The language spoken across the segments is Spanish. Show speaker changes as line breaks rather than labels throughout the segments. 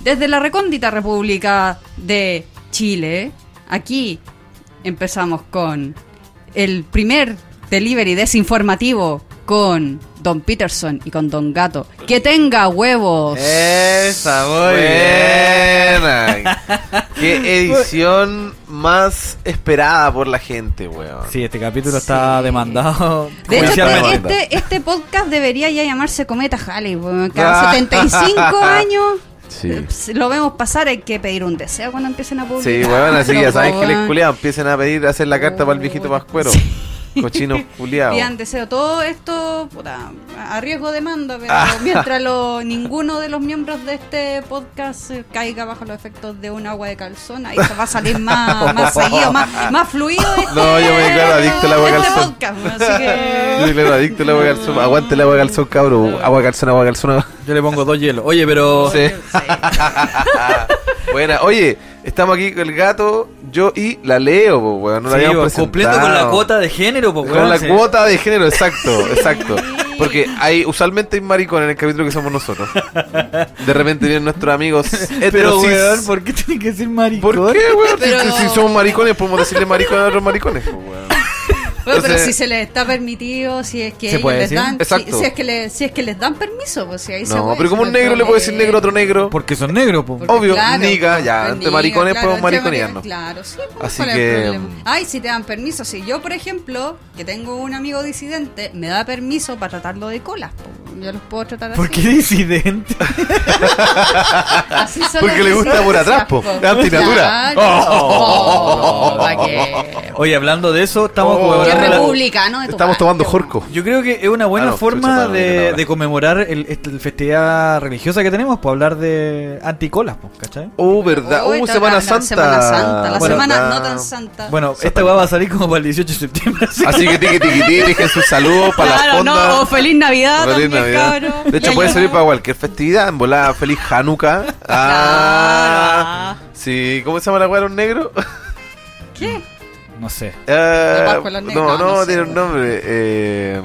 Desde la recóndita República de Chile, aquí empezamos con el primer delivery desinformativo con Don Peterson y con Don Gato. ¡Que tenga huevos!
Eh, Esa, muy buena. Qué edición más esperada por la gente, weón.
Sí, este capítulo está
Sí.
demandado.
De hecho,
judicialmente.
Judicialmente.
este, este podcast debería ya llamarse Cometa Halley. weón.
Ah.
Cada 75 años
Sí.
ps, lo vemos pasar. Hay que pedir un deseo cuando empiecen a publicar.
Sí, weón, así
No,
ya saben que
weón.
les culiados empiecen a pedir, a hacer la carta para el viejito pascuero. Cochinos culiados.
Pidan deseo. Todo esto puta, a riesgo de demanda, pero
Ah.
mientras lo, ninguno de los miembros de este podcast eh, caiga bajo los efectos de un agua de calzón, ahí se va a salir más, más seguido, más, más fluido. Este,
No, yo me declaro adicto al agua de
este
calzón.
podcast, así que-
Yo claro, adicto al agua de calzón. Aguante el agua de calzón, cabro. Agua de calzón, agua de calzón. agua-
Yo le pongo dos hielos. Oye, pero.
Sí. Buena. Oye, estamos aquí con el gato, yo y la Leo, po, weón. No la
Sí,
habíamos
weón,
presentado.
cumpliendo con la cuota de género, po,
Con
weón,
la
sí.
cuota de género, exacto, exacto. Porque hay usualmente hay maricón en el capítulo que somos nosotros. De repente vienen nuestros amigos
Pero,
heterosis.
weón, ¿por qué tiene que ser maricón?
¿Por qué, weón? Si-
Pero-
Si, somos maricones, podemos decirle maricón a otros maricones. po, weón.
Bueno, pero
Entonces-
si se les está permitido, si es que
¿Se
ellos
puede
les
decir?
dan, si,
Exacto.
si es que le- si es que les dan permiso, pues si ahí se
No,
puede,
pero como
si
un negro le puede decir negro a otro negro.
Porque son negros, po.
Porque,
Obvio, niga, ya,
pues,
entre
niga,
maricones podemos
entre
mariconearnos.
Claro, sí, pues,
Así
¿cuál es el
que,
problema?
mm.
Ay, si te dan permiso, si yo, por ejemplo, que tengo un amigo disidente, me da permiso para tratarlo de colas, pues, yo los puedo tratar así.
¿Por qué disidente?
Así son
Porque
las
le gusta por
disidencias,
atrás, po.
pues.
Es antinatura.
Claro. Oh, ¿pa' qué?
Oye, hablando de eso, estamos
Qué
Oh.
conmemorando la-
republicano de tu
Estamos tomando
parte,
jorco.
Yo creo que es una buena
Ah, no, chucha,
forma
para, para,
de,
para.
de conmemorar el, este- la festividad religiosa que tenemos, por hablar de anticolas, po, ¿cachai?
Oh, verdad.
Uy,
Oh,
no,
Semana
la- la
Santa.
Semana Santa, la
Bueno,
semana
verdad.
no tan santa.
Bueno, esta weá va a salir como para el 18 de septiembre. así
Así que tiqui tiqui tiqui, dejen sus saludos para
Claro,
las fondas.
no, o feliz Navidad
Feliz
también,
Navidad.
cabrón.
De hecho,
Ya
puede
llegó.
servir para cualquier festividad. En volada, feliz Hanukkah. Ah,
Claro.
sí, ¿cómo se llama la weá de los negros?
¿Qué?
No sé.
Eh,
Pascua de los Negros,
no,
no,
no,
no sé,
tiene un
weón.
nombre. Eh,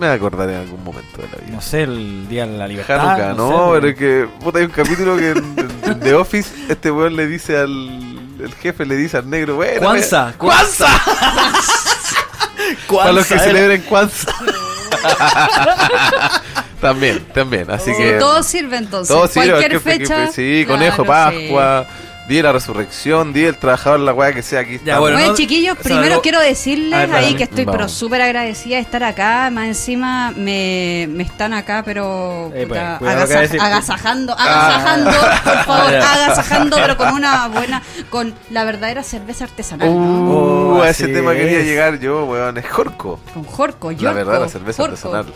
me acordaré en algún momento de la vida.
No sé, el Día de la Libertad.
Hanukkah, no,
sé, po.
pero es que puta, hay un capítulo que en, en The Office este weón le dice al el jefe, le dice al negro, bueno,
Kwanzaa,
mira, Kwanzaa, para los que
Kwanzaa era.
celebren Kwanzaa. también, también, así
Sí,
que
todo sirve entonces.
todo sirve,
Cualquier
porque-
fecha.
porque- sí, conejo,
claro,
Pascua, día de la resurrección, día del trabajador, la weá que sea aquí.
Ya,
estamos.
bueno,
Bueno,
no-
chiquillos,
o sea,
primero
no-
quiero decirles
A ver,
ahí
vale,
que estoy pero
vamos.
súper agradecida de estar acá. Más encima me, me están acá, pero
Eh, pues,
puta,
cuidado que
agasa-
decir-
agasajando, agasajando, por favor,
Ah, ya.
agasajando, pero con una buena, con la verdadera cerveza artesanal. ¿no?
Uh,
Oh,
a ese
así
tema quería
es.
llegar yo, weón, es Jorco.
Con Jorco,
La verdad, la
Yorco,
cerveza
Jorco.
artesanal.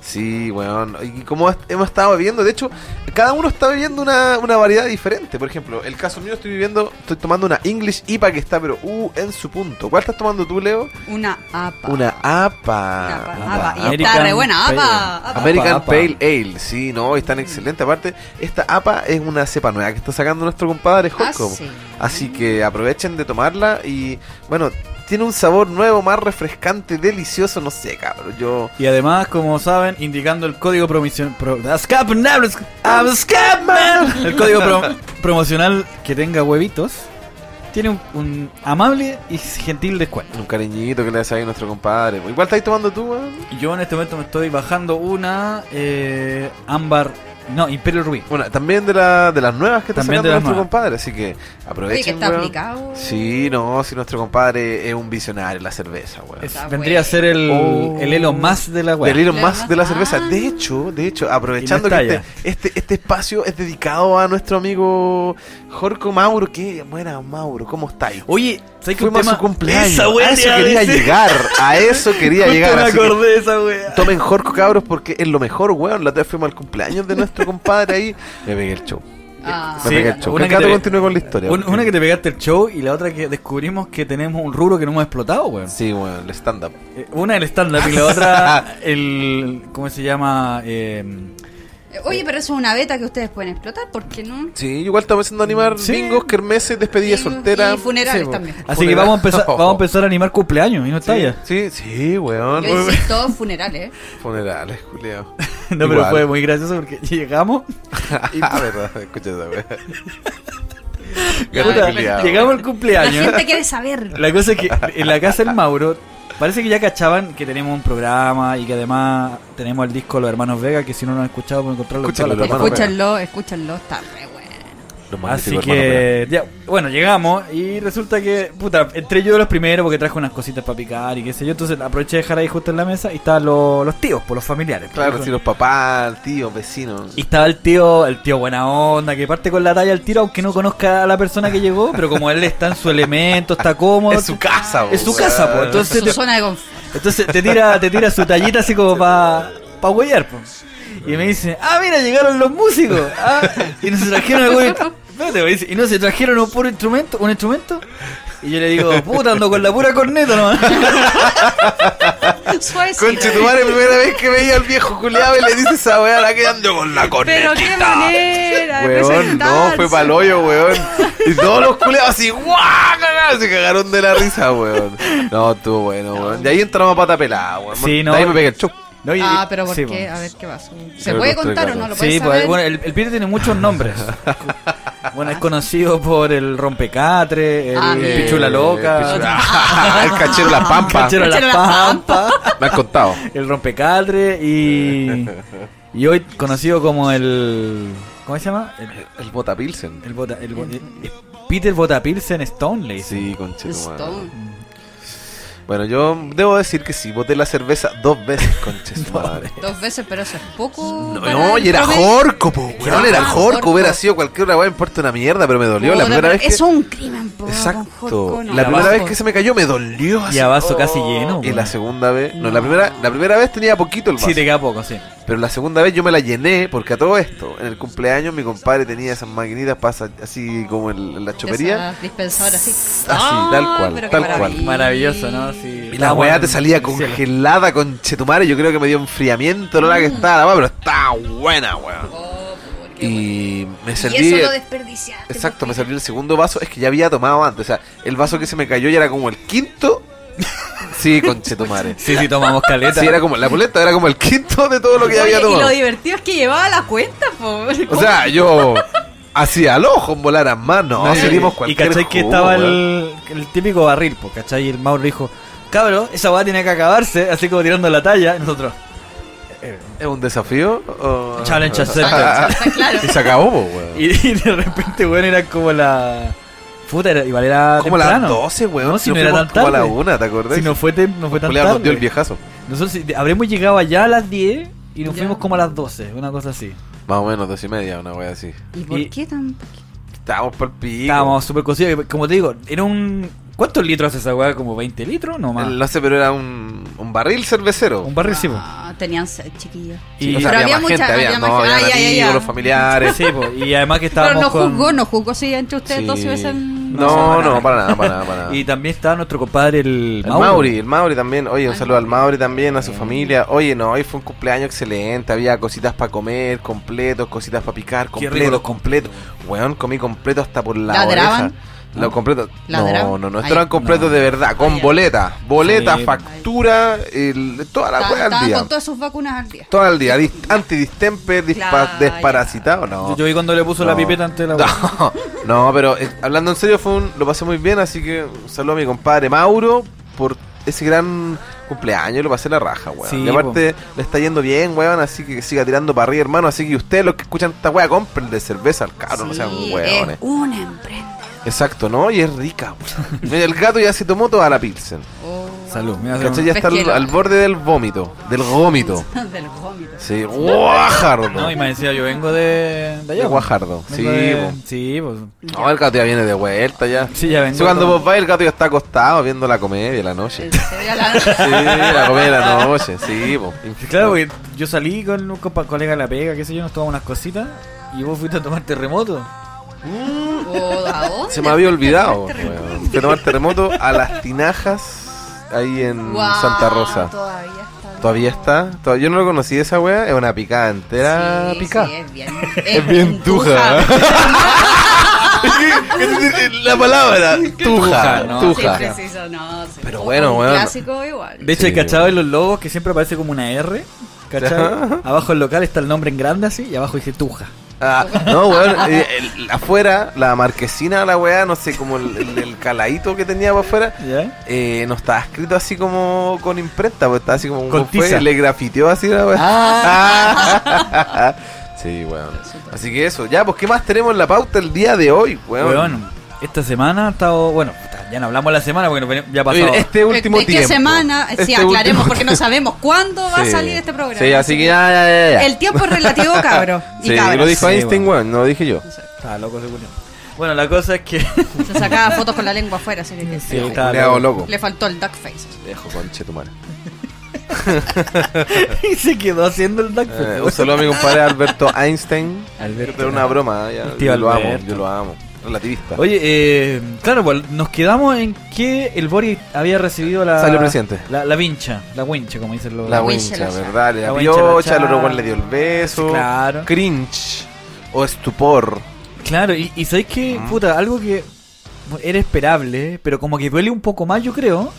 Sí, weón. Y como est- hemos estado bebiendo, de hecho, cada uno está bebiendo una, una variedad diferente. Por ejemplo, el caso mío estoy viviendo, estoy tomando una English IPA que está, pero uh, en su punto. ¿Cuál estás tomando tú, Leo?
Una apa.
Una
Una apa,
APA.
apa.
apa.
Y está re
American
buena
Pale
apa.
Ale.
apa. Ah,
American
APA, APA.
Pale Ale, sí, no, están excelentes. Aparte, esta APA es una cepa nueva que está sacando nuestro compadre
Ah,
Jorco.
sí.
Así que aprovechen de tomarla y, bueno, tiene un sabor nuevo, más refrescante, delicioso, no sé, cabrón. Yo...
Y además, como saben, indicando el código promisión. pro- Ah, Scapman- Scapman. El código pro- promocional que tenga huevitos. Tiene un, un amable y gentil descuento.
Un cariñito que le hace ahí a nuestro compadre. Igual estáis tomando tú, weón.
Yo en este momento me estoy bajando una eh, ámbar. No, Imperio Rubí.
Bueno, también de, la, de las nuevas que está
También
sacando
de las
nuestro
nuevas.
compadre, así que aprovechen.
Oye, que está
weón.
aplicado.
Sí, no, si nuestro compadre es un visionario en la cerveza, weón.
Es-
Está
vendría a ser el,
bueno.
el Elon más de la
Oh. Del
web.
Elon
Le
Musk de la
vas-
cerveza.
ah.
De hecho, de hecho, aprovechando
Y no
que
está
este, este, este espacio es dedicado a nuestro amigo Jorco Mauro. Qué buena, Mauro, ¿cómo estáis?
Oye, ¿sabes que un
Fuimos a
tema...
su cumpleaños.
Esa
a
wea te
eso
iba a
quería
decir.
llegar. A eso quería
Justo
llegar.
me
así que-
acordé de esa wea.
Tomen Jorco, cabros, porque es lo mejor, weón. La otra vez fuimos al cumpleaños de nuestro compadre ahí. Me pegué el show.
Ah.
Me
Sí,
pegué el show.
una
Que el
que
gato
te-
continúe con la historia.
Un- Una que te pegaste el show y la otra que descubrimos que tenemos un rubro que no hemos explotado, weón.
Sí, weón, el stand-up.
Eh, Una el stand-up y la otra el... ¿Cómo se llama? Eh,
Eh, Oye, pero eso es una beta que ustedes pueden explotar, ¿por qué no?
Sí, igual estamos haciendo animar
Sí.
bingos, kermeses, despedida
Y-
soltera.
y funerales
Sí,
también.
weón.
así que vamos a, empezar,
Funeral.
vamos a empezar a animar cumpleaños y no está
Sí,
ya.
sí, sí, weón.
Yo hice todos funerales.
Funerales, culiao.
No, pero
Igual.
fue muy gracioso porque llegamos.
ah, verdad, escucha esa wea.
Puta,
Gato culiao.
llegamos al
La
cumpleaños.
gente quiere saber.
La cosa es que en la casa del Mauro parece que ya cachaban que tenemos un programa y que además tenemos el disco Los Hermanos Vega, que si no lo han escuchado pueden encontrarlo en todas
Escúchenlo,
las
los hermanos
plataformas.
Escúchenlo, escúchenlo, está re bueno.
Los
Así
magníficos hermanos,
que, ya, bueno, llegamos y resulta que, puta, entré yo de los primeros porque traje unas cositas para picar y qué sé yo, entonces aproveché de dejar ahí justo en la mesa y estaban los, los tíos, por los familiares.
pero- Claro,
Dijo-
si los papás, tíos, vecinos.
Y estaba el tío, el tío buena onda, que parte con la talla al tiro, aunque no conozca a la persona que llegó, pero como él está en su elemento, está cómodo.
Es su casa,
Es su
weón.
casa, po, entonces
Su
te-
zona de confort.
Entonces te tira, te tira su tallita así como para pa huellar, po. Y me dice, ah, mira, llegaron los músicos. Ah, y no se trajeron algún instru- espérate, me dice, y no se trajeron un puro instrumento, un instrumento. Y yo le digo, puta, ando con la pura corneta, ¿no?
Suavecito.
Conche tu madre, primera vez que veía al viejo culiado y le dices esa weá, la que ando con la corneta.
Pero qué manera de
Weón, no,
presentarse.
fue pa'l hoyo, weón. Y todos los culeados así, ¡guau! cagados, Se cagaron de la risa, weón. No, estuvo bueno, weón. De ahí entramos a pata pelada, weón.
Sí, no.
De ahí me pegué el chup.
No, y-
Ah, pero ¿por
sí,
qué?
po.
A ver qué pasó. ¿Se
Pero
puede
lo estoy
contar o no
cagando.
lo puedes
Sí, pues,
saber?
bueno, el, el Peter tiene muchos nombres. Bueno, es conocido por el rompecatre, el
Ah, bien.
pichula loca,
El, pichula- el cachero las
el
pampas.
cachero de la
Cachero de la
pampa.
Me han contado.
El rompecadre y. Y hoy conocido como el. ¿Cómo se llama? El,
El bota Pilsen.
el Bota- el Bo- eh, Peter Botapilsen Stone, le dice.
Sí, conche tu madre.
Stone.
Bueno, yo debo decir que sí, boté la cerveza dos veces, conche su madre.
Dos veces, pero eso es poco.
No,
para el
y era
promedio.
Jorco, po, weón. Era
Ah,
Jorco,
Jorco.
hubiera sido cualquier otra weá, me importa una mierda, pero me dolió
Puta,
la primera
pero
vez. que-
Es un crimen, po, con
Exacto.
Jorco, no.
La primera
Abajo.
vez que se me cayó me dolió así.
Y a vaso casi lleno.
Y
weón.
la segunda vez, no, la primera, la primera vez tenía poquito el vaso,
Sí, te queda poco, sí.
pero la segunda vez yo me la llené porque a todo esto, en el cumpleaños mi compadre tenía esas maquinitas pasa así como en, en la chopería
Esa dispensadora, sí.
Así, tal cual, tal cual.
Maravilloso, ¿no? Sí.
y la weá te salía congelada con chetumare, yo creo que me dio enfriamiento no
Mm.
la que estaba la weá, pero está buena weón.
Oh,
Y me serví
Y eso lo desperdiciaste.
Exacto, me serví el segundo vaso, es que ya había tomado antes, o sea, el vaso que se me cayó ya era como el quinto. Sí, con chetumare.
Sí, sí, tomamos caleta.
Sí, era como la puleta, era como el quinto de todo lo que ya había
y lo
tomado.
divertido es que llevaba la cuenta, po.
O sea, yo hacía el ojo en volar a mano,
Sí.
salimos
Y
cualquier
cachai que
jugo,
estaba
weón.
el, el típico barril, pues, cachai. Y el Mauro dijo, cabro, esa weá tiene que acabarse, así como tirando la talla. Y nosotros, "Eh,
¿Es un desafío? o-
Challenge
Está- está claro.
Y se acabó, po, weón.
Y, y de repente, weón, era como la. Puta, era, igual era.
Como las
temprano.
12, weón.
No, si no era
fuimos
tan
como a la
tarde.
una, ¿te acordás?
Si no fue, tem- no fue tan
Julián nos dio el
tarde.
viejazo.
Nosotros si- habremos llegado allá a las 10 y nos
Ya.
fuimos como a las 12, una cosa así.
Más o menos, dos y media, una wea así.
¿Y por
y-
qué tan.?
Estábamos por pico.
Estábamos súper cocidos. Como te digo, era un. ¿Cuántos litros hace esa weá? ¿Como 20 litros? No más.
Eh, No sé, pero era un, un barril cervecero.
Un barrilcito.
Ah, tenían sed, chiquillos.
Sí,
Y,
o sea,
Pero había
había, más
mucha-
gente, había,
había
no,
más
habían
gente. Ah, ya, ya,
amigos,
ya.
los familiares.
sí, po, y además que
Pero
estábamos
no
con.
jugó, no jugó, sí, entre ustedes dos
Sí.
se hubiesen.
No, no, para nada, para nada, para nada.
Y también estaba nuestro compadre el,
El Mauri, el Mauri también. Oye, un saludo al Mauri también, a su familia. Oye, no, hoy fue un cumpleaños excelente. Había cositas para comer, completos, cositas para picar,
Qué rico
completos,
los
completos. Weón, comí completo hasta por la
¿Ladraban?
oreja. Lo completo.
¿Ladraban?
No, no, no,
Ah,
estos
ya.
eran completos
No.
de verdad, con
Ah, ya.
boleta. Boleta,
Sí.
factura, el- toda la
Estaban
weá al
estaban
día.
con todas sus vacunas al día.
Todo el día, dis- antidistemper, dispa-
Claro, ya.
desparasitado, no.
Yo, yo vi cuando le puso la
No.
pipeta ante la weá.
No, no, pero eh, hablando en serio, fue un- lo pasé muy bien, así que un saludo a mi compadre Mauro por ese gran cumpleaños, lo pasé la raja, weón.
Sí,
y aparte le está yendo bien, weón, así que siga tirando para arriba, hermano. Así que ustedes los que escuchan esta weá, compren de cerveza al cabrón, no
Sí,
sean
es
weones.
una emprendedora.
Exacto, ¿no? Y es rica, weón. Mira, El gato ya se tomó toda la pilsen.
Oh.
Salud, me hace
¿Cachai?
un-
Ya está al,
Pesquero.
al borde del vómito, del gómito.
Del vómito.
Sí, guajardo.
No, y me decía, yo vengo de. De allá.
De
po.
guajardo, sí,
Vengo de-
po.
Sí, pues.
No, el gato ya viene de vuelta ya.
Sí, ya vengo.
Sí, cuando
con-
vos vais, el gato ya está acostado viendo la comedia de la noche.
El- se veía la-
Sí, la comedia de la noche, sí, po.
Claro, porque yo salí con un compa- colega de la pega, qué sé yo, nos tomamos unas cositas y vos fuiste a tomar terremoto.
Mm,
Oh, ¿a dónde? Este
se me había olvidado.
Te- te- te-
weón. Fui a tomar terremoto a las tinajas ahí en
Guau,
Santa Rosa.
Todavía está.
Todavía está. Todavía- yo no lo conocí esa wea, es una picada entera
Sí, eh.
picada.
sí, es bien,
Es bien tuja. la palabra, tuja,
¿no?
tuja.
Sí, preciso, no. sí.
Pero
O
bueno, este
un
weón.
Clásico igual.
De hecho,
Sí.
el cachado de los lobos que siempre aparece como una R. ¿Cachai? abajo el local está el nombre en grande así y abajo dice Tuja.
Ah, no, weón, eh, el- afuera, la marquesina, la weá, no sé, como el, el- el caladito que tenía para afuera,
¿Ya?
eh, no estaba escrito así como con imprenta, pues estaba así como
Con
como fue,
tiza.
le grafiteó así la weá.
Ah,
sí, weón. Así que eso, ya, pues ¿qué más tenemos en la pauta el día de hoy, weón?
weón. Esta semana ha estado. Bueno, puta, ya no hablamos de la semana porque nos ven- ya pasó.
Oye, Este último
¿De qué
tiempo.
semana? Sí,
Este
aclaremos
último
porque no sabemos cuándo va a
Sí.
salir este programa.
Sí, así que ya, ya, ya, ya.
El tiempo es relativo, cabro. Y
Sí,
cabras.
lo dijo
Sí,
Einstein,
weón.
weón, no lo dije yo.
Estaba loco ese culiao. Bueno, la cosa es que.
Se sacaba fotos con la lengua afuera, así que
Sí, estaba
Le hago
loco.
loco.
le faltó el duck face.
Dejo conche tu madre.
y se quedó haciendo el duck.
Eh, un saludo a mi compadre Alberto Einstein.
Alberto.
Pero una broma, ¿eh? ya,
Tío
yo lo amo,
Alberto.
yo lo amo. Relativista.
Oye, eh, claro, pues, nos quedamos en que el Bori había recibido la.
Salió presidente.
La, la vincha, la wincha, como dicen los.
la
Wincha,
wincha,
la-
¿verdad? Le
la
la
wincha, la
piocha, el
cha-
otro weón le dio el beso.
Claro.
Cringe. O estupor.
Claro, y, y sabéis que,
Ujú.
puta, algo que bueno, era esperable, pero como que duele un poco más, yo creo.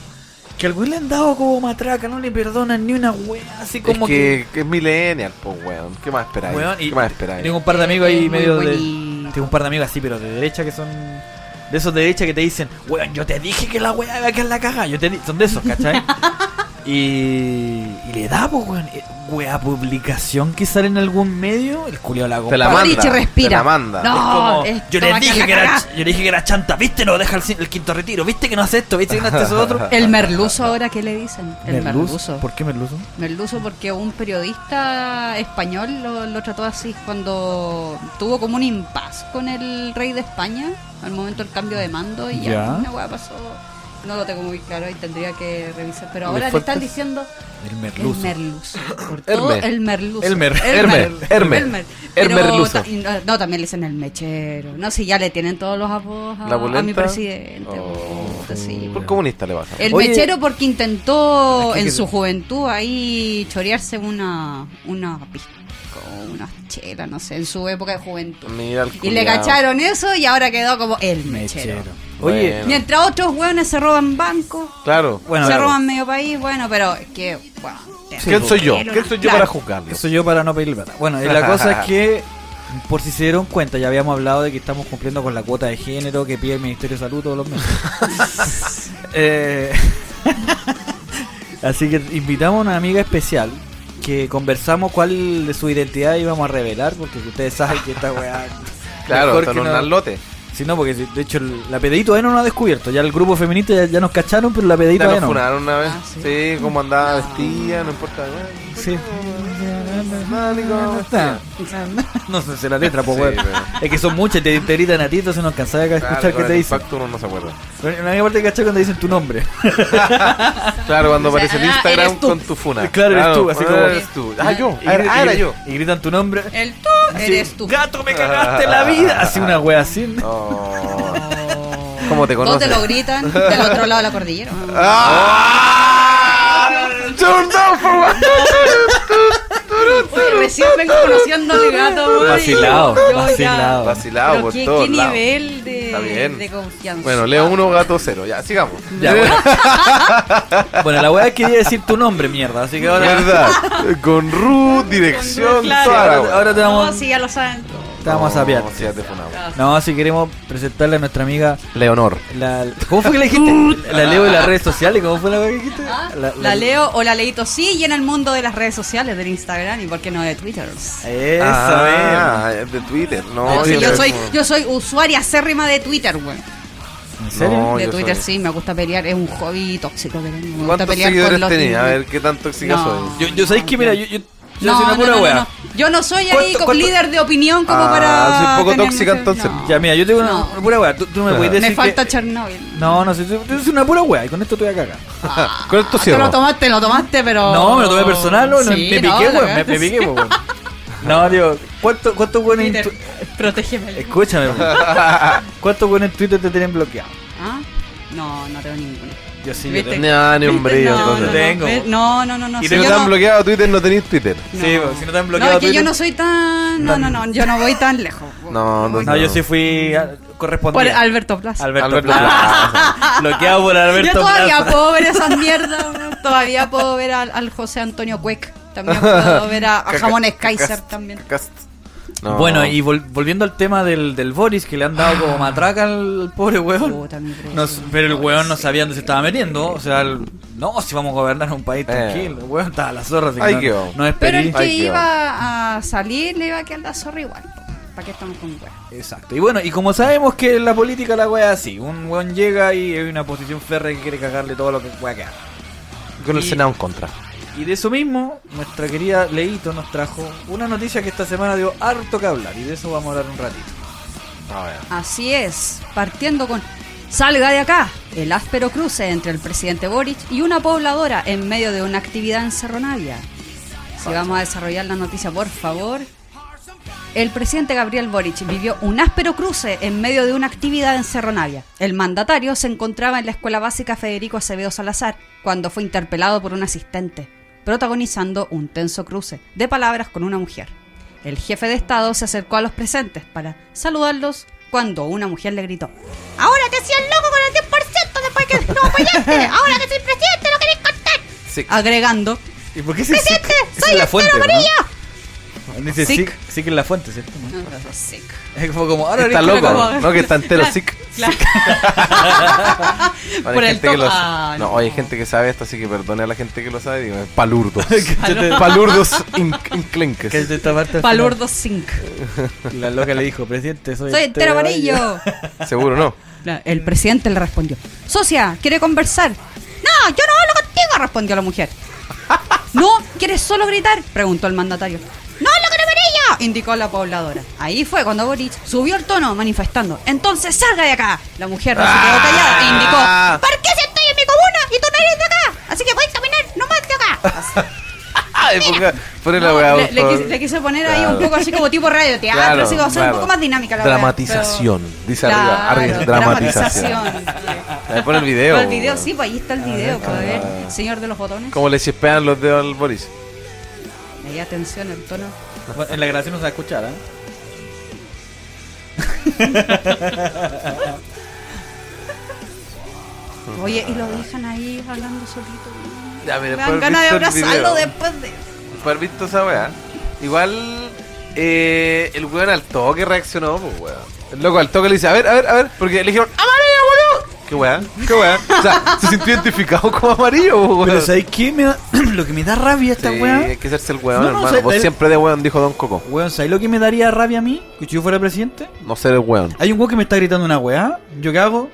Que al güey le han dado como matraca, no le perdonan ni una wea, así como
es que, que es millennial, pues, weón. ¿Qué más esperáis?
Weón, y-
¿Qué más esperáis?
Tengo un par de amigos
Eh,
ahí
muy
medio de.
bonito.
Tengo un par de amigos así, pero de derecha que son. De esos de derecha que te dicen, weón, yo te dije que la weá iba a quedar en la caja. Yo te di-". Son de esos, ¿cachai? y, y le da, pues, weón. eh, Weá, publicación que sale en algún medio, el culio la
Te la
compra.
Boric
manda.
respira.
Te la manda.
No.
Es como,
esto
yo
va a
les
quedar
dije
la
que era,
cagá".
yo le dije que era chanta, viste, no deja el, cin- el quinto retiro, viste que no hace esto, viste que no hace eso otro.
El merluzo ahora, ¿qué le dicen? El merluzo.
¿Por qué merluzo?
Merluzo porque un periodista español lo, lo trató así cuando tuvo como un impas con el rey de España al momento del cambio de mando y ya,
Ya.
una weá pasó. No lo tengo muy claro y tendría que revisar. Pero
¿Le
ahora le
faltas?
están diciendo
El
el
merluzo.
merluzo. Por todo
Herme.
el merluzo.
El mer-
Herme, Herme.
Elmer.
El
Pero
merluzo.
ta- y no, no, también le dicen el mechero. No, si ya le tienen todos los apodos Ah, a,
La
a mi
polenta.
presidente.
Oh.
puta, sí.
Por comunista le pasa.
El
Oye.
mechero porque intentó
Es que-
en
que-
su juventud ahí chorearse una una pisco, una chela, no sé, en su época de juventud.
Mira el
Y le
culiao.
cacharon eso y ahora quedó como el mechero.
Oye,
Bueno.
Mientras otros hueones se roban bancos,
Claro.
bueno,
se
claro,
roban medio país, bueno, pero es que, bueno, te-
¿Quién soy yo?
Claro.
¿Quién soy yo para juzgarlo?
eso yo para no pedir plata. Bueno, y la cosa es que, por si se dieron cuenta, ya habíamos hablado de que estamos cumpliendo con la cuota de género que pide el Ministerio de Salud todos los meses. Eh, Así que invitamos a una amiga especial que conversamos cuál de su identidad íbamos a revelar, porque ustedes saben que esta weá.
Claro,
mejor
están
que
un
no-
lote.
Sí, no, porque si- de hecho el- la PDI todavía no lo ha descubierto. Ya el grupo feminista ya, ya nos cacharon, pero la PDI
Ya nos
todavía no.
funaron una vez.
Ah, sí.
sí. cómo andaba vestida, no importa.
Sí.
Marico.
No sé si la letra, pues,
Sí,
weón.
pero-
Es que son muchas, te, te gritan a ti, entonces no cansaba de escuchar
Claro,
qué
con
te
el
dicen.
impacto uno no se acuerda.
Pero En la misma parte cachar cuando dicen tu nombre.
Claro, cuando
O sea,
aparece el
ah,
Instagram
eres tú.
con tu funa.
Claro, eres tú, así
ah,
como-
eres tú. Ah, yo.
Y
Ah,
gritan-
era, ah, era
y-
yo.
Y gritan tu nombre.
El tú
Ah,
así,
eres tú.
Gato, me cagaste la vida. Así una wea así.
Oh. ¿Cómo te
Todos te
conoces?
lo gritan del otro lado de la cordillera.
¡Ah! Turn down for what?
Oye, recién vengo conociendo al gato, güey.
Vacilado,
Yo ya-
vacilado.
Vacilado
Pero
por
qué,
todos
qué
lados.
nivel de,
Está bien.
de confianza.
Bueno, leo uno, gato cero. Ya, sigamos.
Ya, bueno. bueno, la wea quería decir tu nombre, mierda. Así que ahora.
¿Verdad? Con Ruth, dirección,
Claro.
toda la
ahora,
wea.
ahora te
No,
vamos,
sí, ya lo saben. todos.
te vamos a
No,
sapear.
sí, ya te funamos.
No, si queremos presentarle a nuestra amiga.
Leonor.
La, ¿Cómo fue que le dijiste? La leo de las redes sociales. ¿Cómo fue la wea que dijiste?
Ah, La, leo o la leíto sí y en el mundo de las redes sociales, del Instagram y por qué no de Twitter.
Eso,
ah, es de Twitter. No,
No, sí, yo,
no-
soy, yo soy usuaria acérrima de Twitter, güey.
mira. ¿En serio?
No,
de
yo
Twitter
soy-
sí, me gusta pelear, es un hobby tóxico que tengo. Me gusta
¿Cuántos
pelear con
seguidores
los
tenía? A ver qué tan tóxica
No.
soy.
Yo, yo sabéis que, mira, yo, yo, yo
No,
soy una
no,
pura
no, no,
wea.
no. Yo no soy ahí
¿Cuánto-
como
cuánto-
líder de opinión como
Ah,
para.
soy un poco
tener
tóxica,
mucho-
entonces.
no.
Ya, mira, yo tengo una,
No.
una pura wea. Tú, tú me puedes decir.
Me falta
que-
Chernobyl.
No, no, si tú, tú eres una pura wea y con esto te voy a cagar.
Con
Ah,
esto
te lo
cierro.
tomaste, lo tomaste, pero.
No, me lo tomé personal, no, me
Oh. Sí,
piqué,
no, la
weón. Me,
cagaste.
me piqué, weón. No, digo, ¿cuántos cuánto buenos en
Peter,
tu-
eh, Protégeme.
Escúchame, weón. ¿Cuántos buenos en Twitter te tienen bloqueado?
¿Ah? No, no tengo ninguno.
Yo sí,
¿Viste?
yo tengo.
No, ni un
¿Viste?
brillo.
No,
entonces.
no,
Tengo.
ve- No, no, no, no.
Y
sí,
Si no
yo
te han
no-
bloqueado Twitter, no tenés Twitter.
no.
Sí, weón, si no te han
No,
bloqueado
es que yo
Twitter-
no soy tan. No, no, no. Yo no voy tan lejos.
No, no,
Voy-
No, yo sí fui a-
Por
correspondiente.
Alberto Plaza.
Alberto,
Alberto
Plaza. bloqueado por Alberto
yo todavía
Plaza.
puedo ver esas mierdas. weón. Todavía puedo ver al, al José Antonio Cuec. También puedo ver a, a
Caca-
jamones Kaiser
cacast-
también.
cacast. No.
Bueno, y vol- volviendo al tema del, del Boris, que le han dado como matraca al pobre weón.
Puta, mi bro.
No s- pero el weón no sabía dónde se estaba metiendo. O sea, el- no, si vamos a gobernar un país
Eh.
tranquilo. El weón estaba a la zorra. así que
Ahí
no,
quedó.
no
Pero
esperí.
el que
Ahí quedó.
iba a salir le iba a quedar la zorra igual. ¿Para qué estamos con weón?
Exacto. Y bueno, y como sabemos que en la política la wea es así. Un weón llega y hay una posición férrea que quiere cagarle todo lo que pueda quedar.
Con el
y-
Senado en contra.
Y de eso mismo, nuestra querida Leito nos trajo una noticia que esta semana dio harto que hablar. Y de eso vamos a hablar un ratito.
A ver.
Así es, partiendo con Salga de acá, el áspero cruce entre el presidente Boric y una pobladora en medio de una actividad en Cerronavia. Si vamos a desarrollar la noticia, por favor. El presidente Gabriel Boric vivió un áspero cruce en medio de una actividad en Cerro Navia. El mandatario se encontraba en la escuela básica Federico Acevedo Salazar cuando fue interpelado por un asistente, protagonizando un tenso cruce de palabras con una mujer. El jefe de Estado se acercó a los presentes para saludarlos cuando una mujer le gritó:
Ahora te hacías loco con el 10% después que no apoyaste. Ahora que soy presidente, lo querés cortar.
Sí.
agregando
Ah, ¿Y por qué se
Presidente,
Esa
soy
es la
el
fuente,
Pedro
¿no? Dice
Sick.
sick, sick en la fuente, ¿cierto?
Sick.
Es como, como ahora
Está
eres que
loco,
la como-
¿no? Que está entero
Claro,
sick.
claro.
Bueno,
Por
hay
el
gente que
to-
lo-
Ah,
no,
no.
hay gente que sabe esto, así que perdone a la gente que lo sabe. Digo, es palurdos. palurdos inc- inclenques.
Que de esta parte al
Palurdo Zinc.
final, La loca le dijo, presidente, soy,
Soy
el
entero
Teo
amarillo.
Seguro no.
La- El presidente le respondió: Socia, ¿quiere conversar? No, yo no hablo contigo, respondió la mujer. No, ¿quieres solo gritar? preguntó el mandatario. No hablo con amarillo, indicó la pobladora. Ahí fue cuando Boric subió el tono manifestando: Entonces salga de acá. La mujer no se quedó callada e indicó:
Ah.
¿Por qué si estoy en mi comuna y tú no eres de acá? Así que puedes caminar nomás de acá.
Ay, ponga, ponle la
No,
weá,
le,
por
le
favor.
quise, le quise poner ahí un
Claro.
poco así como tipo radio, teatro,
Claro,
así como hacer
claro.
un poco más dinámica la weá,
Dramatización, dice
pero-
arriba, arriba,
Claro,
dramatización.
dramatización.
Ahí pone el video. Ah,
Pero el video,
weón.
sí, pues ahí está el video, para ver. Señor de los botones.
Como le chispean los dedos al Boris.
Me di atención el tono.
Bueno, En la grabación no se va a escuchar, ¿eh?
Oye, y lo dejan ahí hablando solito.
Ya, mira,
Me dan
por
ganas de
visto el video.
abrazarlo después de.
Por haber visto esa weá. Igual eh, el weón al toque reaccionó, pues weón. El loco al toque le dice, a ver, a ver, a ver, porque le dijeron, amarillo, boludo. Qué weá, qué weá. O sea, se sintió identificado como amarillo, pues, weón.
Pero ¿sabes qué? Me da- lo que me da rabia
Sí,
esta weá.
hay que hacerse el weón,
No, no,
hermano.
o sea,
Vos
el-
siempre de weón, dijo Don Coco.
Weón, ¿sabes lo que me daría rabia a mí? Que si yo fuera presidente.
No ser el weón.
Hay un weón que me está gritando una weá. ¿Yo qué hago?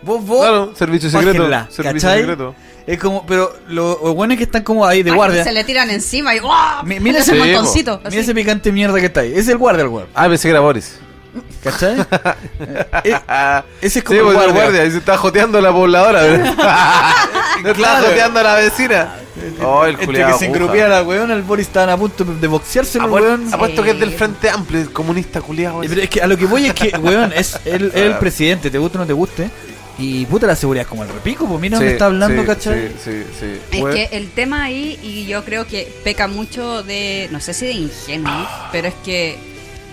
Vos, vos.
Claro, servicio secreto.
Bájenla,
servicio
¿cachai?
secreto.
Es como, pero los weones que están como ahí de
Ay,
guardia.
Se le tiran encima y ¡guau!
Mi- mira ese
ese
tipo.
montoncito.
Mira ese picante mierda que está ahí. Es el guardia el weón.
Ah, pensé que era Boris.
¿Cachai? Eh,
Ah,
ese
sí,
es como el
pues,
guardia.
el guardia. Y se está joteando a la pobladora. no está
Claro.
joteando a la vecina. Oh, el
Entre que
culiado.
se engrupía la weón, el Boris estaban a punto de boxearse el weón.
ah,
Apuesto que es del
Sí.
Frente Amplio, el comunista culiado.
Eh, Pero es que a lo que voy es que, weón, es el, el presidente, te guste o no te guste. Y puta la seguridad es como el repico, pues mira dónde está hablando, ¿cachai?
Sí, sí, sí.
Es
Weón,
que el tema ahí, y yo creo que peca mucho de, no sé si de ingenuo, pero es que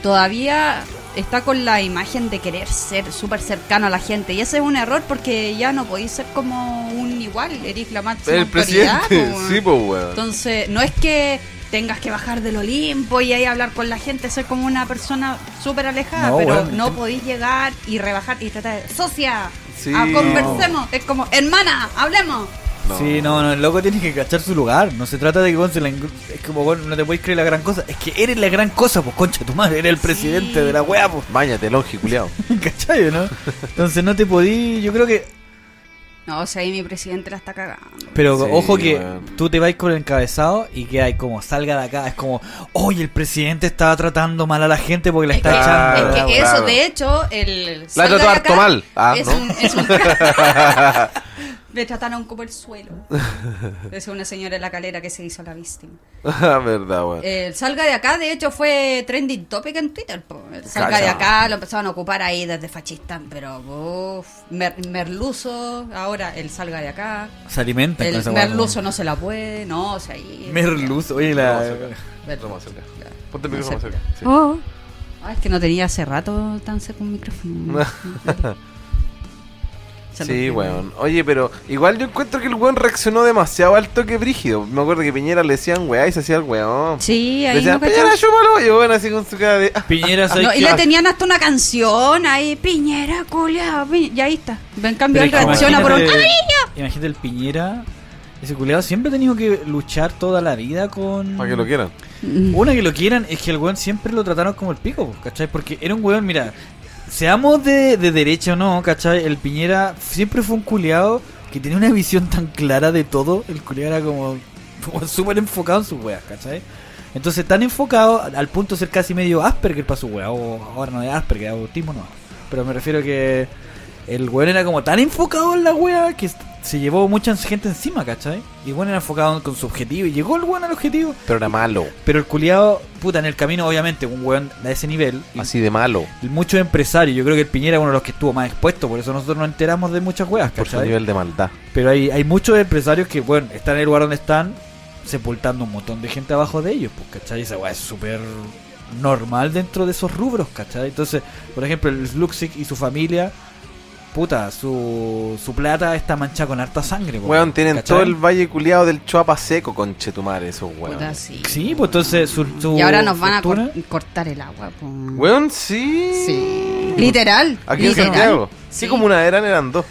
todavía está con la imagen de querer ser súper cercano a la gente. Y ese es un error porque ya no podéis ser como un igual, eres la máxima
El
autoridad,
presidente.
po,
Sí,
weón.
pues weón.
Entonces, no es que tengas que bajar del Olimpo y ahí hablar con la gente, ser como una persona súper alejada,
No,
pero
weón,
no
este-
podéis llegar y rebajar y tratar de, socia,
Sí.
ah, conversemos, es como, hermana, hablemos.
No.
Sí, no, no, el loco tiene que cachar su lugar. No se trata de que weón, se la engru- Es como, weón, no te podéis creer la gran cosa. Es que eres la gran cosa, pues concha tu madre, eres el presidente de la weá, pues.
Báñate, longe, culiado.
¿Cachai, no? Entonces no te podí. Yo creo que.
No, o sea, ahí mi presidente la está cagando.
Pero
Sí,
ojo que
weón.
tú te vas con el encabezado y que hay como salga de acá. Es como, oye, el presidente estaba tratando mal a la gente porque la
Es que,
está echando.
es que
Claro.
eso, de hecho, el.
La
salga
trató
de
harto
acá
mal. Ah,
es
¿no?
un- es un- Le trataron como el suelo. Es una señora en la calera que se hizo la víctima.
Ah, Verdad, weón.
El salga de acá, de hecho, fue trending topic en Twitter. po. El salga
Cacha.
de acá lo empezaron a ocupar ahí desde fascistas, pero uff, mer- merluzo. Ahora el salga de acá.
Se alimenta
El
con esa weá,
merluzo no se la puede, no, o sea, ahí.
weón. Merluzo, oye, la.
Merluzo.
Toma, acerca.
Claro.
Ponte el micrófono
Acerca.
cerca. Sí.
Oh.
Ah, es que no tenía hace rato tan cerca un micrófono. Salud.
Sí, weón. Oye, pero igual yo encuentro que el weón reaccionó demasiado al toque brígido. Me acuerdo que Piñera le decían weá y se hacía el weón.
Sí,
Le
ahí
decían,
no cachaba.
Piñera, chúpalo. Y bueno, así con su cara de. "Ah".
Piñera, ¿sabes
No, y
qué?
le tenían hasta una canción ahí, Piñera, culia, pi- y ahí está. En cambio,
Pero
él
es que
reacciona por un ¡Ah,
imagínate-
cariño.
Imagínate el Piñera. Ese culeado siempre ha tenido que luchar toda la vida con.
Para que lo quieran.
Mm.
Una que lo quieran es que el weón siempre lo trataron como el pico, po, ¿cachai? Porque era un weón, mira, seamos de, de derecha o no, ¿cachai? El Piñera siempre fue un culeado que tenía una visión tan clara de todo. El culeado era como, como súper enfocado en sus weas, ¿cachai? Entonces, tan enfocado al punto de ser casi medio Asperger para su wea. O ahora no es Asperger, autismo no. Pero me refiero que el weón era como tan enfocado en la wea que se llevó mucha gente encima, ¿cachai? Y el weón era enfocado con su objetivo y llegó el weón al objetivo.
Pero era malo.
Pero el culiado, puta, en el camino, obviamente, un weón de ese nivel. y
Así de malo.
Muchos empresarios, yo creo que el Piñera es uno de los que estuvo más expuesto, por eso nosotros nos enteramos de muchas weas,
Por su
¿cachai?
nivel de maldad.
Pero hay, hay muchos empresarios que, bueno, están en el lugar donde están, sepultando un montón de gente abajo de ellos, pues, ¿cachai? Esa wea es súper normal dentro de esos rubros, ¿cachai? Entonces, por ejemplo, el Luxic y su familia, puta, su, su plata está manchada con harta sangre, po,
Weón, tienen
¿cachai?
todo el valle culiado del Chuapa seco, conchetumare, esos weón.
Puta, sí.
Sí, pues entonces su, su
Y ahora nos van a
fortuna-
cor- cortar el agua. po.
Weón, sí.
Sí. Literal.
Aquí en
literal.
Santiago.
Sí.
Sí, como una eran, eran dos.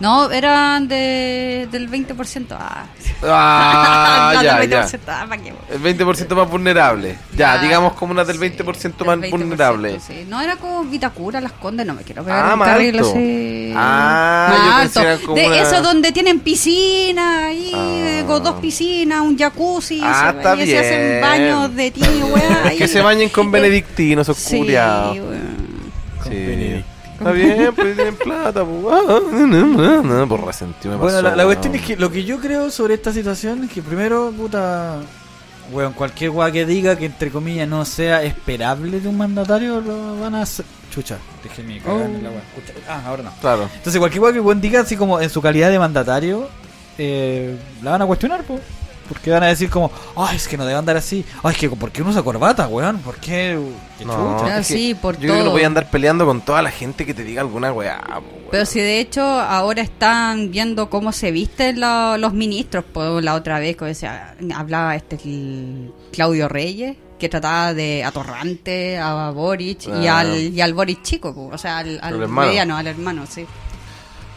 No, eran de, del 20%. Ah,
Ah,
No,
ya,
del
ya.
20%. Ah, ¿para qué?
El 20% más vulnerable. Ya,
Ah,
digamos como una del
sí,
20%
del
más
20%,
vulnerable.
sí. No, era como Vitacura, Las Condes, no me quiero pegar
Ah,
un
más
carril
alto.
así.
Ah,
Más
yo
alto.
pensé que era como
De
una-
eso donde tienen piscina, ahí, eh,
Ah.
con dos piscinas, un jacuzzi,
Ah,
se,
está
y se hacen
bien.
baños de ti, weá.
Que se bañen con benedictinos, esos
Sí,
culiados.
weón.
Con
Sí.
Benedict.
Está bien, pero tienen plata, pues. Ah, no, no, no, no, por resentido me
Bueno,
pasó,
la, la
weón.
cuestión es que lo que yo creo sobre esta situación es que primero, puta, weón, cualquier weá que diga que entre comillas no sea esperable de un mandatario, lo van a hacer. Chucha, dejé mi cagada en la weá.
Oh.
Escucha, Ah, ahora no.
Claro.
Entonces cualquier weá que weón diga así como en su calidad de mandatario, eh, la van a cuestionar, po. Porque van a decir como, ay, es que no debe andar así. Ay, es que ¿por qué uno usa corbata, weón? ¿Por qué? Qué
No,
chucha.
Ah,
es que
sí, por
yo creo que
todo.
no voy a andar peleando con toda la gente que te diga alguna weá. po, weón.
Pero si de hecho ahora están viendo cómo se visten lo- los ministros, pues la otra vez que decía- hablaba este el Claudio Reyes, que trataba de atorrante a Boric y,
Ah.
al, y al Boric chico, pues, o sea, al, al
Al hermano.
mediano, al hermano, sí.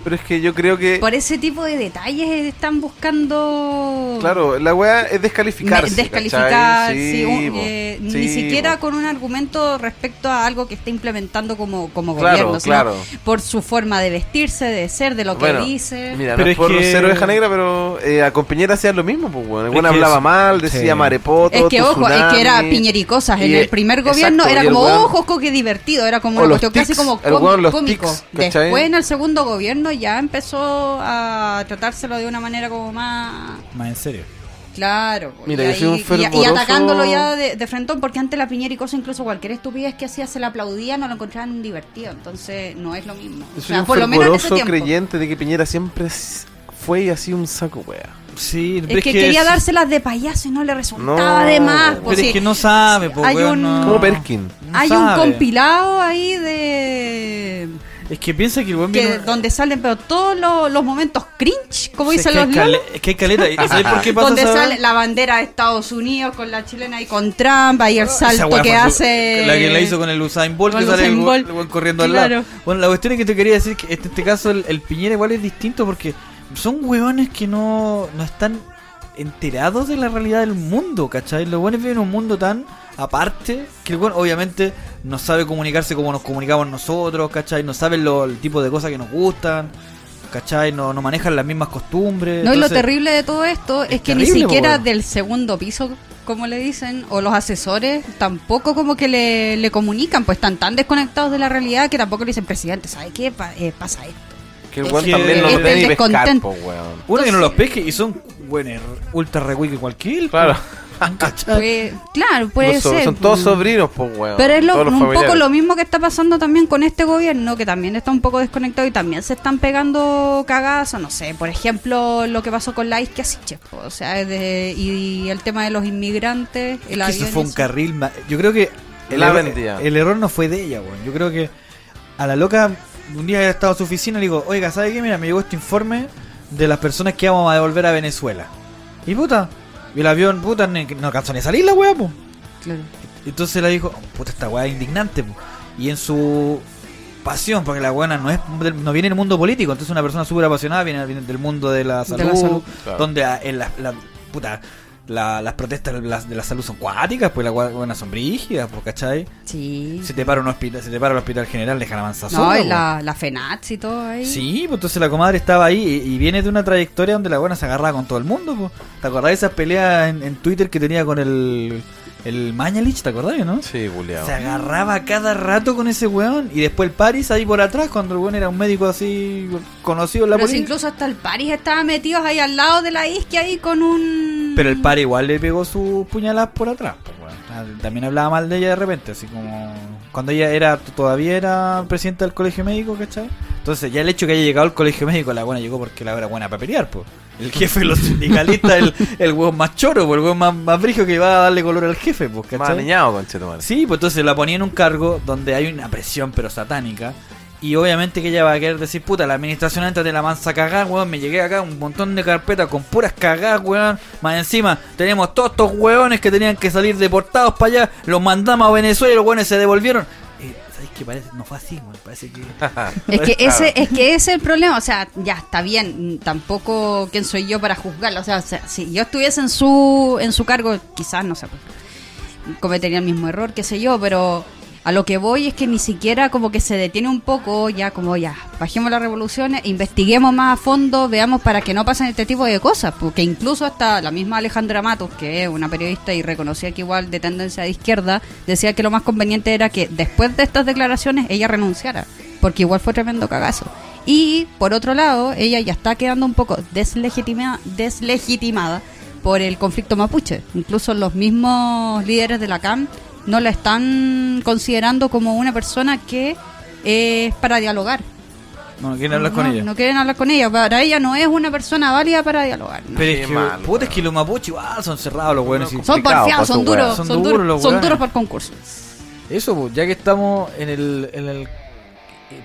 Pero es que yo creo que.
Por ese tipo de detalles están buscando...
Claro, la weá es descalificarse.
me- descalificar,
¿cachai?
sí, un-
po.
eh, ni
Sí,
siquiera
po.
con un argumento respecto a algo que está implementando como, como
Claro,
gobierno, sino
claro.
por su forma de vestirse, de ser, de lo que
Bueno,
dice.
Mira,
Pero
no
es
es por
que-
ser oveja negra, pero eh, a compañera hacían lo mismo, pues, weón. El
Es
weón
que
hablaba
es-
mal, decía
sí.
marepoto.
Es que ojo, es
tsunami,
que era piñericosas. En
y, e-
el primer
exacto,
gobierno
y
era
el
como,
weón-
ojo, ojo, qué divertido. Era como
O
una
los
cuestión casi
tics,
como
el
cómic-
weón, los
cómico.
tics, ¿cachai?
Después en el segundo gobierno ya empezó a tratárselo de una manera como más.
Más en serio.
Claro, po,
Mira,
y,
yo soy un
ahí- y- y
fervoroso-
atacándolo ya de, de frentón, porque antes la piñericosa incluso cualquier estupidez que hacía se la aplaudía, no lo encontraban divertido, entonces no es lo mismo.
Yo
O
soy
sea,
un
por lo menos en ese
fervoroso
tiempo.
creyente de que Piñera siempre s- fue y ha sido un saco, weá.
Sí,
Es que, quería dárselas de payaso y no le resultaba
No,
de más.
pero
po,
Pero es
sí.
que no sabe, po,
Hay
weón,
un-
no-
Como Perkin.
no
Hay un
sabe.
compilado ahí de
Es que piensa que el buen
que
vino-
donde salen pero todos los, los momentos cringe, como
Sí,
dicen
es que
los
hay cale-
lolos,
Es que hay caleta. ¿Y sabes por qué pasa
donde
esa-
sale la bandera de Estados Unidos con la chilena y con Trump y el
esa
salto
weá
que
fue-
hace
La que la hizo con el Usain Bolt,
con
que
el
sale el
Usain
gu-
Bolt.
el guan corriendo al
Claro.
lado. Bueno, la cuestión es que te quería decir que este- en este caso el, el Piñera igual es distinto porque son huevones que no, no están enterados de la realidad del mundo, ¿cachai? Los hueones viven en un mundo tan aparte que el hueón obviamente no sabe comunicarse como nos comunicamos nosotros, ¿cachai? No saben lo- el tipo de cosas que nos gustan, ¿cachai? No, no manejan las mismas costumbres.
No, y lo
entonces-
terrible de todo esto es,
es
que
terrible,
ni
po,
siquiera
weón.
del segundo piso, como le dicen, o los asesores, tampoco como que le, le comunican, pues están tan desconectados de la realidad que tampoco le dicen, presidente, ¿sabe qué Pa- eh, pasa esto?
Que el
Es
weón
que-
también no
es
lo
que
tenía
el
ni pescar,
descontento.
po, weón.
Uno que no
Entonces-
los pesque y son, bueno, ultra recuique cualquier.
Claro.
Ah.
Pues, claro, puede
Los so-
ser.
son todos
pues.
sobrinos, po, weón.
Pero es lo-
Todos los
un poco
familiares.
lo mismo que está pasando también con este gobierno, que también está un poco desconectado y también se están pegando cagadas, o no sé, por ejemplo, lo que pasó con la Isquiasiche, o sea, es de- y, el tema de los inmigrantes, el
Que eso
avión y
fue un
eso.
carril ma- Yo creo que el,
La
error-
vendía.
el error no fue de ella, weón. Yo creo que a la loca un día estaba a su oficina y le digo, oiga, ¿sabe qué? Mira, me llegó este informe de las personas que vamos a devolver a Venezuela. Y puta, y el avión, puta, ne- no alcanzó ni a salir la weá, pues. po.
Claro.
Entonces la dijo, puta, esta weá es indignante, po. Y en su pasión, porque la weá no, es, del- no viene del mundo político, entonces es una persona súper apasionada viene, viene del mundo de la
De la
salud,
salud.
Claro.
donde ah, en la, la- puta, la- las protestas de la, de la salud son cuáticas, pues la weá weá son brígidas, po, ¿cachai?
Sí.
Se te para un hospital, se te para el hospital general, dejan avanzar
No, y la, la FENATS y todo ahí.
Sí, pues entonces la comadre estaba ahí y, y viene de una trayectoria donde la buena se agarraba con todo el mundo. po. ¿Te acordás de esas peleas en, en Twitter que tenía con el, el Mañalich? ¿Te acordás, no?
Sí, buleado.
Se agarraba cada rato con ese weón y después el Paris ahí por atrás cuando el weón era un médico así conocido en la
Pero si
política.
incluso hasta el París estaba metido ahí al lado de la isquia ahí con un...
Pero el Paris igual le pegó sus puñaladas por atrás. po, weón. Ah, También hablaba mal de ella de repente, así como cuando ella era todavía era presidenta del colegio médico, ¿cachai? Entonces ya el hecho que haya llegado al colegio médico, la buena llegó porque la era buena para pelear, pues. El jefe de los sindicalistas, el, el hueón más choro, po, el hueón más, más brígido que va a darle color al jefe, pues,
Más
¿cachai?
aniñado, conchetumare.
Sí, pues entonces la ponía en un cargo donde hay una presión pero satánica. Y obviamente que ella va a querer decir, puta, la administración entra de la mansa cagada, weón. Me llegué acá un montón de carpetas con puras cagadas, weón. Más encima, tenemos todos estos weones que tenían que salir deportados para allá. Los mandamos a Venezuela y los weones se devolvieron. Eh, ¿Sabéis qué parece? No fue así, weón. Parece que...
Es que ese es que ese es el problema, o sea, ya está bien, mm, tampoco quién soy yo para juzgarlo, o sea, o sea, si yo estuviese en su en su cargo, quizás no sé, pues, cometería el mismo error, qué sé yo, pero a lo que voy es que ni siquiera como que se detiene un poco, ya como ya, bajemos las revoluciones, investiguemos más a fondo, veamos para que no pasen este tipo de cosas, porque incluso hasta la misma Alejandra Matos, que es una periodista y reconocía que igual de tendencia de izquierda, decía que lo más conveniente era que después de estas declaraciones ella renunciara, porque igual fue tremendo cagazo. Y por otro lado, ella ya está quedando un poco deslegitima- deslegitimada por el conflicto mapuche. Incluso los mismos líderes de la CAM no la están considerando como una persona que es para dialogar.
No, no quieren hablar con
no,
ella.
no quieren hablar con ella. Para ella no es una persona válida para dialogar. no.
Pero
Qué
es que,
mal,
puta,
weón.
es que los mapuches igual son cerrados los weones. y-
son
complicado
porfiados,
pa'
son
estos
duros,
weones.
son,
Son
duros,
duros los
son
weones.
duros por concurso.
Eso, pues, ya que estamos en el, en el. eh,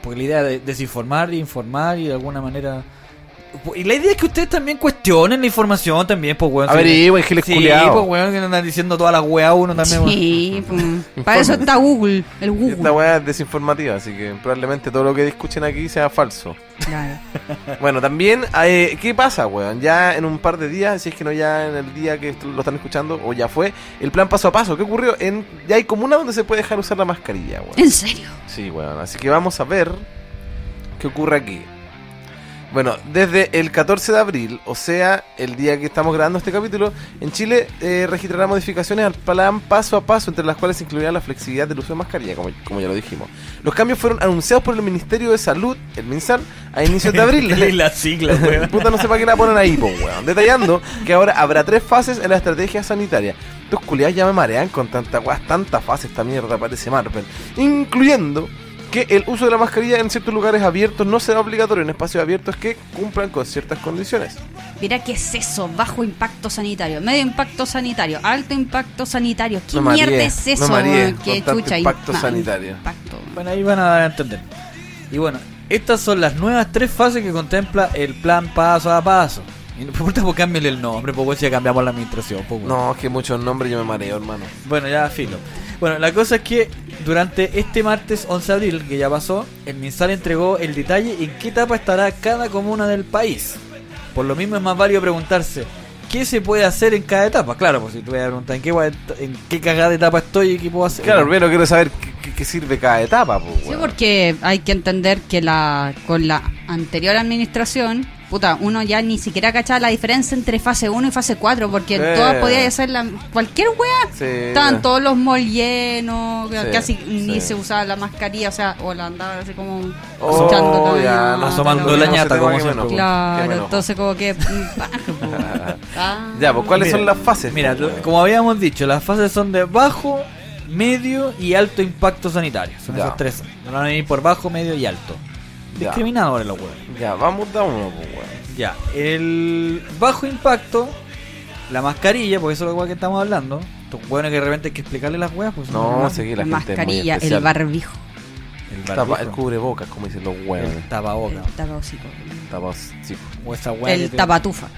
Porque la idea de desinformar e informar y de alguna manera. pues, Y la idea es que ustedes también cuestionen la información también, pues, weón.
A ver,
sí,
y, güey, giles
sí,
culiao.
pues, weón, que andan diciendo toda la weá a uno también, weón.
Sí, pues, para eso está Google, el
Esta
Google.
weá es desinformativa, así que probablemente todo lo que discuchen aquí sea falso.
Claro.
Bueno, también, eh, ¿qué pasa, weón? Ya en un par de días, si es que no ya en el día que esto- lo están escuchando, o ya fue, el plan paso a paso, ¿qué ocurrió? En, ya hay comunas donde se puede dejar usar la mascarilla, weón.
En serio.
Sí, weón. Así que vamos a ver qué ocurre aquí. Bueno, desde el 14 de abril, o sea, el día que estamos grabando este capítulo, en Chile eh, registrará modificaciones al plan paso a paso, entre las cuales se incluirá la flexibilidad del uso de mascarilla, como, como ya lo dijimos. Los cambios fueron anunciados por el Ministerio de Salud, el MinSal, a inicios de abril.
Y la sigla, weón.
Puta, no sé para qué la ponen ahí, po, weón. Detallando que ahora habrá tres fases en la estrategia sanitaria. Estos culiados ya me marean con tanta weas, tantas fases esta mierda, parece Marvel. Incluyendo que el uso de la mascarilla en ciertos lugares abiertos no será obligatorio en espacios abiertos que cumplan con ciertas condiciones.
Mira qué es eso, bajo impacto sanitario, medio impacto sanitario, alto impacto sanitario. ¿Qué
No me
mierda
mareé,
es
no
eso?
me mareé
weón?
con
Qué
tanto
chucha
impacto
impa-
sanitario.
impacto.
Bueno, ahí van a dar a entender. Y bueno, estas son las nuevas tres fases que contempla el plan paso a paso. Y no importa, pues cámbiale el nombre, pues, weón, si ya cambiamos la administración, pues, weón.
No, es que muchos nombres yo me mareo, hermano.
Bueno, ya filo. Bueno, la cosa es que durante este martes 11 de abril, que ya pasó, el MinSal entregó el detalle en qué etapa estará cada comuna del país. Por lo mismo es más válido preguntarse qué se puede hacer en cada etapa. Claro, pues si tú me preguntas en qué, guay- en qué cagada de etapa estoy y qué puedo hacer.
Claro, primero quiero saber qué, qué- qué sirve cada etapa, po,
Sí,
weón.
porque hay que entender que la con la anterior administración, puta, uno ya ni siquiera cachaba la diferencia entre fase 1 y fase 4, porque
Eh.
todas podían hacer la, cualquier weá.
Sí.
Estaban todos los malls llenos,
Sí,
casi ni
sí.
se usaba la mascarilla, o sea, o la andaban así como
Oh,
escuchando
ya, no,
Asomando
no,
la
no,
ñata,
ese tema
como
que me
siempre.
enojo. Que me
Claro,
enojo.
entonces como que... mm, bajo, po. Ah.
Ya, pues, ¿cuáles
Mira,
son las fases?
Mira,
po, weón?
como habíamos dicho, las fases son de bajo, medio y alto impacto sanitario. Son
Ya.
esas tres. No van a ir por bajo, medio y alto.
Ya.
Discriminadores los huevos.
Ya, vamos a uno, po, weón.
Ya, el bajo impacto, la mascarilla, porque eso es lo cual que estamos hablando. Bueno, que de repente hay que explicarle las weas, pues.
No,
sé
seguí
La
la gente es muy
mascarilla, el
especial.
barbijo.
El
Tapa,
barbijo.
el cubrebocas, como dicen los huevos.
El tapaboca.
El tapabocico.
Tapas, sí.
O esa hueá que
El
te-
tapatufa.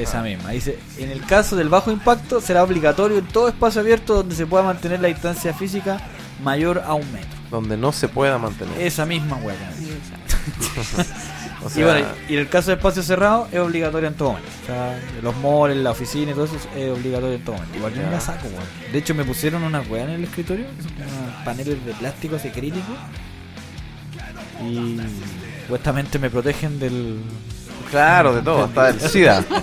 Esa misma. Dice, en el caso del bajo impacto será obligatorio en todo espacio abierto donde se pueda mantener la distancia física mayor a un metro.
Donde no se pueda mantener.
Esa misma hueá. que dice.
O
y
sea,
bueno, y en el caso de espacio cerrado es obligatorio en todo momento. O sea, los malls, la oficina y todo eso es obligatorio en todo momento. Igual yo no
Ya.
la saco, weón. De hecho me pusieron una hueá en el escritorio, unos paneles de plástico así crítico. Y supuestamente me protegen del...
claro, de todo, hasta el SIDA.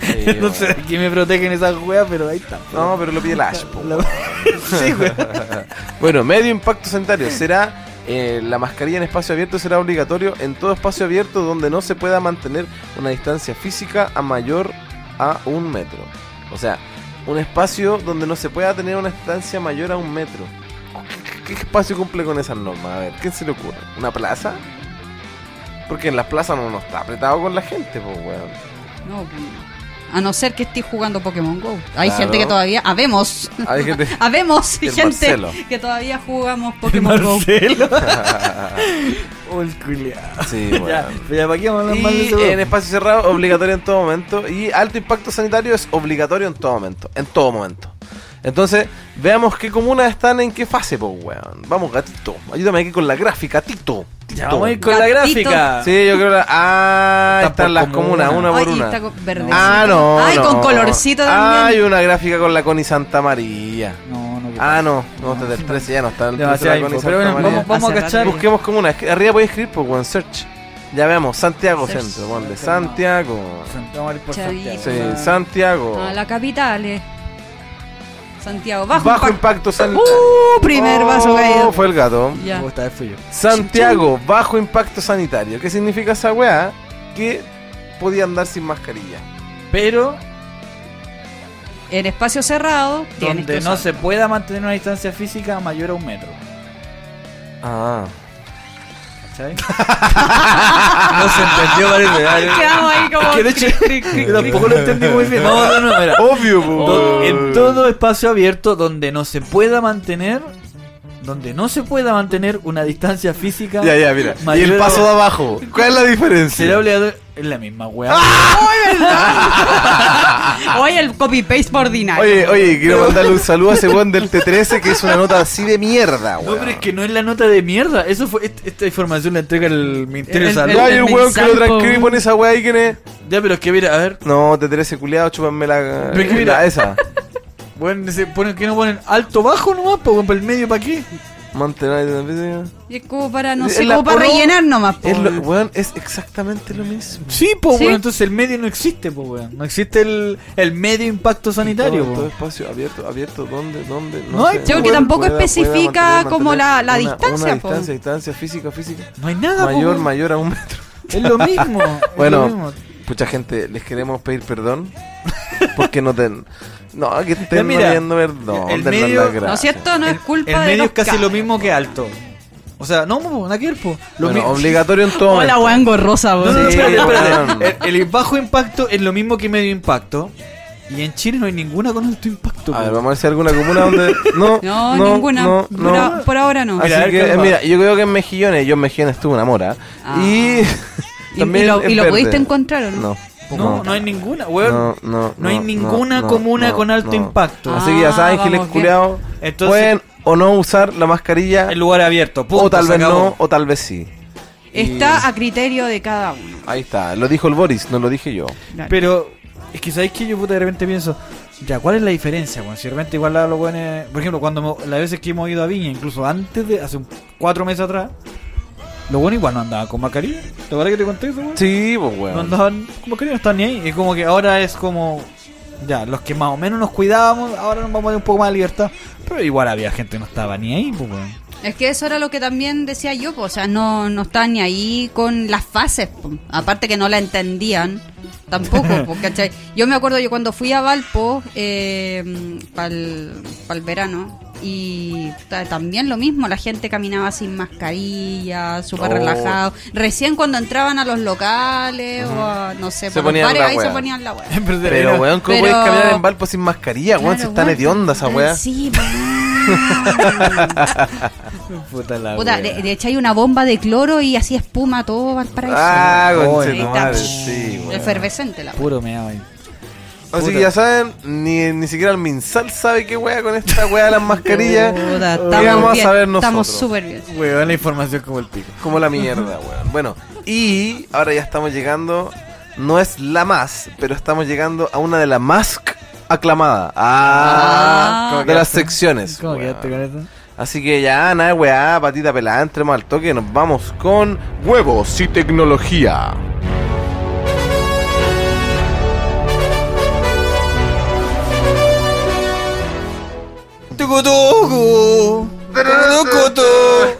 Sí,
Eh, no sé de qué me protegen esas weas, pero ahí está.
bueno. No, pero lo pide la Ash. pues, po.
La- sí, weón.
Bueno, medio impacto sanitario. Será eh, la mascarilla en espacio abierto será obligatorio en todo espacio abierto donde no se pueda mantener una distancia física a mayor a un metro. O sea, un espacio donde no se pueda tener una distancia mayor a un metro. ¿Qué- ¿Qué espacio cumple con esas normas? A ver, ¿qué se le ocurre? ¿Una plaza? Porque en las plazas no, no está apretado con la gente, pues, weón.
No, a no ser que estés jugando Pokémon Go. Hay
Claro.
gente que todavía. Habemos.
Hay gente.
Habemos
El
gente
Marcelo.
que todavía jugamos Pokémon Go.
O el culiao.
sí,
Ya,
weón.
pero ya para qué vamos a hablar mal de
Y
eso.
en espacio cerrado, obligatorio en todo momento. Y alto impacto sanitario es obligatorio en todo momento. En todo momento. Entonces, veamos qué comunas están en qué fase, pues, weón. Vamos, gatito. Ayúdame aquí con la gráfica, Tito.
Ya
Tito.
vamos a ir con la
Gatito.
gráfica.
Sí, yo creo la... Ah,
Está por
están las comunas,
comuna.
una por
Ay, y
una.
está con verdecito.
Ah, no,
Ay, con
no. Ah,
colorcito
Hay
también.
una gráfica con la Connie Santa María.
No, no.
Ah, no, no, está del 13, ya no está el 13
Demasiada
la Connie
info.
Santa
Pero bueno,
María.
vamos, vamos a
Hace
cachar.
rato.
Busquemos como una. es que Arriba puedes escribir por One Search. Ya veamos, Santiago
Search. Ah,
Centro. Ponle Santiago.
Vamos a ir por
Chavito.
Santiago.
Sí, Santiago.
A Ah. la capital, eh. Santiago. Bajo,
Bajo,
impacto.
impacto San-
Uh, primer
Oh,
vaso caído.
Fue el gato.
Ya.
Oh, esta vez fui yo.
Santiago, bajo impacto sanitario. ¿Qué significa esa weá? Que podía andar sin mascarilla.
Pero
En espacio cerrado. tienes
donde
que
no
usar.
se pueda mantener una distancia física mayor a un metro.
Ah.
¿Cachai? no se entendió, parece. ¿vale?
Quedamos ahí como.
Que de hecho, yo tampoco lo entendí muy bien. Oh. No, no, no, mira.
Obvio, po.
Do- En todo espacio abierto donde no se pueda mantener. Donde no se pueda mantener una distancia física.
Ya, ya, mira. Y
mayor
el
a-
paso de abajo. ¿Cuál es la diferencia?
Será obligatorio. Es la misma weá.
Hoy el copy-paste por dinar.
Oye, oye, quiero mandarle un saludo a ese weón del T13 que es una nota así de mierda,
No,
weón.
pero es que no es la nota de mierda. Eso fue, est- esta información la entrega el Ministerio de
El-
Salud.
Ya, y
del
el weón que lo
Mexalpo,
transcribe y
weón.
pone esa weá ahí quién es.
Ya, pero es que mira, a ver.
No, T13 culiado, chúpame la.
Pero es que mira-
la esa.
Bueno, se ponen, ¿qué no ponen? ¿Alto, bajo nomás? po, ¿Para el medio para qué?
Mantener.
Y es como para, no
Es
sé,
la
como para
porón.
rellenar nomás. po.
Es lo, weón, es exactamente lo mismo.
Sí, pues,
Sí.
bueno, entonces el medio no existe, pues, weón. No existe el, el medio impacto sanitario,
Todo,
po.
todo espacio abierto, abierto, ¿dónde? ¿Dónde?
No hay-
Creo que tampoco especifica como la- la
una-
distancia,
Una
po.
distancia, distancia física, física.
No hay nada, po,
Mayor,
weón.
mayor a un metro.
Es lo mismo. es
Bueno.
lo mismo.
Mucha gente, les queremos pedir perdón. Porque no ten. No, que
Ya,
estén
mira,
pidiendo perdón.
el
dennos
medio-
las
¿no es
¿No es
gracias.
cierto? No es culpa
El
de
medio
los
es casi lo
cabros.
mismo que alto. O sea, no, po, nada que ver, po. Lo
Bueno,
mi-
obligatorio en todo.
Hola,
momento.
weón gorrosa,
No, no, no,
weón.
Sí,
espérate, espérate.
weón.
El, el bajo impacto es lo mismo que medio impacto. Y en Chile no hay ninguna con alto impacto.
A ver,
po.
vamos a ver si hay alguna comuna donde. No,
No,
no,
ninguna.
No,
Por
no.
a- por ahora no.
Así
Mira, a ver,
que,
calma.
eh, mira, yo creo que en Mejillones, yo en Mejillones tuve una mora.
Ah.
Y.
¿Y,
también
y lo,
en
y lo
Verde.
pudiste encontrar o no?
No.
No, no hay ninguna, weón.
No, no,
No hay
no,
ninguna
no,
comuna
no,
con alto
no.
impacto.
Ah,
Así que ya saben, giles
vamos bien.
culeados.
Entonces-
Pueden o no usar la mascarilla.
El lugar abierto, punto,
o tal
se
vez
acabó.
no, o tal vez sí.
Está a criterio de cada uno.
Ahí está, lo dijo el Boris, no lo dije yo.
Dale.
Pero es que sabéis que yo puta de repente pienso, ya, ¿cuál es la diferencia, weón? Si de repente igual a los weones, por ejemplo, cuando me- las veces que hemos ido a Viña, incluso antes de hace un- cuatro meses atrás, los buenos igual no andaban con mascarilla. ¿Te acuerdas que te conté eso, weón?
Sí, pues weón.
No andaban con mascarilla, no estaban ni ahí. Es como que ahora es como ya, los que más o menos nos cuidábamos, ahora nos vamos a dar un poco más de libertad, pero igual había gente que no estaba ni ahí, pues, weón.
Es que eso era lo que también decía yo, po, o sea, no, no está ni ahí con las fases, po. aparte que no la entendían tampoco, po, ¿cachai? Yo me acuerdo yo cuando fui a Valpo para el verano y ta- también lo mismo, la gente caminaba sin mascarilla, súper
Oh.
relajado, recién cuando entraban a los locales o a, no sé,
Se
por los
ponían
bares,
la
ahí
wea.
se ponían la weá.
Pero,
Pero weón, ¿cómo
Pero-
puedes caminar en Valpo sin mascarilla, weón? Si están hediondas esa weá.
Sí, po,
Puta
Ah,
la
Puta,
wea.
le, le echáis una bomba de cloro y así espuma todo Valparaíso.
Ah,
Ay,
conchetumare,
está,
sí,
pff,
weón.
Efervescente la
Puro meado ahí.
Así
Puta.
que ya saben, ni, ni siquiera el Minsal sabe qué wea con esta wea de las mascarillas.
Puta,
¿Qué vamos a saber nosotros?
Estamos súper bien.
Weón, la información como el pico.
Como la mierda, weón. Bueno, y ahora ya estamos llegando, no es la más, pero estamos llegando a una de las más c- aclamada.
Ah.
Ah,
¿Cómo
de las secciones.
¿Cómo
weón.
quedaste con esto?
Así que ya, nada, weá, patita pelada, entremos al toque, nos vamos con huevos y tecnología.
Tucutucu. Tucutucu.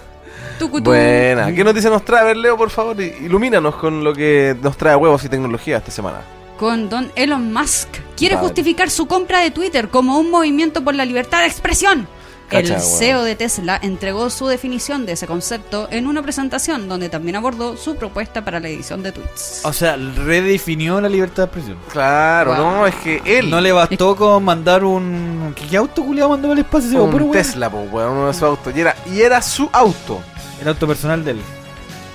Tucutú.
Buena, ¿qué noticia nos trae? A ver, Leo, por favor, i- ilumínanos con lo que nos trae huevos y tecnología esta semana.
Con Don Elon Musk. Quiere
Vale.
justificar su compra de Twitter como un movimiento por la libertad de expresión.
Cacha,
el
weón.
CEO de Tesla entregó su definición de ese concepto en una presentación donde también abordó su propuesta para la edición de tweets.
O sea, redefinió la libertad de expresión.
Claro,
Wow.
no, es que él,
No le bastó con mandar un. ¿Qué, qué auto culiado mandó al espacio? ese
un
puro weón?
Tesla, po, weón, uno de sus autos, y era, y era su auto.
El auto personal de él.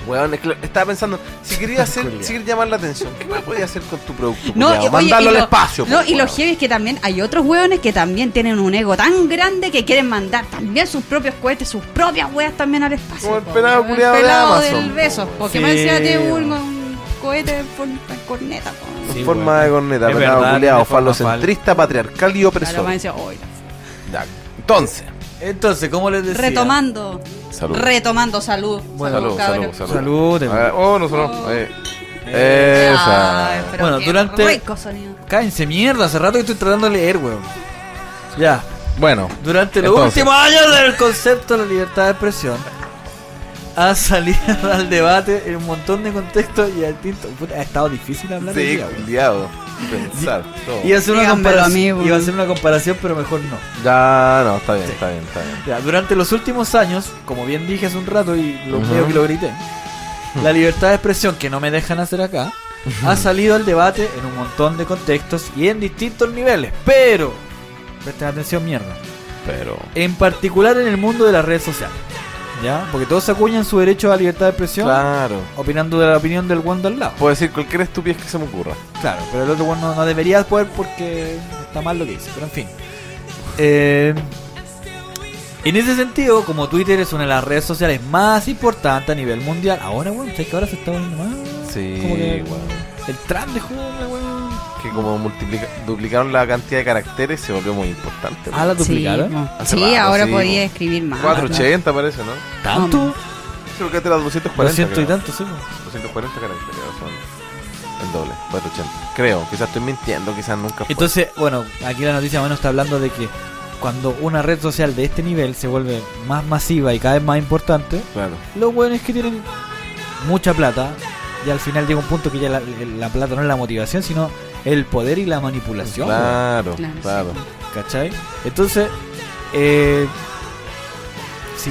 Weón, es que lo- estaba pensando, si quería hacer,
Culiao.
si quería llamar la atención, ¿qué weón podía hacer con tu producto?
No,
culiao?
y- oye,
Mandarlo
y
al
lo-
espacio.
No,
po,
y los
weón.
heavy es que también hay otros hueones que también tienen un ego tan grande que quieren mandar también sus propios cohetes, sus propias hueas también al espacio.
Como el
po,
pelado
weón.
culiao de
El pelado
Amazon,
del
po,
beso, porque
Sí,
me decía tiene
weón.
un, un cohete por por corneta. po.
Sí,
forma
weón.
de corneta,
Es
pelado
verdad,
culiao,
de forma
falocentrista, patriarcal y
Claro,
opresor.
me decía, "Oy, la f-".
Ya, Entonces,
Entonces, ¿cómo les decía?
retomando,
Salud.
retomando salud.
Bueno,
salud,
cabrón.
salud, salud.
Salud,
A ver, oh, no sonó.
Oh.
eh.
Eh,
Esa.
Ay, pero
Bueno,
qué
durante-
rico sonido.
Cállense mierda, hace rato que estoy tratando de leer, weón. Ya,
Bueno,
durante los
Entonces.
últimos años del concepto de la libertad de expresión, ha salido al debate en un montón de contextos y a distintos. puta, Ha estado difícil hablar hoy
sí,
día, weón.
culiado. Pensar todo.
Iba a hacer una
Díganmelo
comparación-
a mí, weón.
iba a hacer una comparación, pero mejor no.
Ya, no, está bien, está bien, está bien.
Ya, durante los últimos años, como bien dije hace un rato y lo
Ujú.
medio que lo grité, la libertad de expresión que no me dejan hacer acá ha salido al debate en un montón de contextos y en distintos niveles, pero presten atención, mierda.
Pero.
En particular en el mundo de las redes sociales, ¿ya? Porque todos se acuñan su derecho a la libertad de expresión
Claro.
opinando de la opinión del one al lado.
Puedo decir cualquier estupidez que se me ocurra.
Claro, pero el otro bueno no, no debería poder porque está mal lo que dice, pero en fin. Eh, en ese sentido, como Twitter es una de las redes sociales más importantes a nivel mundial, ahora, weón, sé que ahora se está volviendo más.
Sí,
como que
weón.
El trans de jugar, weón.
Que como multiplica, duplicaron la cantidad de caracteres se volvió muy importante.
Ah, la duplicaron.
Sí, mo.
eh? Hace
Sí,
rato,
ahora
sí,
podía
mo.
escribir más.
480 parece, ¿no?
¿Tanto?
Creo que antes era 240.
Lo siento y
creo.
tanto, sí. weón.
240 caracteres, son el doble, 480. Creo, quizás estoy mintiendo, quizás nunca fue.
Entonces, bueno, aquí la noticia bueno está hablando de que cuando una red social de este nivel se vuelve más masiva y cada vez más importante,
claro.
los weones que tienen mucha plata y al final llega un punto que ya la, la plata no es la motivación, sino el poder y la manipulación. weón,
Claro,
Claro, sí.
claro.
¿Cachai? Entonces, eh, si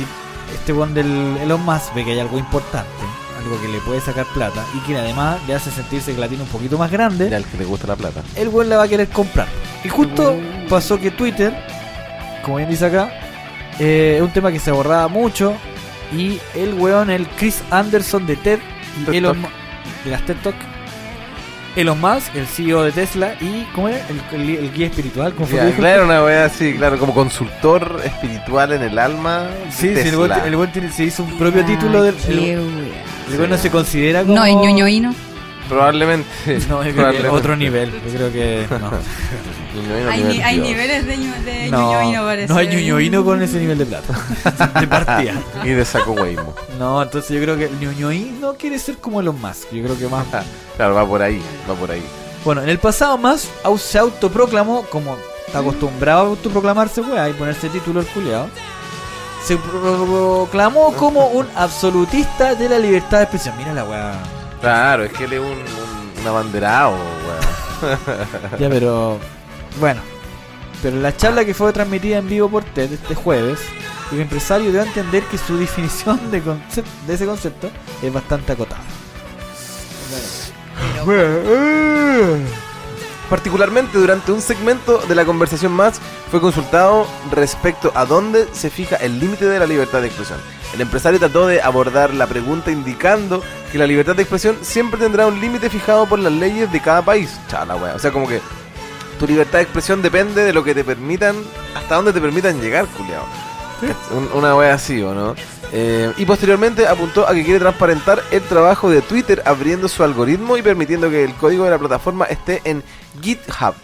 este weón del Elon Musk ve que hay algo importante, algo que le puede sacar plata y que además le hace sentirse que la tiene un poquito más grande,
Ya el que le gusta la plata.
el weón la va a querer comprar. Y justo
Mm.
pasó que Twitter, como bien dice acá, eh, es un tema que se abordaba mucho. Y el weón, el Chris Anderson de TED, y
TED
Elon
Talk.
Mu- de las TED Talk, Elon Musk, el CEO de Tesla, y ¿cómo era? El, el- el guía espiritual, ¿cómo fue que
Ya,
dijo?
claro, una wea así, claro, como consultor espiritual en el alma.
Sí, sí, el
Tesla.
weón, el weón tiene- se hizo un propio título del. El, el weón no
Sí.
se considera como.
No, en ñoñoíno.
Probablemente.
No, yo creo que
Probablemente.
otro nivel. Yo creo que. No.
Ñuñoíno
Hay, ni-
nivel
hay
Dios.
niveles de, ñu- de ñoñoíno,
No,
parece.
no hay ñoñoíno con ese nivel de plata. De partida.
Y de saco Waymo.
No, entonces yo creo que el ñoñoí no quiere ser como Elon Musk. Yo creo que más.
Ah, Claro, va por ahí, va por ahí.
Bueno, en el pasado más se autoproclamó, como está acostumbrado a autoproclamarse, weá, y ponerse título el culeado. Se pro- proclamó como un absolutista de la libertad de expresión. Mira la weá.
Claro, es que él es un, un, un abanderado, weón.
Ya, pero. Bueno. Pero en la charla que fue transmitida en vivo por TED este jueves, el empresario dio a entender que su definición de, concep- de ese concepto es bastante acotada.
Particularmente durante un segmento de la conversación más fue consultado respecto a dónde se fija el límite de la libertad de expresión. El empresario trató de abordar la pregunta indicando que la libertad de expresión siempre tendrá un límite fijado por las leyes de cada país. Chala, wea. O sea, como que tu libertad de expresión depende de lo que te permitan, hasta dónde te permitan llegar, culiao. Un- una wea así, ¿o no? Eh, y posteriormente apuntó a que quiere transparentar el trabajo de Twitter abriendo su algoritmo y permitiendo que el código de la plataforma esté en GitHub.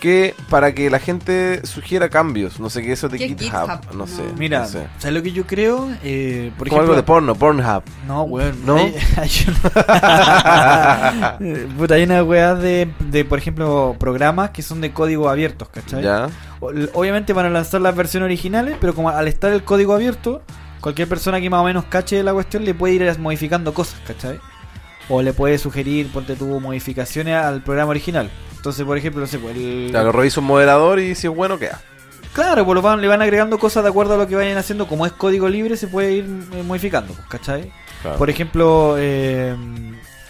Que para que la gente sugiera cambios, no sé qué eso de
¿Qué es
GitHub,
GitHub?
no sé.
Mira,
no sé.
¿sabes lo que yo creo? Eh, por
Como
ejemplo,
algo de porno, Pornhub.
No, weón.
¿No?
Hay, hay una- Eh, Puta, hay unas weas de, de, por ejemplo, programas que son de código abiertos, ¿cachai?
¿Ya?
O- l- Obviamente van a lanzar las versiones originales, pero como al estar el código abierto, cualquier persona que más o menos cache la cuestión le puede ir modificando cosas, ¿cachai? O le puede sugerir, ponte tú, modificaciones al programa original. Entonces, por ejemplo, no sé, pues, el-
Ya, lo revisa un moderador y si es bueno, queda.
Claro, pues lo van- le van agregando cosas de acuerdo a lo que vayan haciendo. Como es código libre, se puede ir eh, modificando, pues, ¿cachai?
Claro.
Por ejemplo, eh,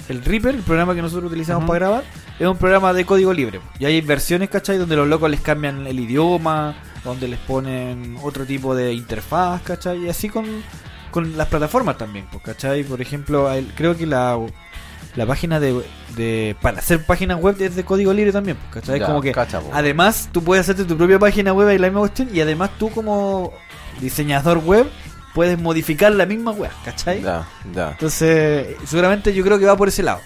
el Reaper, el programa que nosotros utilizamos
Ujú.
para grabar, es un programa de código libre. Y hay versiones, ¿cachai? Donde los locos les cambian el idioma, donde les ponen otro tipo de interfaz, ¿cachai? Y así con, con las plataformas también, pues, ¿cachai? Por ejemplo, el- creo que la, la página de, de- Para hacer páginas web es de código libre también, pues, ¿cachai?
Ya,
como que
cacha, po.
Además, tú puedes hacerte tu propia página web y la misma cuestión. Y además, tú como diseñador web puedes modificar la misma web, ¿cachai?
Ya, ya.
Entonces, seguramente yo creo que va por ese lado.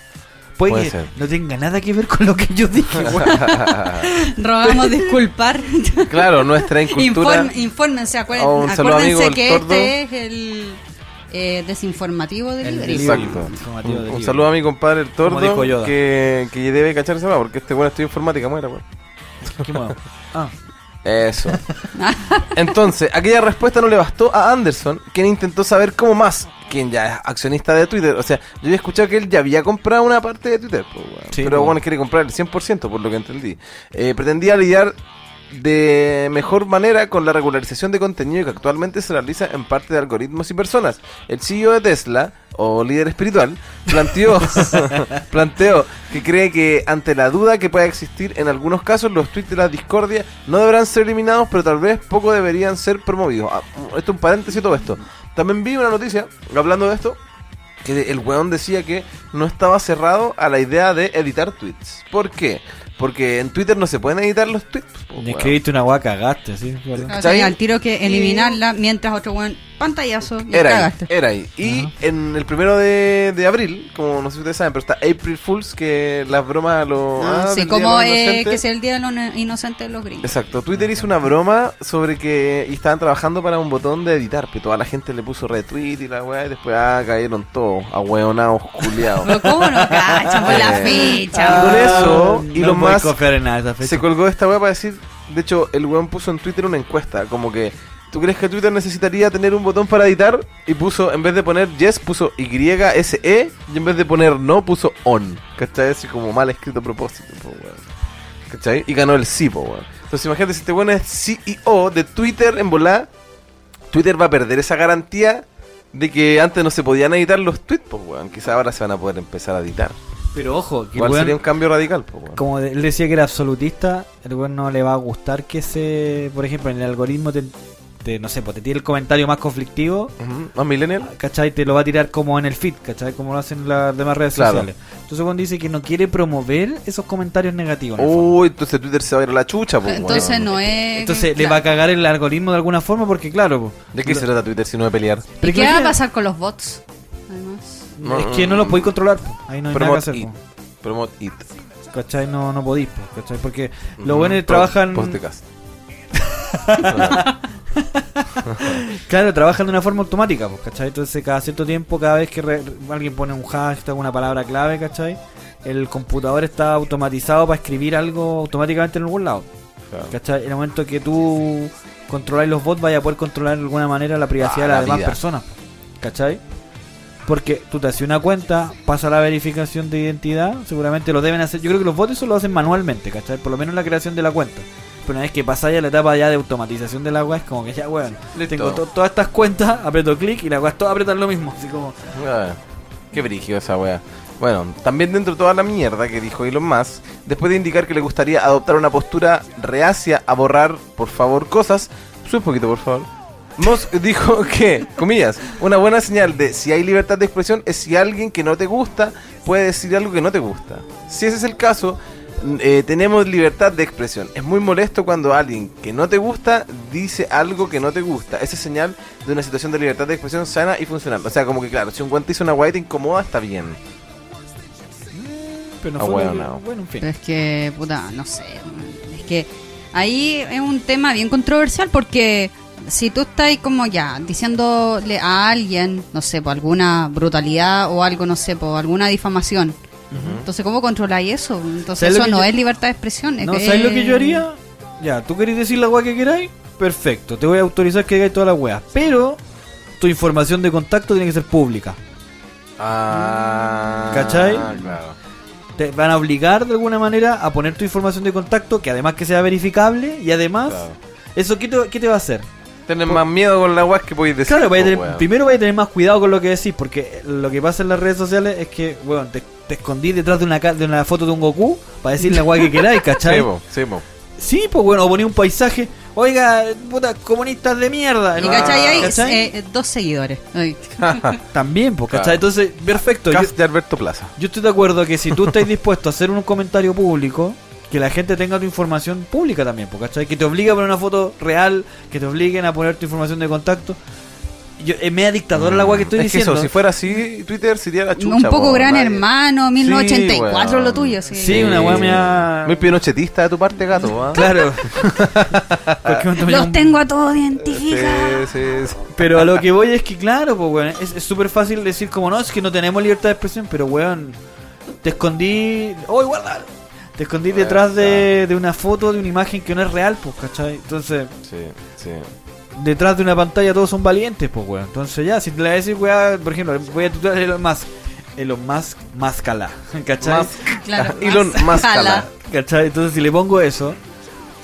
Puede,
Puede
que
ser.
no tenga nada que ver con lo que yo dije, weón.
Rogamos disculpar.
claro, nuestra incultura.
Inform- infórmense, acuer-
Oh, un saludo,
acuérdense
amigo, el
que
tordo.
este es el eh, desinformativo de
El
Libri.
delivery.
Exacto.
Informativo
Un,
de
un
libro.
saludo a mi compadre el
Como
tordo
dijo Yoda.
que, que debe cacharse más porque este bueno estudia informática, muera, weón.
¿Qué modo? Ah,
Eso. Entonces, aquella respuesta no le bastó a Anderson, quien intentó saber cómo más, quien ya es accionista de Twitter. O sea, yo había escuchado que él ya había comprado una parte de Twitter, pues, weón.
Sí,
pero
pues.
bueno, quiere comprar el 100%, por lo que entendí. Eh, pretendía lidiar de mejor manera con la regularización de contenido que actualmente se realiza en parte de algoritmos y personas. El CEO de Tesla, o líder espiritual, planteó, planteó que cree que ante la duda que pueda existir en algunos casos, los tweets de la discordia no deberán ser eliminados, pero tal vez poco deberían ser promovidos. Ah, esto es un paréntesis de todo esto. También vi una noticia hablando de esto. Que el weón decía que no estaba cerrado a la idea de editar tweets. ¿Por qué? Porque en Twitter no se pueden editar los tweets. po,
me
weón.
escribiste una guaca, cagaste, ¿sí? Perdón.
O sea,
¿Cachai?
al tiro que eliminarla mientras otro buen pantallazo y
Era ahí,
cagaste.
era ahí. Y
Ajá.
en el primero de, de abril, como no sé si ustedes saben, pero está April Fools, que las bromas a los.
Ah, sí,
ah, del Día de
como
los
eh,
Inocentes.
que sea el día de los no- inocentes de los gringos.
Exacto, Twitter hizo una broma sobre que y estaban trabajando para un botón de editar, que toda la gente le puso retweet y la weá, y después ah, cayeron todos, ahueonados, culiados.
Pero ¿Cómo no cachan por la
Eh.
fecha?
Ah, con
weón?
eso,
no
y lo
puedes
más-
confiar en nada de esa fecha.
Se colgó esta weá para decir. De hecho, el weón puso en Twitter una encuesta. Como que. ¿Tú crees que Twitter necesitaría tener un botón para editar? Y puso, en vez de poner yes, puso YSE. Y en vez de poner no, puso on. ¿Cachai? Así como mal escrito a propósito, po, weón. ¿Cachai? Y ganó el sí, po, weón. Entonces imagínate, si este weón es CEO de Twitter en volá, Twitter va a perder esa garantía de que antes no se podían editar los tweets, po, weón. Quizás ahora se van a poder empezar a editar.
Pero ojo, que el
Igual
weón-
sería un cambio radical, po, weón.
como él decía que era absolutista, el weón no le va a gustar que se, por ejemplo, en el algoritmo te, te- no sé, pues te tire el comentario más conflictivo,
Ujú, ¿Más millennial?
¿cachai? Te lo va a tirar como en el feed, ¿cachai? Como lo hacen las demás redes
Claro.
sociales. Entonces cuando dice que no quiere promover esos comentarios negativos. en el fondo.
Uy, entonces Twitter se va a ir a la chucha, pues.
Entonces no es...
Entonces le
claro.
va a cagar el algoritmo de alguna forma porque claro, po.
¿De qué se trata Twitter si no de pelear?
¿Y
Pero
qué va a
imagina-
pasar con los bots? Además...
No,
es que no lo podéis controlar, po. ahí no hay nada que
Promote
hacer,
it.
po.
Promote it.
¿cachai? No, no podéis, po, ¿cachai? Porque los
Ujú.
buenos
Pro-
trabajan...
Podcast.
Claro, trabajan de una forma automática, pues, ¿cachai? Entonces cada cierto tiempo, cada vez que re- alguien pone un hashtag, una palabra clave, ¿cachai? El computador está automatizado para escribir algo automáticamente en algún lado. ¿Cachai? En el momento que tú controláis los bots, vaya a poder controlar de alguna manera la privacidad
Ah,
de las
la
demás
vida.
personas. ¿Cachai? Porque tú te haces una cuenta, pasa la verificación de identidad, seguramente lo deben hacer. Yo creo que los bots eso lo hacen manualmente, ¿cachai? Por lo menos la creación de la cuenta. Pero una vez que pasáis a la etapa ya de automatización de la web, es como que ya, weón,
Listo.
tengo to- todas estas cuentas, aprieto clic y la web todas aprietan lo mismo. Así como,
Ah, Qué brígido esa wea. Bueno, también dentro de toda la mierda que dijo Elon Musk, después de indicar que le gustaría adoptar una postura reacia a borrar, por favor, cosas, sube un poquito, por favor. Musk dijo que, comillas, una buena señal de si hay libertad de expresión es si alguien que no te gusta puede decir algo que no te gusta. Si ese es el caso, n- eh, tenemos libertad de expresión. Es muy molesto cuando alguien que no te gusta dice algo que no te gusta. Esa es señal de una situación de libertad de expresión sana y funcional. O sea, como que claro, si un guante hizo una guay te incomoda, está bien.
Pero
Ah,
no fue.
bueno,
lo que-
no.
Bueno, en fin.
Pero es que, puta, no sé. Es que ahí es un tema bien controversial porque si tú estás ahí como ya diciéndole a alguien, no sé, por alguna brutalidad o algo, no sé, por alguna difamación. Entonces, ¿cómo controláis eso? Entonces,
¿Sabes lo
eso
que
no
yo-
es libertad de expresión. es
No,
que-
¿sabes lo que yo haría? Ya, tú querés decir la weá que queráis, perfecto, te voy a autorizar que digáis toda la weá. Pero tu información de contacto tiene que ser pública.
Ah,
¿Cachai?
Claro.
Te van a obligar de alguna manera a poner tu información de contacto, que además que sea verificable, y además,
Claro.
¿eso qué te, qué te va a hacer?
Tener más miedo con la weá que podéis decir.
Claro,
po,
vaya a tener-
weón.
primero vais a tener más cuidado con lo que decís, porque lo que pasa en las redes sociales es que, bueno, te, te escondís detrás de una, ca- de una foto de un Goku para decir la weá que queráis, ¿cachai?
Sí, po, sí, po.
Sí, pues bueno, ponía un paisaje. Oiga, puta, comunistas de mierda.
Y cachai, ahí
Ah, ¿Cachai? Ah,
eh, eh, dos seguidores. Ay.
También, pues, ¿cachai?
Claro.
Entonces, perfecto. Yo,
Cast de Alberto Plaza.
yo estoy de acuerdo que si tú estás dispuesto a hacer un comentario público, que la gente tenga tu información pública también, pues, ¿cachai? Que te obligue a poner una foto real, que te obliguen a poner tu información de contacto. Yo, eh, es media dictadora la agua que estoy
es
diciendo.
Que eso, si fuera así, Twitter sería la chucha.
un poco
po,
gran
nadie-
hermano, 1984
weón.
lo tuyo. Sí.
Sí, una weá mea-
Muy pinochetista de tu parte, gato. ¿ah?
Claro. Cualquier momento me llama
Los
un-
tengo a todos
Sí,
identificados.
sí, sí.
Pero a lo que voy es que, claro, pues, weón, es es súper fácil decir como, no, es que no tenemos libertad de expresión, pero, weón, te escondí... ¡Oh, guarda! Te escondí
Weón,
detrás de, de una foto, de una imagen que no es real, pues, ¿cachai? Entonces,
Sí, sí.
detrás de una pantalla todos son valientes, pues, weón. Entonces, ya, si te la decís, weón, por ejemplo, voy a tutear a Elon Musk. Elon Musk, máscala, ¿cachai?
Más-
Claro,
Elon
más-
Musk,
jala.
¿Cachai? Entonces, si le pongo eso,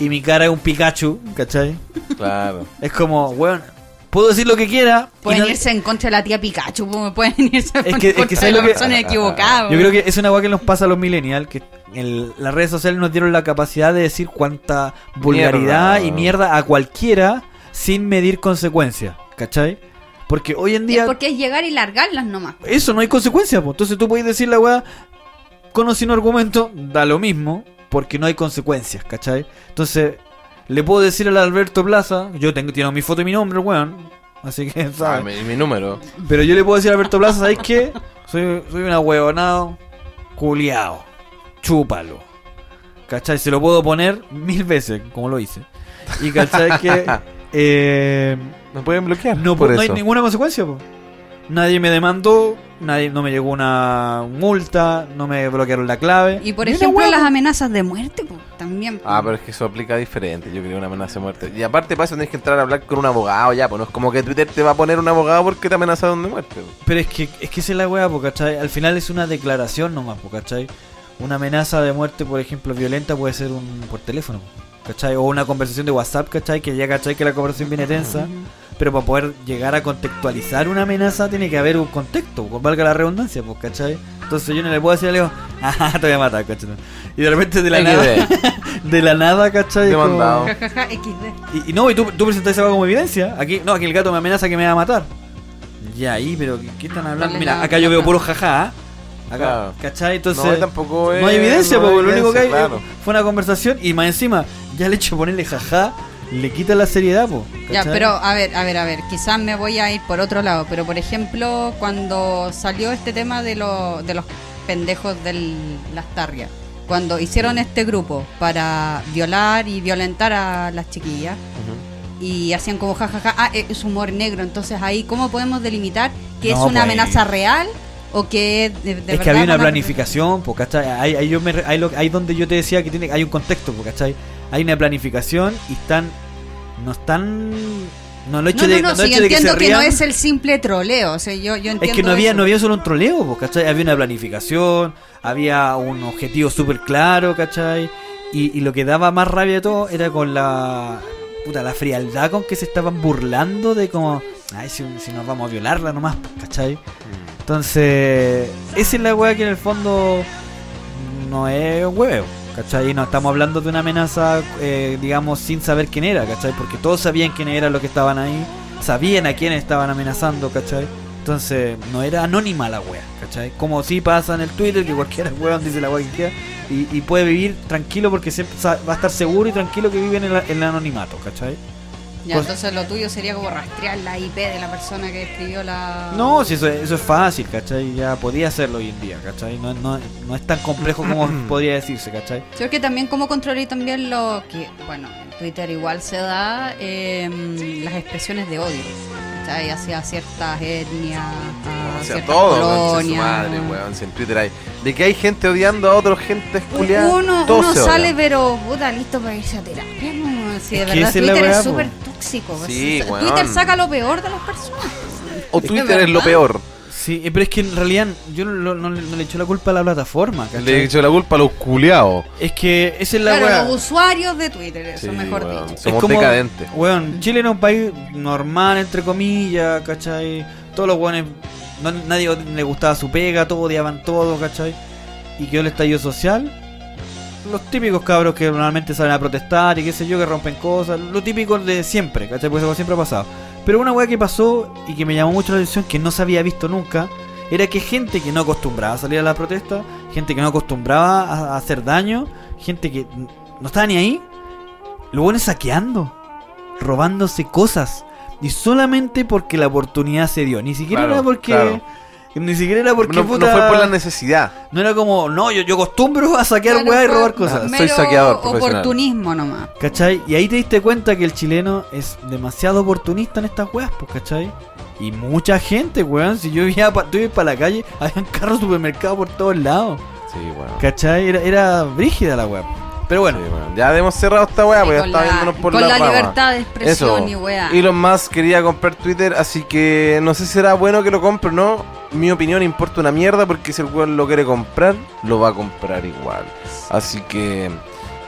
y mi cara es un Pikachu, ¿cachai?
Claro. Ah,
Es como, weón, puedo decir lo que quiera. y
Pueden
no-
irse en contra de la tía Pikachu, po, pueden irse
que-
en
es que
contra
¿sabes
de
lo
la
que- Ah,
persona equivocada.
Yo creo que es una weá que nos pasa a los millennials, que el- las redes sociales nos dieron la capacidad de decir cuánta vulgaridad
Mierda.
y mierda a cualquiera sin medir consecuencias, ¿cachai? Porque hoy en
es
día
porque es llegar y largarlas nomás.
eso no hay consecuencias, pues. entonces tú puedes decir la weá con o sin argumento, da lo mismo, porque no hay consecuencias, ¿cachai? Entonces, le puedo decir al Alberto Plaza, yo tengo, tiene mi foto y mi nombre, weón, así que,
Ah,
¿sabes?
mi, mi número.
Pero yo le puedo decir a Alberto Plaza, ¿sabes qué? Soy, soy un ahuevonado, culiao, chúpalo. ¿Cachai? Se lo puedo poner mil veces, como lo hice. Y cachai que eh,
Nos pueden bloquear.
no,
por
no hay
eso.
ninguna consecuencia. po. Nadie me demandó, nadie no me llegó una multa, no me bloquearon la clave.
Y por
Ni una
ejemplo,
hueá,
las
po.
amenazas de muerte po, también. po.
Ah, pero es que eso aplica diferente. Yo creo una amenaza de muerte. Y aparte, para eso tenés que entrar a hablar con un abogado ya. Pues no es como que Twitter te va a poner un abogado porque te amenazaron de muerte.
Pero es que, es que esa es la weá, po, ¿cachai? Al final es una declaración nomás, po, ¿cachai? Una amenaza de muerte, por ejemplo, violenta puede ser un por teléfono, ¿cachai? O una conversación de WhatsApp, ¿cachai? Que ya, ¿cachai? Que la conversación viene tensa. Pero para poder llegar a contextualizar una amenaza tiene que haber un contexto, po, valga la redundancia, pues, ¿cachai? Entonces yo no le puedo decir a Leo, ajá, te voy a matar, ¿cachai? Y de repente de la nada, de la nada, ¿cachai? Es como-
Demandado.
Ja, ja, ja, XD.
y, y no, y tú, tú presentás esa weá como evidencia. Aquí, no, aquí el gato me amenaza que me va a matar. Ya ahí, pero ¿qué- ¿qué están hablando?
Dale
Mira,
la-
acá yo
la-
veo puro jaja. ¿ah? Acá,
Claro.
¿cachai? Entonces.
no, tampoco es.
no hay evidencia,
no hay
porque lo único que hay
evidencia,
eh,
claro.
fue una conversación y más encima, ya el hecho de ponerle jaja le quita la seriedad, po.
Ya,
¿cachai?
pero a ver, a ver, a ver, quizás me voy a ir por otro lado, pero por ejemplo, cuando salió este tema de, lo- de los pendejos de las tarrias, cuando hicieron este grupo para violar y violentar a las chiquillas, y hacían como jajaja, ah, es humor negro. Entonces ahí, ¿cómo podemos delimitar que
No,
es una
pues.
amenaza real o que es de, de
es
verdad
que había una
van a-
planificación, po, ¿cachai? Ahí, ahí yo me re- ahí lo- ahí donde yo te decía que tiene, hay un contexto, po, ¿cachai? Hay una planificación y están. No están. No, lo hecho
No, no,
de,
no,
no,
sí,
el hecho
yo
de que
entiendo
se
que, no
rían-
es el simple troleo. O sea, yo, yo entiendo
Es que no había,
eso.
no había solo un troleo, po, ¿cachai? Había una planificación, había un objetivo súper claro, ¿cachai? Y, y lo que daba más rabia de todo era con la. Puta, la frialdad con que se estaban burlando de como. Ay, si, si nos vamos a violarla nomás, po, ¿cachai? Entonces, esa es la weá que en el fondo no es un hueveo. ¿Cachai? Y no estamos hablando de una amenaza, eh, digamos, sin saber quién era, ¿cachai? Porque todos sabían quién era los que estaban ahí, sabían a quién estaban amenazando, ¿cachai? Entonces, no era anónima la wea, ¿cachai? Como si pasa en el Twitter, que cualquiera weón dice la wea que quiera y, y puede vivir tranquilo porque siempre sa- va a estar seguro y tranquilo que vive en el, en el anonimato, ¿cachai?
Ya,
Pues-
entonces lo tuyo sería como rastrear la IP de la persona que escribió la...
No, si eso, es- eso es fácil, ¿cachai? Ya podía hacerlo hoy en día, ¿cachai? No, no, no es tan complejo como podría decirse, ¿cachai?
Yo creo que también como controlé también lo que, bueno, en Twitter igual se da em, las expresiones de odio. ¿cachai? Hacia ciertas etnias, a
O sea,
ciertas
todo, concha su
colonias.
madre, weón. Si en Twitter hay. De que hay gente odiando a otros gente culiada.
Uno,
todos
uno
se
sale,
odian.
pero puta, listo para irse a terapia. no, si de
Es que
verdad
esa es la
Twitter
weá,
es
po.
súper tóxico. pues,
Sí,
o sea,
weón.
Twitter saca lo peor de las personas.
O
Es
Twitter es lo
verdad.
peor.
Sí, eh, pero es que en realidad yo no, no- no le echo la culpa a la plataforma, ¿cachai?
Le he hecho la culpa a los culiados.
Es que esa es la
claro,
weá.
los usuarios de Twitter, eso
Sí,
mejor
weón.
dicho.
Somos
es como,
decadentes.
Weón, Chile era un país normal, entre comillas, ¿cachai? Todos los weones, no- nadie le gustaba su pega, todos odiaban todo, ¿cachai? Y quedó el estallido social. Los típicos cabros que normalmente salen a protestar y qué sé yo, que rompen cosas. Lo típico de siempre, ¿cachai? Porque eso siempre ha pasado. Pero una weá que pasó y que me llamó mucho la atención, que no se había visto nunca, era que gente que no acostumbraba a salir a la protesta, gente que no acostumbraba a- a hacer daño, gente que n- no estaba ni ahí, lo bueno es saqueando, robándose cosas. Y solamente porque la oportunidad se dio. Ni siquiera
Claro,
era porque.
claro.
Ni siquiera era porque
no, no
puta,
fue por la necesidad.
no era como, no, yo, yo acostumbro a saquear
Claro,
weá y
fue
robar cosas.
me-
mero
Soy saqueador profesional.
oportunismo nomás.
¿Cachai? Y ahí te diste cuenta que el chileno es demasiado oportunista en estas weas, pues, ¿cachai? Y mucha gente, weón. Si yo iba para la calle, habían carros de supermercado por todos lados.
Sí, weón.
¿Cachai? Era, era brígida la wea. Pero bueno,
Sí, weón. Ya hemos cerrado esta weá,
Sí,
pues ya
con
está
la-
viéndonos por
con
la,
la
rama.
libertad de expresión y weá.
Elon Musk quería comprar Twitter, así que no sé si será bueno que lo compre o no. Mi opinión importa una mierda porque si el weón lo quiere comprar, lo va a comprar igual. Así que.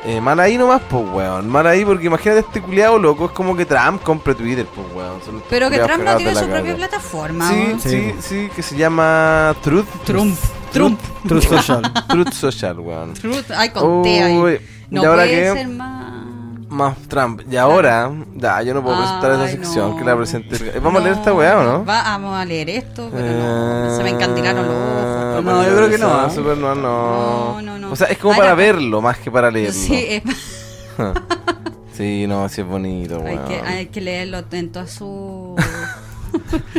eh, mal ahí nomás, pues weón. Mal ahí porque imagínate este culiado loco. Es como que Trump compre Twitter, pues weón. Son estos
Pero que
culiados
Trump no
cagados de
tiene
la
su propia
cabeza.
plataforma.
Sí,
¿no?
Sí,
sí,
po.
sí, que se llama Truth.
Trump. Trump.
Truth Social.
Truth Social, weón.
Truth. Ay, con T ahí.
Uy,
No
y ahora
puede
que
ser más.
más Trump. Y ahora, ya, yo no puedo presentar esa
Ay,
sección
no.
que la presenté. el- Vamos a leer
No.
esta weá, ¿o no? Eh,
Va- vamos a leer esto, pero no. Se me encantilaron los ojos.
No, yo creo que no,
Superman,
¿eh?
Superman, no.
No, no, no.
O sea, es como
Ah,
para
era-
verlo más que para leerlo.
Sí, eh.
Sí,
es-
no, sí es bonito,
hay,
weón.
que, hay que leerlo en toda su.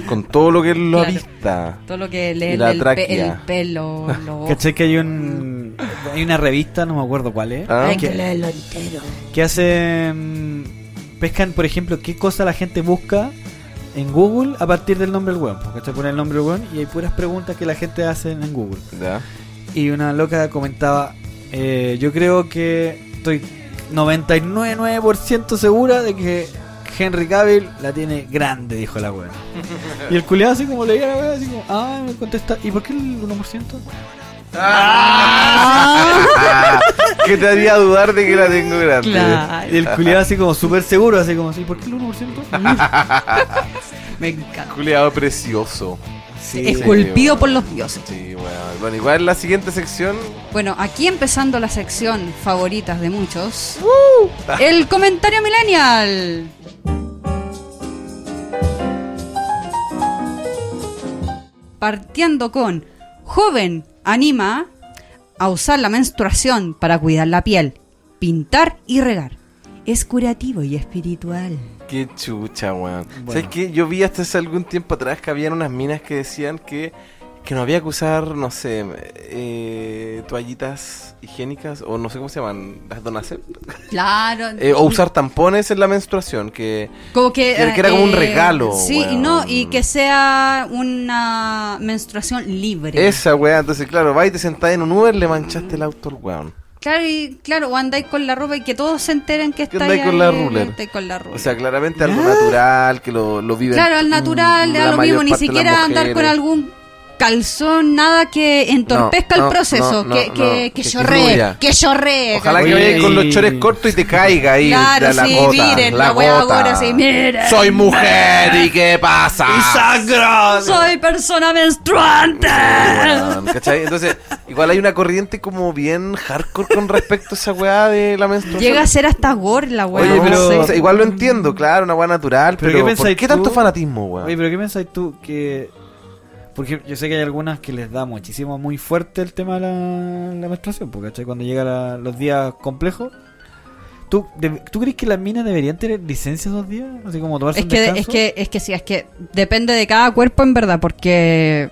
Con todo lo que es la
Claro.
vista.
Todo lo que lee
Y la
el, pe-
tráquea.
el pelo, los ojos.
¿Cachai que hay un hay una revista, no me acuerdo cuál es,
Ah.
Hay que
que,
leerlo entero.
que hacen pescan, por ejemplo, qué cosa la gente busca en Google a partir del nombre del weón, porque se pone el nombre del weón y hay puras preguntas que la gente hace en Google.
Ya.
Y una loca comentaba, eh, yo creo que estoy 99% segura de que Henry Cavill la tiene grande, dijo la weón. Y el culiado así como leía la weón, así como, ah, me contesta, ¿y por qué el 1%?
que te haría dudar de que la tengo grande.
Ah. Claro,
Y el culiado así como súper seguro, así como, ¿y por qué el 1%?
me encanta.
Culeado precioso.
Sí.
Esculpido
sí,
por los dioses.
Sí, weón. Bueno, igual la siguiente sección.
Bueno, aquí empezando la sección favoritas de muchos. El comentario millennial. Partiendo con joven anima a usar la menstruación para cuidar la piel, pintar y regar. Es curativo y espiritual.
Qué chucha, weón.
Bueno.
¿Sabes qué? Yo vi hasta hace algún tiempo atrás que habían unas minas que decían que, que no había que usar, no sé, eh, toallitas higiénicas o no sé cómo se llaman, las donacep.
Claro.
Eh, o usar tampones en la menstruación, que...
Como que, eh,
Que- que era como un regalo,
Sí, y
weón.
no, y que sea una menstruación libre.
Esa, weón. Entonces, claro, va y te sentás en un Uber, le manchaste el auto al weón.
Claro, y claro, o andáis con la ropa y que todos se enteren que
Que
estáis
andáis con
ahí,
la ruler.
estáis con la ruler.
O sea, claramente algo natural, que lo, lo viven mm,
claro, al natural le da
la
lo mismo,
mayor
ni
parte de las
siquiera andar con
mujeres.
algún calzón, nada que entorpezca
No, no,
el proceso,
no,
que,
no,
que,
no,
que
que
chorree,
fluya.
que chorree.
Ojalá
¿cachai?
que
Oye,
vayas con los
y-
chores cortos y te caiga ahí
Claro,
la, la
sí,
gota.
miren,
la
la wea
gota.
ahora sí, miren.
Soy mujer y qué pasa.
Soy persona menstruante.
Weón, ¿cachai? Entonces, igual hay una corriente como bien hardcore con respecto a esa weá de la menstruación.
Llega a ser hasta gore la weá.
Oye,
no
pero
sé.
o sea, igual lo entiendo, claro, una weá natural,
¿Pero
pero,
qué
¿por
pensáis
qué
tú?
tanto fanatismo, weón?
Oye, pero ¿qué pensáis tú? Que. Porque yo sé que hay algunas que les da muchísimo muy fuerte el tema de la, la menstruación, porque ¿cachai? cuando llegan los días complejos. ¿Tú, de- ¿Tú crees que las minas deberían tener licencia dos días? Así como tomarse
Es
un
que,
descanso.
es que, es que sí, es que depende de cada cuerpo en verdad, porque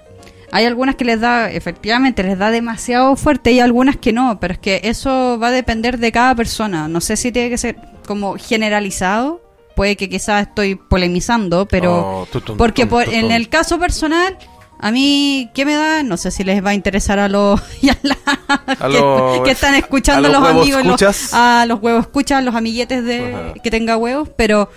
hay algunas que les da, efectivamente, les da demasiado fuerte y algunas que no, pero es que eso va a depender de cada persona. No sé si tiene que ser como generalizado, puede que quizás estoy polemizando, pero
Oh, tutum,
porque
tum,
por,
tutum.
en el caso personal, a mí, ¿qué me da? No sé si les va a interesar a los, y a la-
A
que,
los-
que están escuchando
a
a
los
los,
huevos
amigos, los-
escuchas.
a los huevos escuchas, a los amiguetes de
Ajá.
que tenga huevos, pero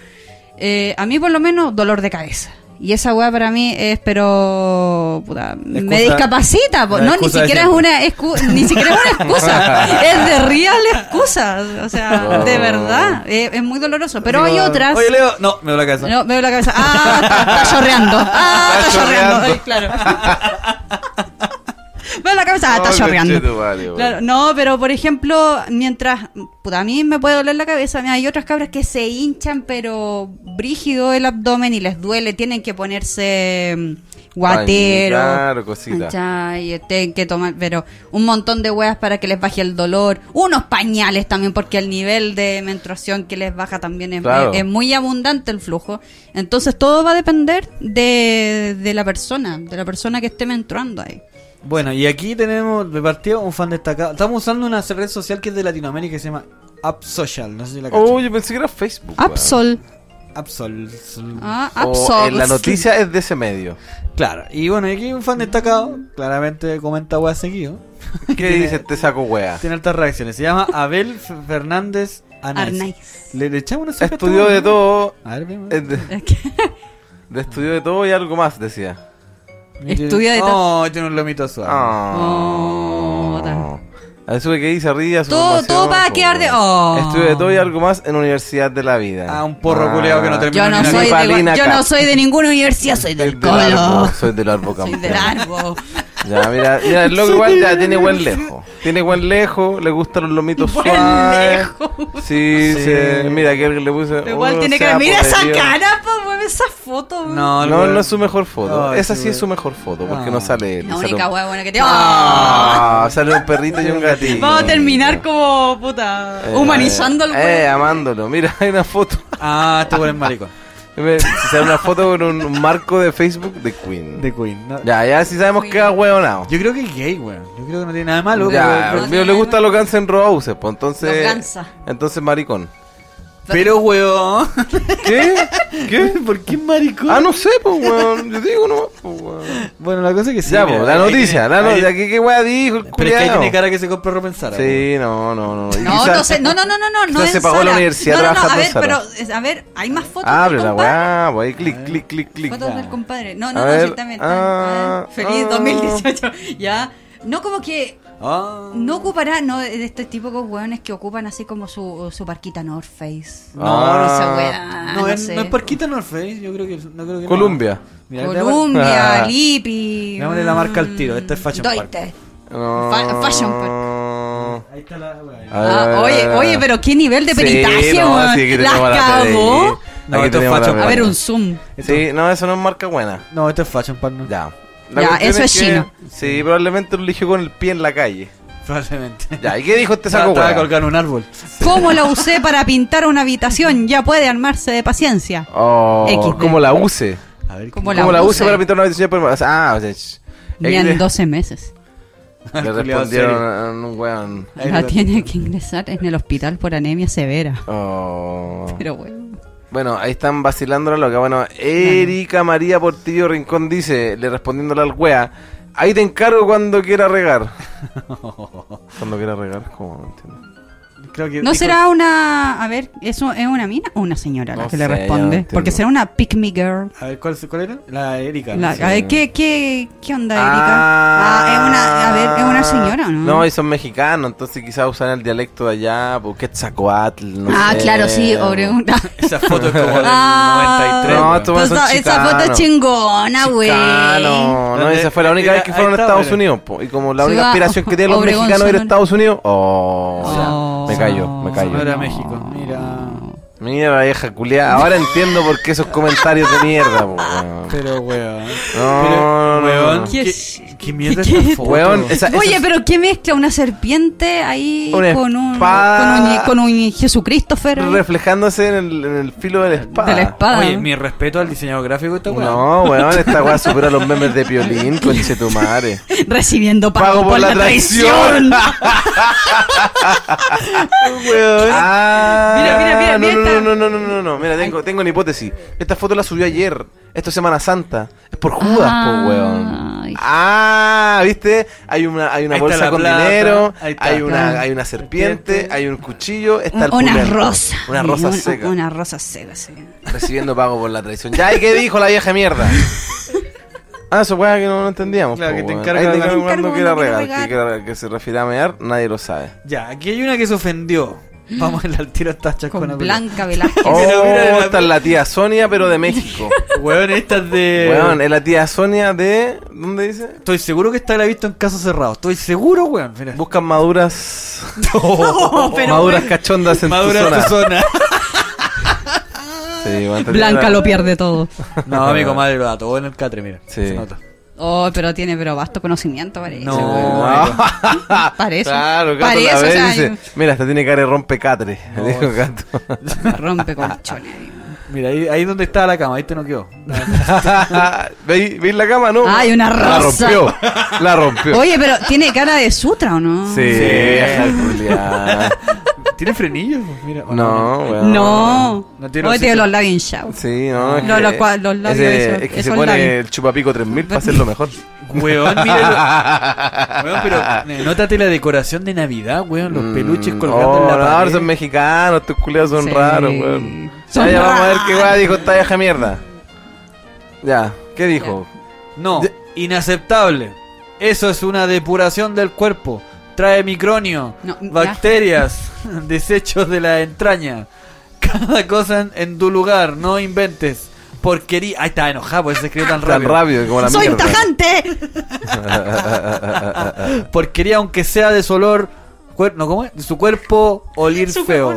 eh, a mí por lo menos dolor de cabeza. Y esa hueá para mí es, pero. puta, me
excusa-
discapacita. po.
la
No, ni
excusa de
siquiera, es
siempre.
una excu- ni siquiera es una excusa. es de real excusa. O sea, de
Oh.
verdad. Es, es muy doloroso. Pero
Así
hay
como,
otras.
Oye, Leo, no, me doy la cabeza.
No, me veo la cabeza. Ah, está, está chorreando. Ah, está,
Está
chorreando.
chorreando.
Ay, claro. veo la cabeza. Ah, está
Oh,
chorreando.
conchetumare, weón.
Claro, no, pero por ejemplo, mientras. Puta, a mí me puede doler la cabeza. mira, Hay otras cabras que se hinchan, pero brígido el abdomen y les duele. Tienen que ponerse mm, guatero.
Ay, claro, cosita.
¿cachai? Tienen este, que tomar, pero un montón de weas para que les baje el dolor. Unos pañales también, porque el nivel de menstruación que les baja también es,
Claro.
es muy abundante el flujo. Entonces todo va a depender de, de la persona, de la persona que esté menstruando ahí.
Bueno, y aquí tenemos de partido un fan destacado. Estamos usando una red social que es de Latinoamérica que se llama AppSocial. No sé si la cachan.
Oh, yo pensé que era Facebook. weón.
Absol.
AppSol.
Ah,
O,
Absol.
eh, la noticia es de ese medio.
Claro, y bueno, aquí un fan destacado. Claramente comenta weá seguido.
¿Qué dice este saco wea?
Tiene altas reacciones. Se llama Abel F- Fernández Arnaiz.
Arnaiz.
Le, le echamos una cerca a este
Estudió
weón,
de
¿no?
todo.
A ver, vemos.
eh, De, de estudió de todo y algo más, decía.
Estudió de todo.
No, tiene un lomito suave.
Oh,
Ah. A eso que dice, ría su
Todo-
formación,
todo para
po,
quedar de-
weón.
Oh.
Estudió de todo y algo más en la Universidad de la Vida.
Ah, un porro culiao que no terminó
Yo no,
ni la
soy de,
Palina
yo no
Cap.
soy de ninguna universidad, soy del
Soy del
colo.
Arbo, Soy del
Soy
Arbo campeón.
del árbol.
Ya, mira, mira, el loco igual ya tiene buen lejos. Tiene buen lejos, le gustan los lomitos
Buen
suaves.
lejos.
Sí,
Sí.
sí, mira que alguien le puso.
Igual
"Oh,
tiene que
sea
Mira esa
poderío".
cara, po, weón, esa foto. weón.
No,
No,
weón.
no es su mejor foto.
Ay,
Esa
sí,
sí es
weón.
su mejor foto, porque
Ah.
no sale él.
La
sale
única
un-
hueá buena que te. ¡Ah!
Ah, sale un perrito y un gatito.
Vamos a terminar como puta.
Eh,
humanizando al
Eh,
weón.
amándolo. Mira, hay una foto.
Ah, este weón es maricón.
Me- Sale una foto con un marco de Facebook de Queen.
De Queen. no.
Ya, ya, sí sabemos que es hueonado.
Yo creo que es gay, weón. Yo creo que no tiene nada de malo.
Ya,
pero-
no
pero
tiene
le
nada.
gustan los Guns N' Roses, pues entonces.
Los Gansa.
Entonces, maricón.
pero, pero, weón.
¿Qué? ¿Qué?
¿Por qué maricón?
Ah, no sé, pues, weón. Yo digo, no, pues, weón.
Bueno, la cosa es que sí.
Ya,
mira,
pues, la
ahí
noticia,
tiene-
la
ahí-
noticia. ¿Qué, qué weá dijo el
Pero es que ahí
culiao?
tiene cara que se compra ropa en Zara. weón.
Sí, no, no, no. Y
No,
quizás-
no sé, no, no, no, no, no, no.
quizás se
en
pagó la
Zara.
universidad
no, no, no,
trabajando
A ver,
en Zara.
pero, eh, a ver, hay más fotos.
Abre
del
la
compadre.
weá, pues ahí clic, clic, clic, clic.
Fotos del compadre. No,
A
no, no,
ver,
sí, también.
ah,
también. Feliz
ah.
2018. Ya. No como que
Ah.
no ocupará, no, de estos típicos weones que ocupan así como su, su parquita North Face. No,
Ah.
no esa weá.
No,
No,
es,
sé.
no es Parquita North Face, yo creo que, no creo que no.
Colombia.
Mira, le damos-
Columbia,
Ah.
Lipi. mm,
Veámosle la marca al tiro, este
esta
es Fashion Park.
No.
Fa- Fashion
Ahí está la weá.
Ah. A ver, a ver,
Ah,
a
oye,
ver, a
oye,
ver.
pero qué nivel de
Sí,
peritaje,
no,
weón.
sí, aquí
Las
tenemos la
cagó.
PDI.
No,
Aquí
esto es
tenemos la
facho.
A
PDI.
ver, un zoom.
Sí, no, eso no es marca buena.
No, este es Fashion Park,
Ya.
¿no?
Ya,
cuestión
eso es
que-
chino.
Sí, probablemente lo eligió con el pie en la calle.
Probablemente.
Ya, ¿y qué dijo este
Estaba-
saco
estaba
hueá?
colgando un árbol.
¿Cómo la usé para pintar una habitación? Ya puede armarse de paciencia.
Oh,
XD.
¿cómo la use?
A ver,
Como
¿Cómo
la
la, use
use?
para pintar una habitación permanente? Ah, o sea, ch-
Ni en
XD.
12 meses.
Le respondieron a un weón.
Ahí
La
lo-
tiene que ingresar en el hospital por anemia severa.
Oh.
Pero bueno.
Bueno, ahí están vacilándola loca. Bueno, Erika María Portillo Rincón dice, le respondiéndole al wea, ahí te encargo cuando quiera regar. cuando quiera regar, ¿cómo? No entiendo.
creo que.
¿No
dijo-
será una. A ver, ¿eso es una mina o una señora la
No
que le
sé, yo no
responde?
entiendo.
Porque será una pick me girl.
A ver, ¿cuál, cuál era? La Erika.
La-
sí.
a ver, ¿qué, qué, ¿qué onda, Erika? Ah, es una. A ver, ¿es una señora o no?
Ah. No, y son mexicanos, entonces quizás usan el dialecto de allá, porque no
ah,
sé.
claro, sí, obre una.
Esa foto es como del
Ah.
93.
No,
weón.
esto- Estos son
esa foto
chicanos.
es chingona, güey.
Ah, no, no,
Donde-
esa fue la única
mira,
vez que fueron a
ahí está,
Estados
mira.
Unidos, po, y como la
Se
única
va
aspiración que tienen los
Obregón
mexicanos era
Sonora.
Estados Unidos, oh,
Oh.
me cayó, me cayó.
Sonora, México. Mira.
Mira, vieja culiada, ahora entiendo por qué esos comentarios de mierda, po, weón.
Pero, weón.
No, no, no,
weón.
no.
¿Qué
¿Qué,
es-
qué mierda
qué-
esta foto?
Weón, esa- esa-
Oye, pero ¿qué mezcla una serpiente ahí
Una
con un,
espada.
con un, con un Jesucristófer ahí?
reflejándose en el, en el filo de la espada.
de la ¿eh? espada?
Oye, mi respeto al diseñador gráfico de esta weón.
No, weón, esta weá supera los memes de Piolín, conche tu madre.
Recibiendo pago, por, la traición.
Weón.
Mira, mira, mira,
Ah, no,
mira esta.
no, no, no, no, no, no, no, mira, tengo, tengo una hipótesis. Esta foto la subió ayer. Esto es Semana Santa. Es por Judas, po,
Ay.
weón. Ah, ¿viste? Hay una, hay una
Ahí está
bolsa
la
con
plata,
dinero,
ahí está.
hay una,
Ah.
hay una serpiente, hay un cuchillo, está el
Una
pulento.
rosa.
Una
Sí,
rosa seca.
Una rosa seca, sí.
Recibiendo pago por la traición. Ya, ¿y qué dijo la vieja mierda? Ah, eso weá que no, no entendíamos.
Claro,
po,
que te
weón.
encarga
Ahí te
de la-
encargo
Te encargo
cuando quiera
cuando quiera
regar, que, quiera- que se refiere a mear, nadie lo sabe.
Ya, aquí hay una que se ofendió. Vamos al tiro a estas chasconas.
Con
pero-
Blanca Velázquez.
Oh,
Mira, mira, la-
esta es la tía Sonia, pero de México.
Weón, estas de.
Weón, es la tía Sonia de. ¿Dónde dice?
Estoy seguro que esta la he visto en casos cerrados. Estoy seguro, weón. Mira.
Buscan maduras.
pero
maduras cachondas en
Madura
tu zona.
tu zona.
Sí, weón, esta
Blanca
tía-
lo pierde todo.
No, mi comadre lo da todo en el catre, mira.
Sí.
Se nota.
Oh, pero tiene pero vasto conocimiento, parece.
No,
weón.
amigo.
Parece.
Claro, Gato
Parece,
la
o
ve y
sea,
dice, Mira, esta tiene cara de rompecatre.
No,
dijo Gato.
rompe colchones.
Mira, ahí, ahí donde estaba la cama, ahí te no quedó.
¿Veis veis la cama, no?
Ay, una
La
rosa.
rompió. La rompió.
Oye, pero tiene cara de sutra, ¿o no?
Sí, vieja culiá.
Tiene frenillos, pues, mira.
No, weón.
No. Oye,
No tiene
tiene
oxígeno.
los labios hinchados.
Sí, no. es
No,
que-
los cua- los labios
ese-
esos-
Es que se
esos
pone
labios.
el chupapico 3000 para hacerlo mejor.
Weón, mira. lo- Weón, pero eh, nótate la decoración de Navidad, weón. Los peluches
Mm,
colgando
oh,
en la
no,
pared.
ahora son mexicanos, estos culiados son
Sí.
raros, weón.
Son
ya, ya vamos a ver qué
raros.
weá dijo esta vieja mierda. Ya, ¿qué dijo?
No,
De-
inaceptable. Eso es una depuración del cuerpo. Trae micronio,
No, ya.
bacterias, desechos de la entraña. Cada cosa en, en tu lugar, no inventes. Porquería. Ahí está enojado, por eso se escribe tan
Tan
rápido.
rápido como la
¡Soy
mierda.
tajante!
Porquería, aunque sea de su olor. cuer- no, ¿cómo es? De su cuerpo olir feo.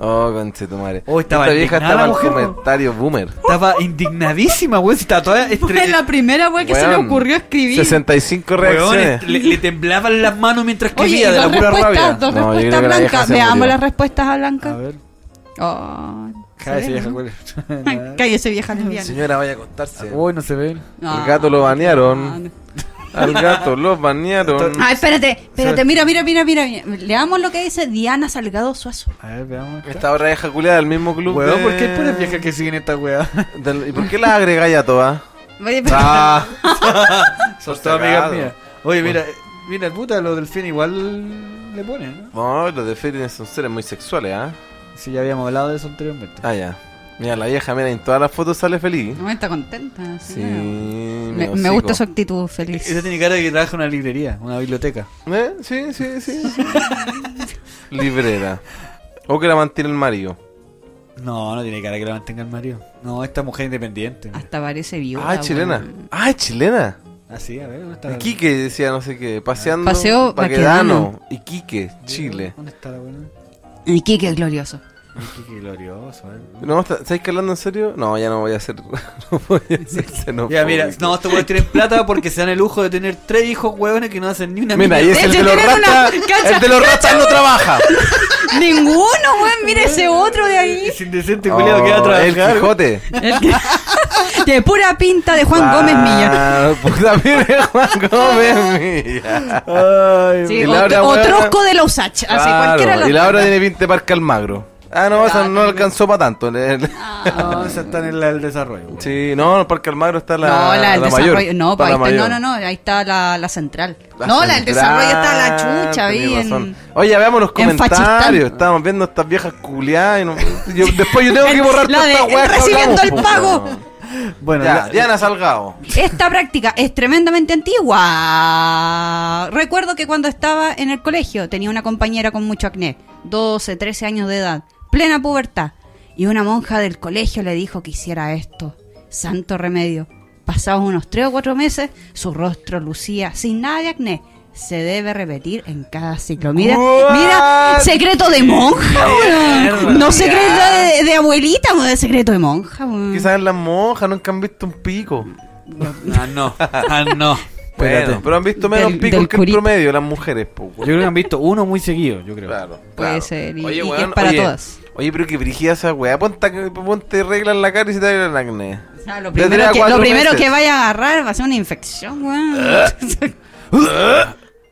Oh, conche tu madre.
Oh, estaba
esta vieja
indignada
estaba
la
en
mujer, ¿no?
comentario boomer.
Estaba indignadísima, weón. si Estaba toda
Fue
estre-
la primera wea que se le
Weón,
ocurrió escribir.
65
Weón,
reacciones.
est- le, le temblaban las manos mientras
Oye, y
escribía de la
dos
pura
respuestas,
rabia.
dos
No, yo
respuestas
creo que la vieja
blancas.
se
Veamos
murió.
las respuestas a
A
Blanca.
ver,
Oh, se
cállese,
ve,
vieja,
¿no?
eh.
cuál-
Cállese, vieja lesbiana.
Señora, vaya a acostarse.
Uy, no se ve.
Ah.
El gato lo
Ah,
banearon.
no.
Al gato lo banearon.
Ah, espérate, espérate, mira, mira, mira, mira. mira. Leamos lo que dice Diana Salgado Suazo.
A ver, veamos.
Esta otra vieja culiada del mismo club.
Weón,
de-
¿por qué hay puras viejas que siguen esta weá?
del- ¿Y por qué las agregáis a todas?
Oye,
Ah,
Son
Por
todas
cagado.
amigas mías. Oye, mira, eh, mira, puta, los delfín igual le ponen, ¿no?
No, los de Fitness son seres muy sexuales, ¿ah?
Si ya habíamos hablado de eso anteriormente.
Ah, ya. Mira, la vieja, mira, en todas las fotos sale feliz.
No, está contenta.
Sí.
señora.
mi
Mm, Me, me
hocico.
gusta su actitud
Esa
feliz.
tiene cara de que trabaja en una librería, una biblioteca.
¿Eh? Sí, sí, sí. sí. Librera. O que la mantiene el marido.
No, no tiene cara que la mantenga el marido. No, esta mujer independiente. mira.
Hasta parece viola.
Ah, es chilena.
weón.
Ah, es chilena.
Así, a ver, ¿dónde está la-
Iquique decía, no sé qué. Paseando.
Paseo
Baquedano. Iquique, Chile.
¿Dónde está la buena?
Y Quique es glorioso.
Qué, qué glorioso, eh.
No, está- ¿estáis que hablando en serio? No, ya no voy a hacer. No voy a hacer xenofóbico.
Ya, mira, no, estos weones tienen plata porque se dan el lujo de tener tres hijos hueones que no hacen ni una
Mira, ahí
mierda.
es el
De
de los
hecho, tienen
rastas.
una- Cacha,
El de los rastas no trabaja.
Ninguno, weón. Mira ese otro de ahí.
Es indecente, culiao, que va a
Oh,
trabajar.
el Quijote.
El que- De pura pinta de Juan
Ah,
Gómez Milla.
pues también es Juan Gómez Milla.
Ay,
Sí,
y
o,
Laura,
o
weón.
Trosco de la Usach. Así
Claro,
cualquiera de los
Y Laura tiene pinta de Parque Almagro. Ah, no, esa no alcanzó para tanto. Le- le-
Ah.
No, esa está en el, el desarrollo.
Sí, no, porque Almagro está la.
no, la del desarrollo.
mayor,
no,
está
pues, ahí
la
está- no, no,
mayor.
no, ahí está la, la central.
La
no, la del
central,
desarrollo está la chucha,
tenés
vi.
razón.
En,
Oye, veamos los
en
comentarios.
Fachistán.
Estábamos viendo estas viejas culiadas. Y no- yo- después yo tengo que borrar
La
todas
de-
estas weas que
recibiendo
hablamos,
el
po,
pago.
weón.
Bueno,
Ya,
la-
Diana Salgado.
Esta práctica es tremendamente antigua. Recuerdo que cuando estaba en el colegio tenía una compañera con mucho acné, 12, 13 años de edad, plena pubertad, y una monja del colegio le dijo que hiciera esto. Santo remedio. Pasados unos 3 o 4 meses, su rostro lucía sin nada de acné. Se debe repetir en cada ciclo. Mira,
What?
mira, secreto de monja, weón. No
Mierda.
secreto de, de abuelita, weón, secreto de monja, weón.
Quizás las monjas nunca han visto un pico.
Ah, no. Ah, no.
Bueno,
Espérate.
pero han visto menos
Del-
picos
del
que el
curito.
promedio las mujeres, po, weón.
Yo creo que han visto uno muy seguido, yo creo.
Claro,
Puede
claro.
ser, y- y que
weón,
es para
oye,
todas.
Oye, pero que brigida esa weá. Ponte, ponte regla en la cara y se te va el acné.
O sea, lo
De tres a
primero, que,
cuatro
lo primero
meses. ¿Eh?
que vaya a agarrar va a ser una infección, weón.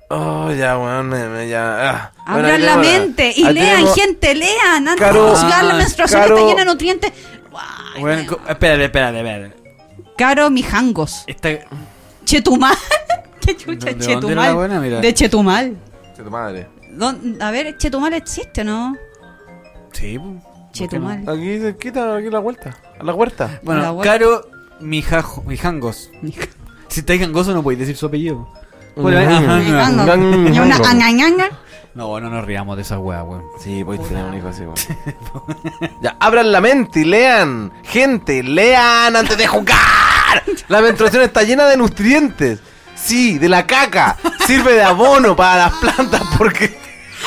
Oh, ya, weón, me, me- ya. ah. Bueno,
Abran
ahí
la
tenemos-
mente y
ahí
lean,
tenemos-
gente, lean. Antes
Caro- ah,
de juzgar la menstruación
Caro-
que está llena de nutrientes. Guay,
Bueno, co- espérate, espérate, espérate. Este,
Caro Mijangos.
Esta...
Chetumal. ¿Qué chucha
¿De
es
dónde era la buena? Mira.
Chetumal? De Chetumal.
Que tu madre.
¿Dónde- A ver, Chetumal existe, ¿no?
Sí, po. ¿Por qué
Chetumal.
Aquí se quita, aquí la vuelta. A la huerta.
no? Bueno,
La web-
Caro Mijajo, Mijangos. Si estáis gangoso no podéis decir su apellido. Bueno,
Ujú.
ajá, ajá.
Mijangos.
Gan-
Y una
Mijangos.
angañanga.
No, no nos riamos de esa wea, weón.
Sí, voy a tener un hijo así, weón. ya, abran la mente y lean. Gente, lean antes de jugar. La menstruación está llena de nutrientes. Sí, de la caca. Sirve de abono para las plantas porque...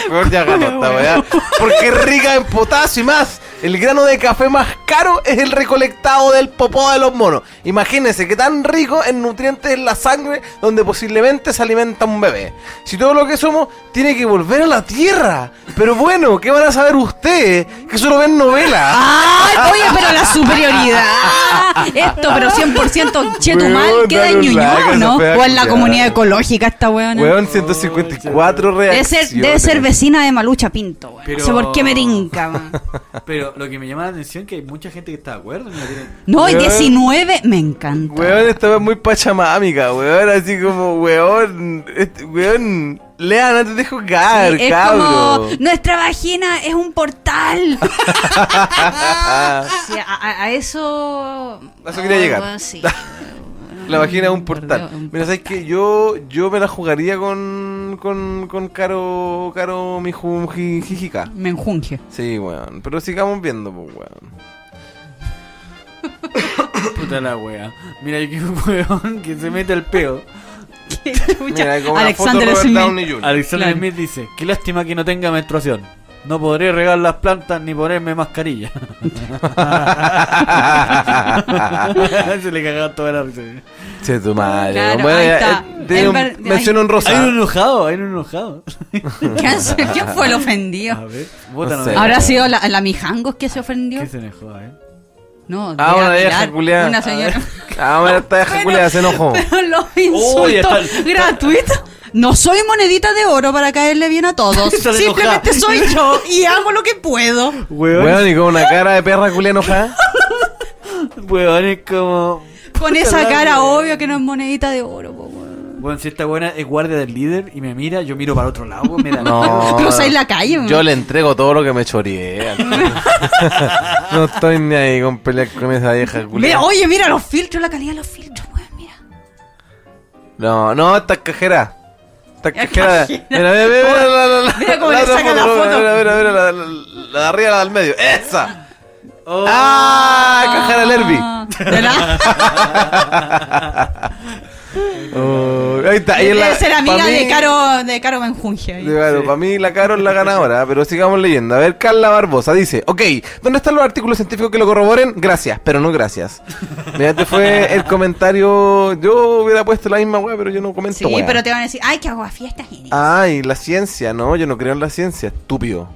Weón, ya ganó esta weá. Porque es rica en potasio y más. El grano de café más caro es el recolectado del popó de los monos. Imagínense que tan rico en nutrientes es la sangre donde posiblemente se alimenta un bebé. Si todo lo que somos tiene que volver a la tierra. Pero bueno, ¿qué van a saber ustedes? Que solo ven
Ah,
novelas.
¡Ay! Oye, pero la superioridad. Esto, pero 100% Chetumal
Weón,
queda en
dale un like
Ñuñoa,
a
¿no?
esa fea
O en la
culiada.
comunidad ecológica esta weona.
Weón, 154
Debe
reacciones.
ser, debe ser vecina de Malucha Pinto, weón.
Pero-
No sé por qué me tinca, weón.
Pero lo que me llama la atención es que hay mucha gente que está de acuerdo. y no tiene-
No, y
Weón.
19 me encanta.
Weón, esta es muy pachamámica, weón. Así como, weón, este- weón, lean antes de jugar,
Sí, es
cabro.
como, nuestra vagina es un portal.
Ah,
Sí, a, a- a eso...
A eso quería
Ay,
llegar.
weón, sí.
La vagina es un
Por
portal.
Dios, un
Mira, ¿sabes qué? Yo, yo me la jugaría con, con, con Caro, Caro Miju- Ji- Jijica.
Me enjunge.
Sí, weón. Pero sigamos viendo, pues, weón.
Puta la wea. Mira, yo que un weón que se mete al peo.
Qué chucha.
Mira, como la foto de
Alexander
Robert
Smith.
Downey Jr.
Alexander
Claro.
Smith dice, qué lástima que no tenga menstruación. No podré regar las plantas ni ponerme mascarilla. se le cagaba toda la risa.
Che, tu madre.
Claro,
bueno,
ahí
ya,
está.
eh, tiene
En
un-
ver-
mención
ahí-
Hay
honrosa.
un enojado, hay un enojado.
¿Quién se- quién fue el
A
ofendido?
ver, bota
No
no
sé.
¿Habrá sido la, la Mijangos que se ofendió?
¿Qué se enojó, eh?
No, de
Ah, una
Aguilar,
vieja culiada.
Una señora.
Ah, bueno, esta deja
Bueno.
culiada, se enojó.
Pero los
Uy, está-
insultos
está-
gratuitos. No soy monedita de oro para caerle bien a todos.
Está
Simplemente
enojada.
soy yo y hago lo que puedo.
Weón,
Weón, y con una cara de perra culiada enojada.
weón es como...
Con
Puta
esa
la
cara, oh.
wea.
obvio que no es monedita de oro. po, weón.
Bueno, si esta buena es guardia del líder y me mira, yo miro para otro lado, weón, me da
No.
Cruzáis la calle. weón.
Yo le entrego todo lo que me choreé. no estoy ni ahí con pelear con esa vieja
Mira,
culiada.
oye, mira los filtros, la calidad de los filtros, weón, mira.
No, no, esta es cajera. Esta es
Es
cajera.
cajera.
Mira, mira, mira, mira, la, la, la,
Mira cómo le
otra
saca la foto.
Mira, mira, mira, la, la- la de arriba, la del medio. ¡Esa!
Oh.
¡Ah! Cajera Lerby.
Ah, ¿Verdad?
Oh, ahí está. Ahí es
Debe
la,
ser amiga
pa' mí-
de Caro, de Caro Benjunge. ahí.
Sí, Claro, para mí la Caro es la ganadora, pero sigamos leyendo. A ver, Carla Barbosa dice, ok, ¿dónde están los artículos científicos que lo corroboren? Gracias, pero no gracias. Mira, este fue el comentario, yo hubiera puesto la misma weá, pero yo no comento
Sí,
weá.
pero te van a decir, ay, que hago a fiestas. genial.
Ay, la ciencia, no, yo no creo en la ciencia, estúpido.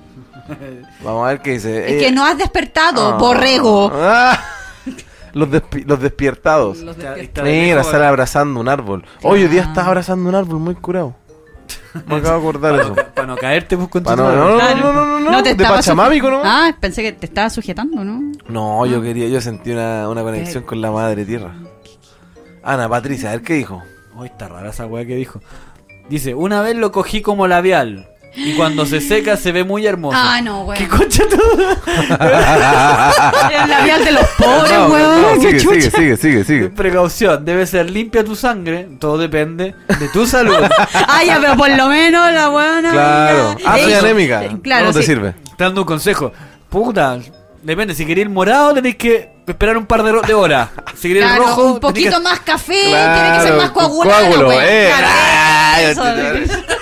Vamos a ver qué dice.
Es
Ella-
que no has despertado,
eh, Ah.
borrego.
Ah. los, despi- los despiertados.
Los Ah.
Está-
despiertos.
está de
Mira,
lejos,
sale abrazando un árbol. Hoy, hoy día estás abrazando un árbol muy curado.
Me acabo de acordar
Para
eso.
no, ca- para no caerte, pues, con tu
Pa' no,
madre.
no,
Claro.
no, no, no, no,
te
de
estaba suje-
pachamámico, ¿no?
Ah, pensé que te estaba sujetando, ¿no?
No,
Ah.
yo quería, yo sentí una, una conexión con la madre tierra. Ana Patricia, a ver qué dijo.
Uy, Oh, está rara esa weá que dijo. Dice, una vez lo cogí como labial. Y cuando se seca se ve muy hermoso.
Ah, no,
¿Qué
weón.
concha tú?
El labial de los pobres,
No,
weón.
no,
qué
sigue,
chucha.
sigue, sigue, sigue, sigue.
Precaución, debe ser limpia tu sangre. Todo depende de tu salud.
Ah, ya, pero por lo menos la buena.
Claro. Ah, soy anémica.
eh, Claro,
no te
sí.
sirve.
Te dando un consejo. Puta, depende. Si queréis el morado, tenéis que esperar un par de, ro- de horas. Si queréis
Claro,
el rojo,
un poquito
tenéis
más café, tiene que
Claro,
ser más coagulado.
coágulo,
weón.
eh.
Claro,
Ay,
eso,
te-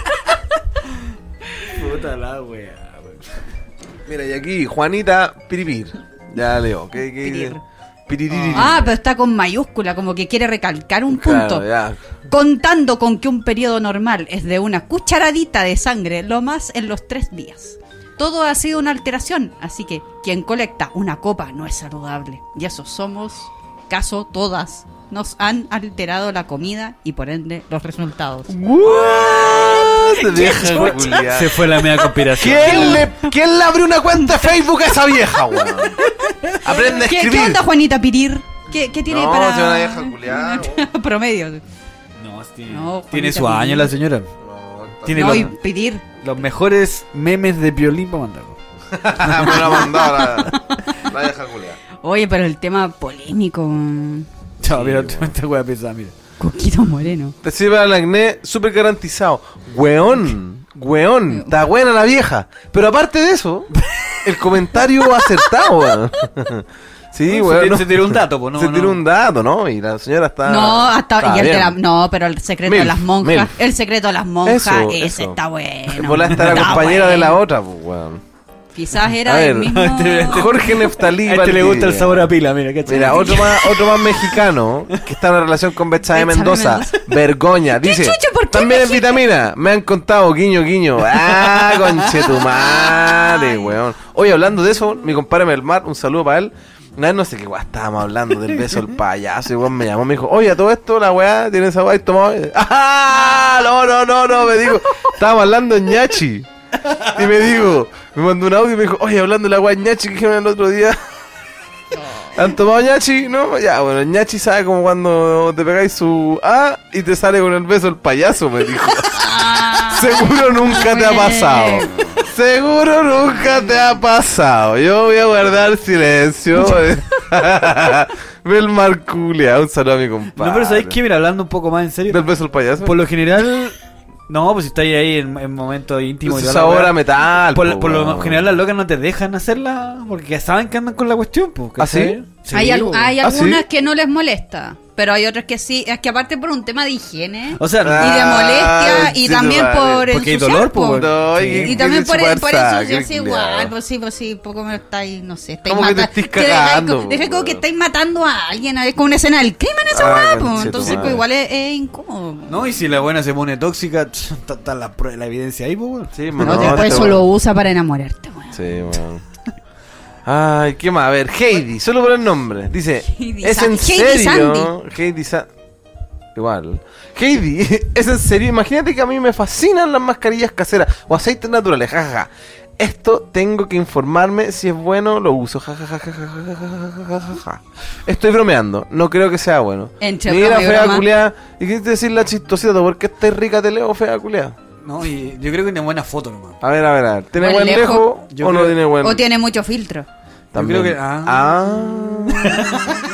que- Puta la wea. wea.
Mira, y aquí.
Y Juanita Piripir. Ya leo. ¿Qué, qué
Pirir.
dice? Piririri.
Ah, pero está con mayúscula, como que quiere recalcar un punto.
Claro, ya.
Contando con que un periodo normal es de una cucharadita de sangre, lo más en los tres días. Todo ha sido una alteración, así que quien colecta una copa no es saludable. Y eso somos, caso todas. Nos han alterado la comida y por ende los resultados.
What? Vieja culiada.
Se fue la media conspiración.
¿Quién le, ¿Quién le abrió una cuenta de Facebook a esa vieja, weón? Aprende a
¿Qué,
escribir.
qué onda, Juanita Pirir? ¿Qué, qué tiene
No,
para.?
si una vieja culiada,
Promedio.
No, tiene,
No,
tiene
Juanita,
su año
no.
la señora. Tiene
No,
los,
y Pirir.
los mejores memes de violín para mandar.
Me la mandaba la, la vieja culiada.
Oye, pero el tema polémico. mm,
Chao, mira, esta wea pesada, mira.
Coquito Moreno.
Te sirve el acné súper garantizado. Weón, weón, está buena la vieja. Pero aparte de eso, el comentario acertado, weón. Sí,
Se
weón.
tiró-
no.
se tiró un dato, pues, no,
Se
no.
tiró un dato, ¿no? Y la señora está.
no, hasta.
está
Y el de
bien.
la- no, pero el secreto de
Milf,
las monjas.
milf.
El secreto de las monjas,
Eso,
ese
eso.
está bueno.
Por la está la
está
compañera de la
bueno.
otra, pues, weón.
Quizás
A
era
ver,
el mismo.
este- este-
Jorge Neftalí.
A este le gusta el
Valdivia.
sabor a pila, mira, ¿cachai?
Mira, otro más, otro más mexicano que está en una relación con Betsabe
Betsabe
Mendoza.
Mendoza.
Vergoña.
¿Qué
Dice,
chucho? ¿Por qué
también es
dijiste?
vitamina. Me han contado, guiño, guiño. Ah, conchetumare,
Ay.
weón. Oye, hablando de eso, mi compadre Melmar, un saludo para él. Una vez no sé qué weá estábamos hablando del beso del payaso. Y weón me llamó, me dijo, oye, a todo esto la weá tiene esa weá y tomado. ¡Ah! No, no, no, no, me dijo. Estábamos hablando en ñachi. Y me dijo, me mandó un audio y me dijo, oye, hablando de la weá ñachi que dijeron el otro día. ¿Han tomado ñachi? No, ya, bueno, el ñachi sabe como cuando te pegáis su A y te sale con el beso el payaso, me dijo.
Ah.
Seguro nunca te ha pasado. Seguro nunca te ha pasado. Yo voy a guardar silencio. Bel Marculia, un saludo a mi compadre.
No, pero ¿sabéis qué? Mira, hablando un poco más en serio.
¿Del beso el payaso?
Por lo general, no, pues si estáis ahí en, en momento íntimo. y
Eso
toda
es
la
ahora
wea.
metal.
Por,
po,
por lo
weón.
general, las locas no te dejan hacerla porque saben que andan con la cuestión, pues.
¿Ah, sí?
¿cachai?
hay al-
po.
hay
Ah, sí.
algunas que no les molesta. Pero hay otras que sí. Es que aparte por un tema de higiene.
O sea,
Ah,
y de molestia.
sí,
Y también
vale.
por el
Porque hay dolor, pues, po, weón.
No,
Sí.
Y también por, por eso se hace
sí
igual, pues sí, pues sí, poco menos estáis, no sé, estáis
Como que te
matando.
estáis cagando,
Deja como que
weón.
estáis matando a alguien, es como una escena del crimen esa
Ah,
weá,
conchetumare.
pues, entonces pues, igual es, es incómodo. No,
No, y si la buena se pone tóxica, está está la, prue- la evidencia ahí, pues. weón.
Sí,
no,
man, no,
después
este
eso
weón.
lo usa para enamorarte, weón.
Sí, weón. Ay, ¿qué más? A ver, Heidi, solo por el nombre. Dice,
Heidi
¿es
Sa-
en
Heidi
serio? Heidi Sa- Igual. Heidi, ¿es en serio? Imagínate que a mí me fascinan las mascarillas caseras o aceites naturales, jajaja. Esto tengo que informarme si es bueno, lo uso. ja, ja, ja, ja, ja, ja, ja, ja, ja, ja. Estoy bromeando, no creo que sea bueno.
Entre
Mira,
broma y
fea
broma.
culiada. ¿Y qué te decir la chistosita? ¿Por qué estás rica te leo, fea culiada?
No, y yo creo que tiene buena foto nomás.
A ver, a ver, a ver. ¿Tiene buen,
Buen lejo.
lejo
Yo
o no
creo-
tiene buen
Pues O tiene mucho filtro.
También.
creo que- ah.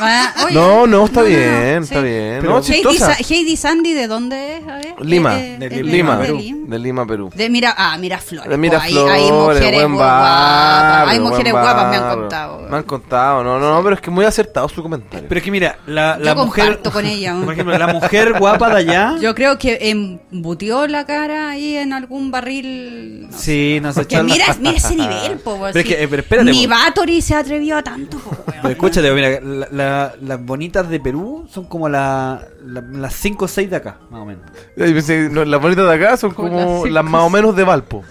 Ah.
Ah, oye,
No, no, está
no, no,
bien,
sí.
está bien.
Pero-
No,
Heidi,
chistosa.
Sa- Heidi Sandy, ¿de dónde es? A ver,
Lima,
eh, eh,
de
eh,
Lima,
de
Perú.
Lima.
De Lima, Perú.
De mira, ah, Miraflores.
De
po,
Miraflores,
ahí, hay mujeres
buen
guapas.
barrio,
Hay
buen
mujeres guapas, me han
barrio.
contado.
Me han contado, no, no, no, pero es que muy acertado su comentario.
Pero es que mira, la,
Yo
la mujer.
comparto con ella, weón.
Por ejemplo, la mujer guapa de allá.
Yo creo que embutió la cara ahí en algún barril. no sé.
Sí, no se
Que mira, mira ese nivel, po, weón,
Pero es
sí.
que, eh, pero espérate,
Ni
po.
Bathory se atrevió a tanto, po, weón.
Pero escúchate, mira, la- la- las bonitas de Perú son como la- la- las 5 o 6 de acá, más o menos.
Yo pensé, no, las bonitas de acá son
Como
como
las
las más o menos de Valpo.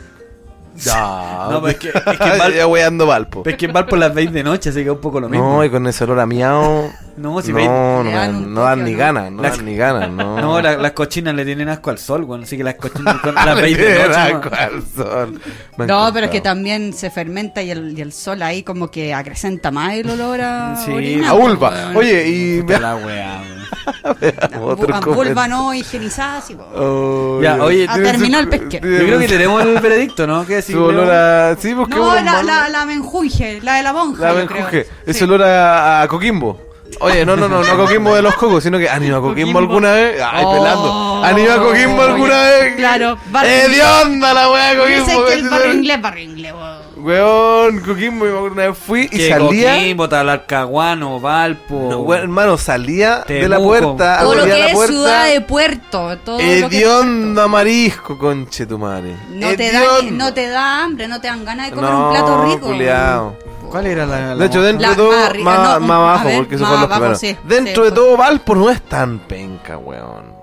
Ya.
No, pero es que, es que en Val-
Ya weando Valpo.
pero es que en Valpo las veis de noche, así que es un poco lo mismo.
No, y con ese olor a miau.
No, si
no,
veis.
no,
Le dan un
no dan
toque,
ni
¿no?
ganas, no
Las-
dan ni ganas, no.
No, la- las cochinas le tienen asco al sol, weón. Así que las cochinas cuando las
Le
veis de
tienen
noche. ¿no?
asco al sol. Me han
No, pero es que
contado.
también se fermenta y el, y el sol ahí como que acrecenta más el olor a
Sí,
orina,
A vulva.
weón.
Oye, y
Puta
me
la weá, weón.
Otro
a vulva
comentario.
no higienizada, sí, po.
Oh,
Ya,
Dios.
oye,
A
tiene su-
terminar Ah, el pesque.
Yo creo que tenemos el veredicto, ¿no? ¿Qué decir?
Su olor a... Sí,
No,
busquemos
la, la, la menjunje, la de la monja.
La
yo
menjunje.
creo.
Es
Sí.
olor a, a Coquimbo. Oye, no, no, no, no a Coquimbo de los cocos, sino que han ido a Coquimbo
Coquimbo.
alguna vez. Ay,
Oh.
pelando. ¿Han ido a Coquimbo alguna vez?
Claro, barrio
¡Eh,
inglés.
onda la wea de
Yo sé
Coquimbo!
que el barrio
weón.
inglés, barrio inglés, weón.
Weón, Coquimbo, yo me acuerdo una vez fui y
Que
salía.
Coquimbo, Talarcahuano, Valpo.
No, weón, hermano, salía de la
Temuco.
puerta,
Todo lo
abría
que
Ah, la
es ciudad de
puerta. Eh,
puerto, todo lo que es
Hediondo
puerto.
a marisco, conche tu madre.
No te, da, no te da hambre, no te dan ganas de comer un plato rico.
Culiao.
¿Cuál era la.?
De hecho, dentro
La
de todo,
más rica,
más,
no,
más
a
abajo,
ver,
porque eso
más
fue lo
abajo,
primero.
sí,
dentro
sí,
de
pues.
todo, Valpo no es tan penca, weón.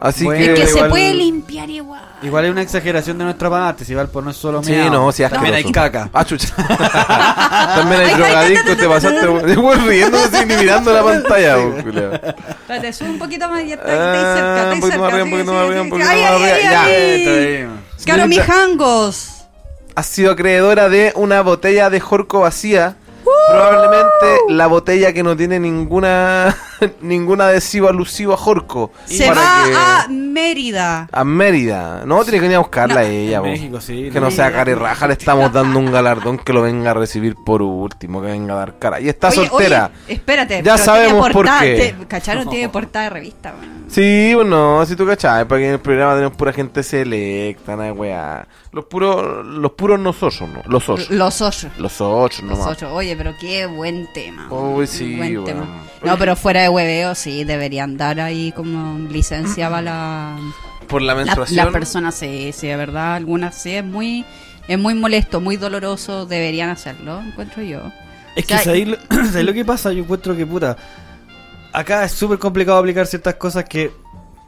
Así
Bueno,
que.
Es que se
Igual-
puede limpiar igual.
Igual es una exageración de nuestra parte. Si Valpo no es solo
Sí,
meao.
no, sí, asqueroso.
También hay caca.
Ah, chucha. También hay drogadictos, te pasaste. Weón, riendo así, ni mirando la pantalla, weón, culiao.
Espérate, sube un poquito más y está
Ah,
ahí, está ahí
un poquito
cerca,
más
está
arriba,
ahí cerca. sí, sí,
un poquito más arriba, un
sí.
poquito
Ay,
más
ay,
arriba,
ay,
Ah,
ya.
ay. Caro Mijangos.
Has sido acreedora de una botella de jorco vacía. Probablemente la botella que no tiene ninguna ningún adhesivo alusivo a jorco.
se
Para
va
que-
a Mérida.
A Mérida. No, tiene que venir a buscarla ella,
En
po.
México, sí.
Que no sea cara y raja, le estamos dando un galardón que lo venga a recibir por último, que venga a dar cara. Y está
Oye,
soltera.
oye, espérate.
Ya
pero tiene
sabemos por
portada,
qué.
te- Cacharon tiene portada de revista. weón.
Sí, bueno, si tú cachás, para que en el programa tenemos pura gente selecta, nada de weá. Los puros, los puros nosotros, ¿no? Los ocho.
Los ocho.
Los ocho
Los
nomás.
ocho. Oye, pero qué buen tema.
Uy,
weón.
sí,
Buen
weón.
tema. No, pero fuera de hueveo, sí, deberían dar ahí como licencia para la...
Por la
La- Las
menstruación.
personas sí, sí, de verdad, algunas sí, es muy, es muy molesto, muy doloroso, deberían hacerlo, encuentro yo.
Es que
O sea,
ahí lo, ¿sabes lo que pasa, yo encuentro que puta. Acá es súper complicado aplicar ciertas cosas que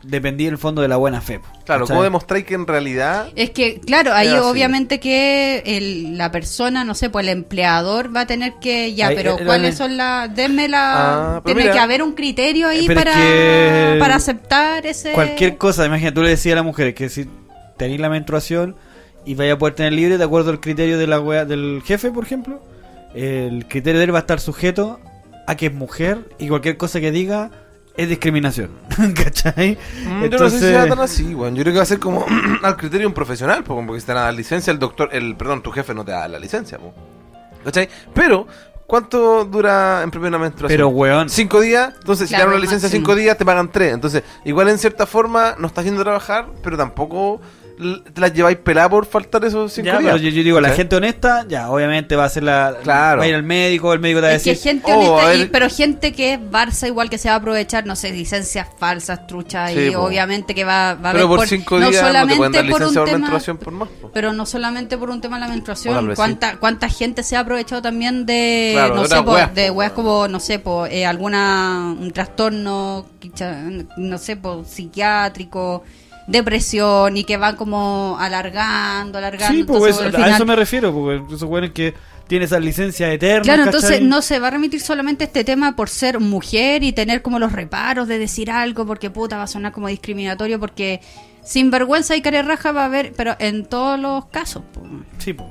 dependían en el fondo de la buena fe. po.
claro,
¿Cachai?
¿cómo demostráis que en realidad
Es que, claro, ahí
así.
obviamente que el- la persona, no sé, pues el empleador va a tener que, ya,
Ahí,
pero
eh,
¿cuáles
eh,
son las...? Denme la...
Ah, pero
tiene
mira.
que haber un criterio ahí
Eh, pero es
para,
que-
para aceptar ese...
Cualquier cosa, imagina, tú le decías a la mujer que si tenéis la menstruación y vaya a poder tener libre de acuerdo al criterio de la wea- del jefe, por ejemplo, el criterio de él va a estar sujeto a que es mujer y cualquier cosa que diga es discriminación. ¿Cachai?
Mm, Yo no sé si sea tan así, weón. Yo creo que va a ser como al criterio de un profesional, po, porque si te van a dar licencia, el doctor, el perdón, tu jefe no te da la licencia, po. ¿cachai? Pero, ¿cuánto dura en promedio una menstruación?
Pero weón,
Cinco días, entonces si te
Claro,
dan una licencia
máximo.
cinco días, te pagan tres. Entonces, igual en cierta forma no estás yendo a trabajar, pero tampoco l- te las lleváis pelada por faltar esos cinco
Ya,
días.
pero yo, yo digo, la
¿cachai?
gente honesta, ya, obviamente va a ser la.
Claro.
Va a ir al médico, el médico te va a
Es que
decir.
gente
"Oh,
honesta,
a
y-
ver".
pero gente que es Barça igual que se va a aprovechar, no sé, licencias falsas, truchas,
Sí,
y
po.
obviamente que va, va a haber
Pero por cinco
no
días no te
solamente
pueden dar
por un
licencia por
tema-
menstruación por más. po.
Pero no solamente por un tema de la
O tal
menstruación,
vez
¿cuánta, cuánta gente se ha aprovechado también de,
Claro,
no
de
sé,
otras
po,
weas,
de
po,
weas
weón.
como, no sé, po, eh, alguna, un trastorno, quicha- no sé, po, psiquiátrico, depresión y que van como alargando, alargando.
sí, pues,
entonces,
eso-
al
a
final-
eso me refiero, porque esos weones que tienen esa licencia eterna.
Claro,
¿cachai?
entonces no se va a remitir solamente este tema por ser mujer y tener como los reparos de decir algo porque puta va a sonar como discriminatorio porque sin vergüenza y carerraja va a haber, pero en todos los casos. po.
Sí, pues.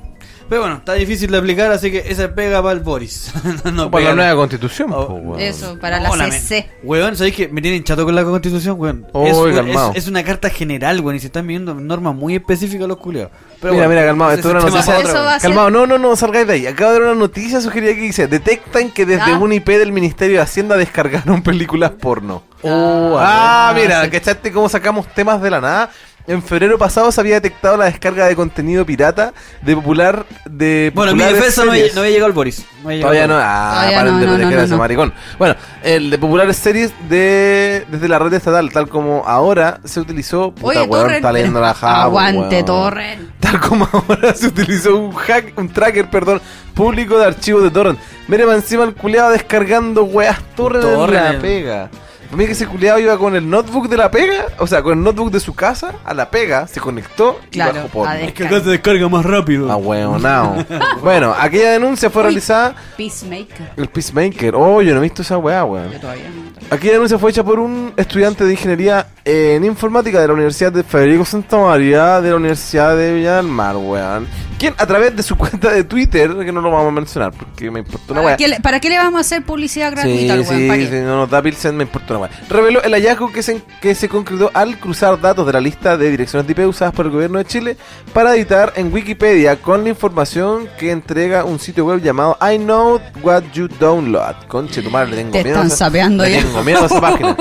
Pero bueno, está difícil de aplicar, así que esa pega para el Boris. no,
O para
pega-
la nueva constitución,
Oh,
po, weón.
Eso, para la
No, me-
CC.
Weón, ¿sabéis que me tienen chato con la constitución, weón?
Oy,
es, weón,
calmado.
es- es una carta general, weón, y se están viendo normas muy específicas los culiados. Pero
mira,
bueno,
mira, calmado,
ese
esto
es
es una
el tema
noticia.
para
Eso
otra,
va a
Calmado, no, no, no, salgáis de ahí. Acaba de haber una noticia sugerida que dice: detectan que desde
Ah.
un IP del Ministerio de Hacienda descargaron películas porno.
Oh,
ah, mira, ¿cachaste cómo sacamos temas de la nada? En febrero pasado se había detectado la descarga de contenido pirata de popular. De
Bueno, en mi
populares
defensa no había,
series.
no había llegado el Boris. No había llegado
Todavía
el
no.
Boris.
Ah,
Todavía
paren
no,
de
no,
proteger
no,
a ese
no.
maricón. Bueno, el de populares series de, desde la red estatal, tal como ahora se utilizó.
Oye,
Puta, weón,
Torre,
está leyendo la japa,
aguante,
weón.
Torre.
Tal como ahora se utilizó un hack, un tracker, perdón, público de archivos de torrent. Mire, va encima el culeado descargando weas torrent en la
Torrent.
pega. A mí que ese culiado iba con el notebook de la pega, o sea, con el notebook de su casa a la pega, se conectó y
Claro,
bajó porno.
a ver.
Es que acá se descarga más rápido.
Ah, weonao. bueno, aquella denuncia fue
Uy.
realizada
Peacemaker.
el Peacemaker. Oh, yo no he visto esa weá, weón.
Yo todavía no.
Aquella denuncia fue hecha por un estudiante de ingeniería en informática de la Universidad de Federico Santa María de la Universidad de Villa del Mar, weón. Quien a través de su cuenta de Twitter, que no lo vamos a mencionar porque me importa una
¿Para,
weá.
qué le, para qué le vamos a hacer publicidad Ah, gratuita al
Sí,
weón? ¿Para
sí,
qué?
sí, no nos da Pilsen, me importa una weá. Reveló el hallazgo que se, que se concretó al cruzar datos de la lista de direcciones de IP usadas por el gobierno de Chile para editar en Wikipedia con la información que entrega un sitio web llamado I Know What You Download. Conche, tu madre, le tengo
Te
miedo. a
están
esa-
sapeando
le
ya.
tengo miedo a esa página.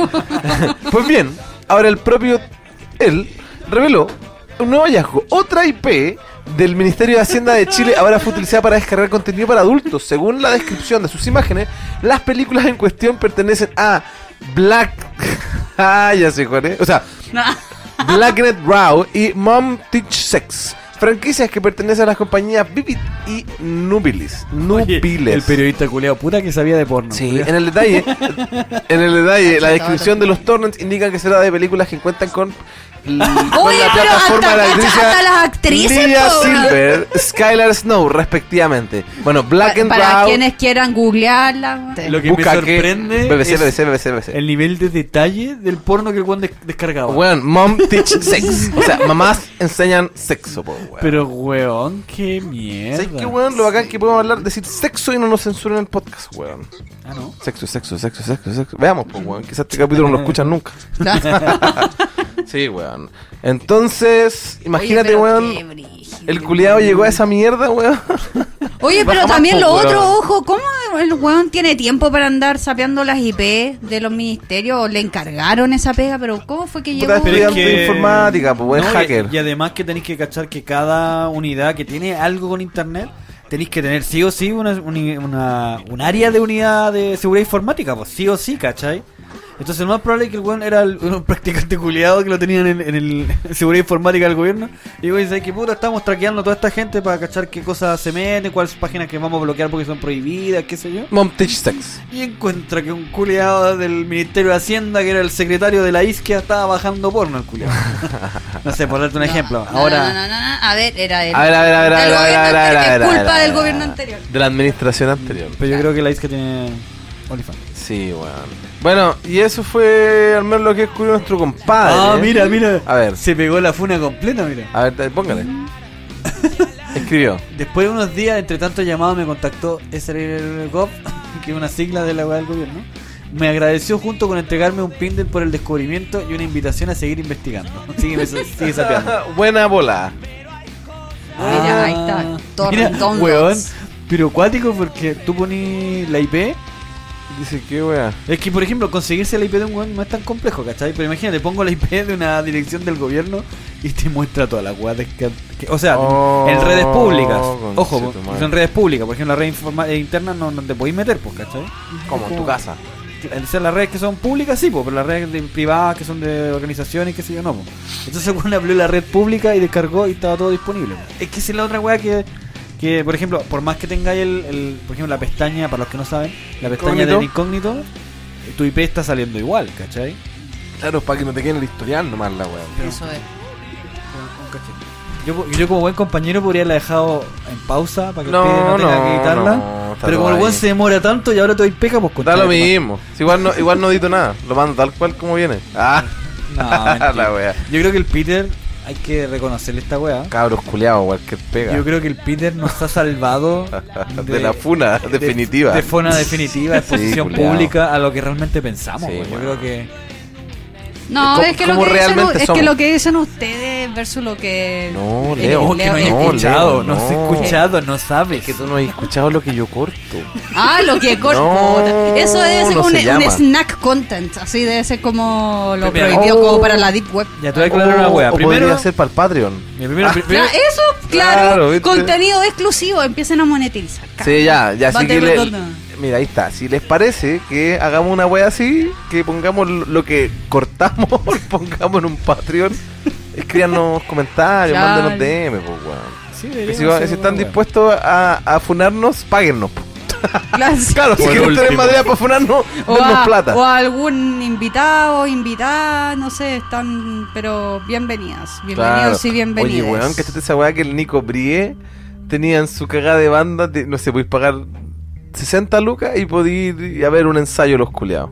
pues bien, ahora el propio él reveló un nuevo hallazgo. Otra IP del Ministerio de Hacienda de Chile ahora fue utilizada para descargar contenido para adultos. Según la descripción de sus imágenes, las películas en cuestión pertenecen a Black... ah, ya sé cuál es. O sea, Blacknet Raw y Mom Teach Sex. Franquicias que pertenecen a las compañías Vivid y Nubilis.
Oye,
Nubiles.
el periodista culeado puta que sabía de porno.
Sí,
culiao.
en el detalle, en el detalle, la descripción de los torrents indica que será de películas que cuentan con, l- con
Oye, pero hasta-
de
hasta- hasta las actrices,
Lydia
po, weón.
Silver, Skylar Snow, respectivamente. Bueno, Black
Pa-
and
para
Brown,
quienes quieran googlearla. weón.
Lo que
busca
me
que-
sorprende
BBC,
es
BBC, BBC, BBC.
el nivel de detalle del porno que el weón des- descargaba.
este. Weón, mom teach sex. O sea, mamás enseñan sexo, po, weón.
Pero weón, qué mierda.
¿Sabes qué, weón? Lo bacán que podemos hablar, decir sexo y no nos censuran el podcast, weón.
Ah, no.
Sexo, sexo, sexo, sexo, sexo. Veamos, pues, weón. Quizás este capítulo no lo escuchan nunca. sí, weón. Entonces, imagínate,
Oye, pero qué
weón.
brígido.
El culiado llegó a esa mierda, weón.
Oye,
Baja
pero
más,
también
po,
lo
weón.
otro, ojo, ¿cómo el weón tiene tiempo para andar sapeando las IP de los ministerios? Le encargaron esa pega, pero ¿cómo fue que llegó?
Puta, pero- Estudiante de informática, pues, buen
y-
hacker.
Y, además que tenéis que cachar que cada unidad que tiene algo con internet, tenéis que tener sí o sí una, uni- una- un área de unidad de seguridad informática, pues sí o sí, ¿cachai? Entonces lo más probable es que el weón era el- un practicante culiado que lo tenían en, en el en seguridad informática del gobierno. Y digo, dice, que puta, estamos traqueando a toda esta gente para cachar qué cosas se meten, cuáles páginas que vamos a bloquear porque son prohibidas, qué sé yo.
Mom teach sex.
Y encuentra que un culeado del Ministerio de Hacienda, que era el secretario de la isquia, estaba bajando porno el culeado. No sé, por darte un ejemplo.
No, no,
Ahora,
no, no, no, no. A ver, era él.
A ver, a ver, a ver, a
Del gobierno anterior, es
ver, a ver, a ver, a ver, a ver, a ver,
culpa
a ver,
del
a ver.
gobierno anterior.
De la administración anterior.
pero yo creo que la isquia tiene OnlyFans.
Sí, weón. Bueno, y eso fue al menos lo que descubrió nuestro compadre.
Ah, mira, mira.
A ver.
Se pegó la funa completa, mira.
A ver, póngale. Escribió.
Después de unos días, entre tantos llamados, me contactó SRGov, que es una sigla de la weá del gobierno. Me agradeció junto con entregarme un pindel por el descubrimiento y una invitación a seguir investigando. Sigue, sigue sapeando.
Buena bola.
Mira, ahí está.
Ah. Mira,
Torrent downloads.
weón, pero cuático porque tú pones la IP.
Dice, qué weá.
Es que, por ejemplo, conseguirse la IP de un weón no es tan complejo, ¿cachai? Pero imagínate, pongo la IP de una dirección del gobierno y te muestra todas las weas de que, que- O sea,
Oh,
en redes públicas. Ojo,
conchito madre.
son redes públicas. Por ejemplo, la red informa- eh, interna no, no te podéis meter, pues, ¿cachai?
Como en tu casa.
O sea, las redes que son públicas, sí, pues, pero las redes de- privadas que son de organizaciones, qué sé yo, no. pues. Entonces, el weón abrió la red pública y descargó y estaba todo disponible. pues. Es que esa es la otra weá que, que, por ejemplo, por más que tengáis el, el- por ejemplo, la pestaña, para los que no saben, la pestaña
Incógnito.
del incógnito, eh, tu IP está saliendo igual, ¿cachai?
Claro, para que no te queden el historial nomás la weá.
Eso es.
Yo, yo como buen compañero podría haberla dejado en pausa para que
No,
usted no tenga que
no,
quitarla.
no, está todo
pero como el
ahí.
buen se demora tanto y ahora todo hay peca, pues
Da
conchale,
lo
tu madre.
mismo. Si igual no, igual no edito nada. Lo mando tal cual como viene. Ah,
No,
La
mentira.
wea.
Yo creo que el Peter, hay que reconocerle esta weá.
cabros culeados, cualquier pega.
Yo creo que el Peter nos ha salvado
De, la funa
de-
definitiva.
De, fona definitiva, exposición
culiao.
pública a lo que realmente pensamos.
Sí,
pues. Yo
bueno.
creo que.
No,
¿Cómo-
es, que lo
cómo
que dicen,
realmente
es que
somos?
lo que dicen ustedes versus lo que.
No,
el-
Leo,
Oh, que no,
Leo,
he
no,
escuchado,
Leo,
no, has
no.
escuchado, no sabes.
que tú no has escuchado lo que yo corto.
Ah, lo que corta.
No,
puta. Eso es
no
un,
se
un
llama.
snack content. Así debe ser como lo
Mira,
prohibido
oh.
como para la Deep Web.
Ya te voy a aclarar una
O-
wea.
o
Primero,
podría ser para el Patreon.
mi primero,
Ya,
primero-
eso, claro.
Claro, ¿viste?
contenido exclusivo. Empiecen a monetizar.
Sí, ya, ya, así
Bate
que le-
rotonda.
Mira, ahí está. Si les parece que hagamos una wea así, que pongamos lo- lo que cortamos, lo pongamos en un Patreon, escríbanos comentarios,
Claro.
mándenos DM, pues, weón. Que
Sí, deberíamos
Si, va-
hacer
si
una
están
wea.
dispuestos a, a funarnos, páguennos. po.
Las-
Claro, si
Por
quieren tener
último.
madera para funar, no,
o,
dennos
a,
plata.
o a algún invitado, invitada, no sé, están, pero bienvenidas, bienvenidos
Claro.
y bienvenidas.
Oye, weón, cachate esa weá que este el Nico Brie tenía en su cagada de banda, de- no sé, podéis pagar 60 lucas y podéis ir a ver un ensayo los culeados.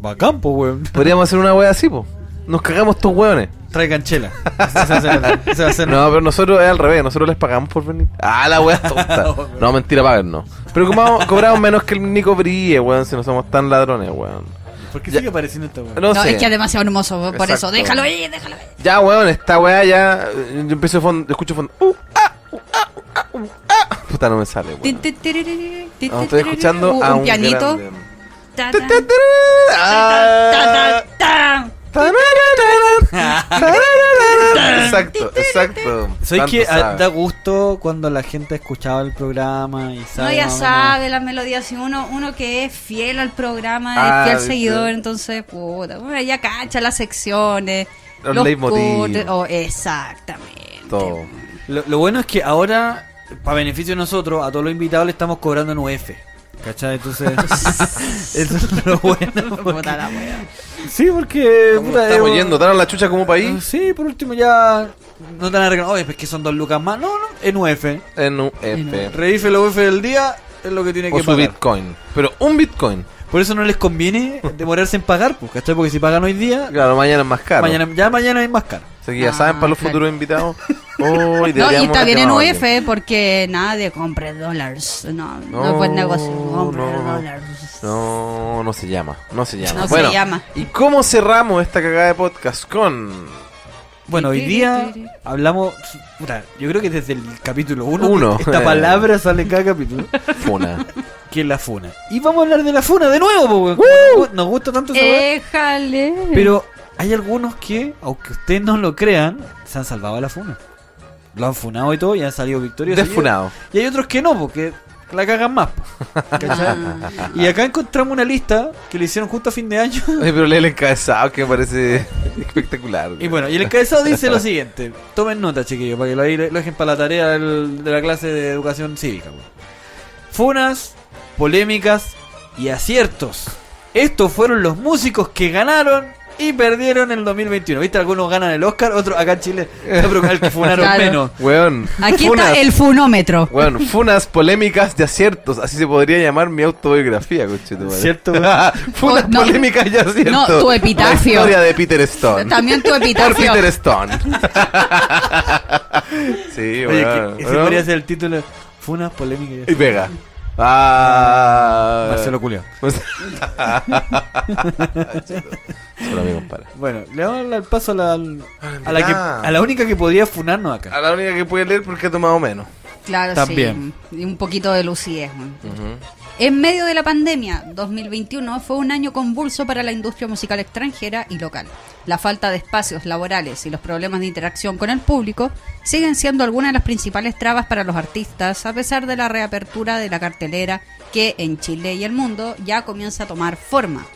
Bacán, po, weón.
Podríamos hacer una weá así, po. Nos cagamos estos weones.
Traigan chela. Ese va a ser- ese va a ser-
No, pero nosotros es al revés, nosotros les pagamos por venir. Ah, la weá tonta. No, mentira, pagan, no. Pero cobramos, cobramos menos que el Nico Brie, weón, si no somos tan ladrones, weón.
¿Por qué
Ya.
sigue apareciendo esta weón?
No,
No,
sé.
es que es demasiado hermoso, por
Exacto.
eso, déjalo ir, déjalo ir.
Ya, weón, esta weá ya. eh, Yo empiezo fondo, escucho fondo. Uh, ah, uh, ah, uh, ah, uh, ah. Puta, no me sale,
Tin,
weón.
tin, tiriririr, tin,
No,
tin,
estoy
tiriririr.
escuchando
Un-
a
un
un
pianito.
grande.
Ta, ta,
Ta, ta, ta,
ta,
ta,
ta, ta.
ta, na, na, na, na, ta, na, na, na, na. Exacto, exacto.
Soy
Tanto
que ah,
sabe.
da gusto cuando la gente ha escuchado el programa y sabe.
No, ya
más o menos.
sabe las melodías. Si uno, uno que es fiel al programa,
Ah,
es fiel
viste.
seguidor, entonces, puta, bueno, ya cacha las secciones,
Los
los
leitmotiv.
cortes, oh, exactamente.
Todo.
Lo, lo bueno es que ahora, para beneficio de nosotros, a todos los invitados le estamos cobrando en UF. ¿Cachai? Entonces. eso es lo bueno. porque-
Puta la wea.
sí, porque.
¿Cómo
puta,
Estamos
eh,
yendo tan a la chucha como
eh,
país.
Sí, por último ya. No te van a reclamar. Oye, pues que son dos lucas más. No, no, en UF.
En un
E
EP.
Revife la UF del día, es lo que tiene
O
que
su
pagar.
Bitcoin. Pero un Bitcoin.
Por eso no les conviene demorarse en pagar, pues, ¿cachai? Porque si pagan hoy día,
Claro, mañana es más caro.
mañana, ya mañana es más caro.
Así que ya
Ah,
saben, para los
claro.
futuros invitados. Oh,
No, y está bien en E UF porque nadie compre dólares. No, no, es buen negocio. Compre dólares.
No, no se llama. No se llama.
No se
bueno,
llama.
¿Y cómo cerramos esta cagada de podcast con
Bueno, hoy día hablamos. puta, yo creo que desde el capítulo 1.
Uno.
Esta palabra sale en cada capítulo.
Funa?
Que es la funa. Y vamos a hablar de la funa de nuevo, po, weón. Nos gu- Nos gusta tanto esa
Eh.
weá.
Éjale.
Pero hay algunos que, aunque ustedes no lo crean, se han salvado de la funa. Lo han funado y todo y han salido victoriosos.
Desfunado.
Y hay otros que no, porque la cagan más. po.
Ah.
Y acá encontramos una lista que le hicieron justo a fin de año.
Ay, pero lee el encabezado que me parece espectacular.
Y bueno, y el encabezado dice lo siguiente. Tomen nota, chiquillos, para que lo, ahí lo dejen para la tarea del- de la clase de educación cívica. güey. Funas, polémicas y aciertos. Estos fueron los músicos que ganaron y perdieron en el 2021. ¿Viste? Algunos ganan el Oscar, otros acá en Chile está preocupado el que funaron
Claro.
menos.
Weón.
Aquí
funas,
está el funómetro.
Weón, funas polémicas de aciertos. Así se podría llamar mi autobiografía, cochito.
¿Cierto?
Ah, funas
Oh, no.
polémicas de aciertos.
No, tu epitafio.
La historia de Peter Stone.
También tu
Por
epitafio.
Peter Stone. sí,
Oye,
weón.
que- ese
Weón.
podría ser el título. Funas, polémicas y
Y
aciertos.
pega. Ah.
Marcelo Culeo.
Solo amigos para.
Bueno, le vamos a dar el paso a la,
Ah,
a la, que,
invitada.
a la única que podría funarnos acá.
A la única que puede leer porque ha tomado menos.
Claro,
También.
sí. Y un poquito de lucidez. En medio de la pandemia, 2021 fue un año convulso para la industria musical extranjera y local. La falta de espacios laborales y los problemas de interacción con el público siguen siendo algunas de las principales trabas para los artistas, a pesar de la reapertura de la cartelera que en Chile y el mundo ya comienza a tomar forma.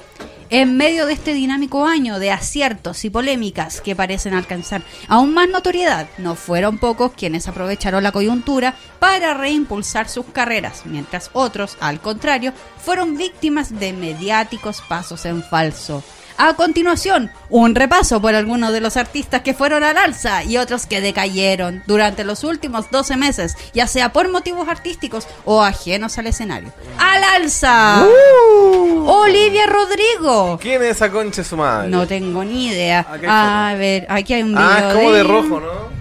En medio de este dinámico año de aciertos y polémicas que parecen alcanzar aún más notoriedad, no fueron pocos quienes aprovecharon la coyuntura para reimpulsar sus carreras, mientras otros, al contrario, fueron víctimas de mediáticos pasos en falso. A continuación, un repaso por algunos de los artistas que fueron al alza y otros que decayeron durante los últimos 12 meses, ya sea por motivos artísticos o ajenos al escenario. ¡Al alza!
Uh.
Olivia Rodrigo.
¿Quién es esa concha de su madre?
No tengo ni idea.
¿A qué
A ver, aquí hay un video.
ah, es como de
ella
rojo, ¿no?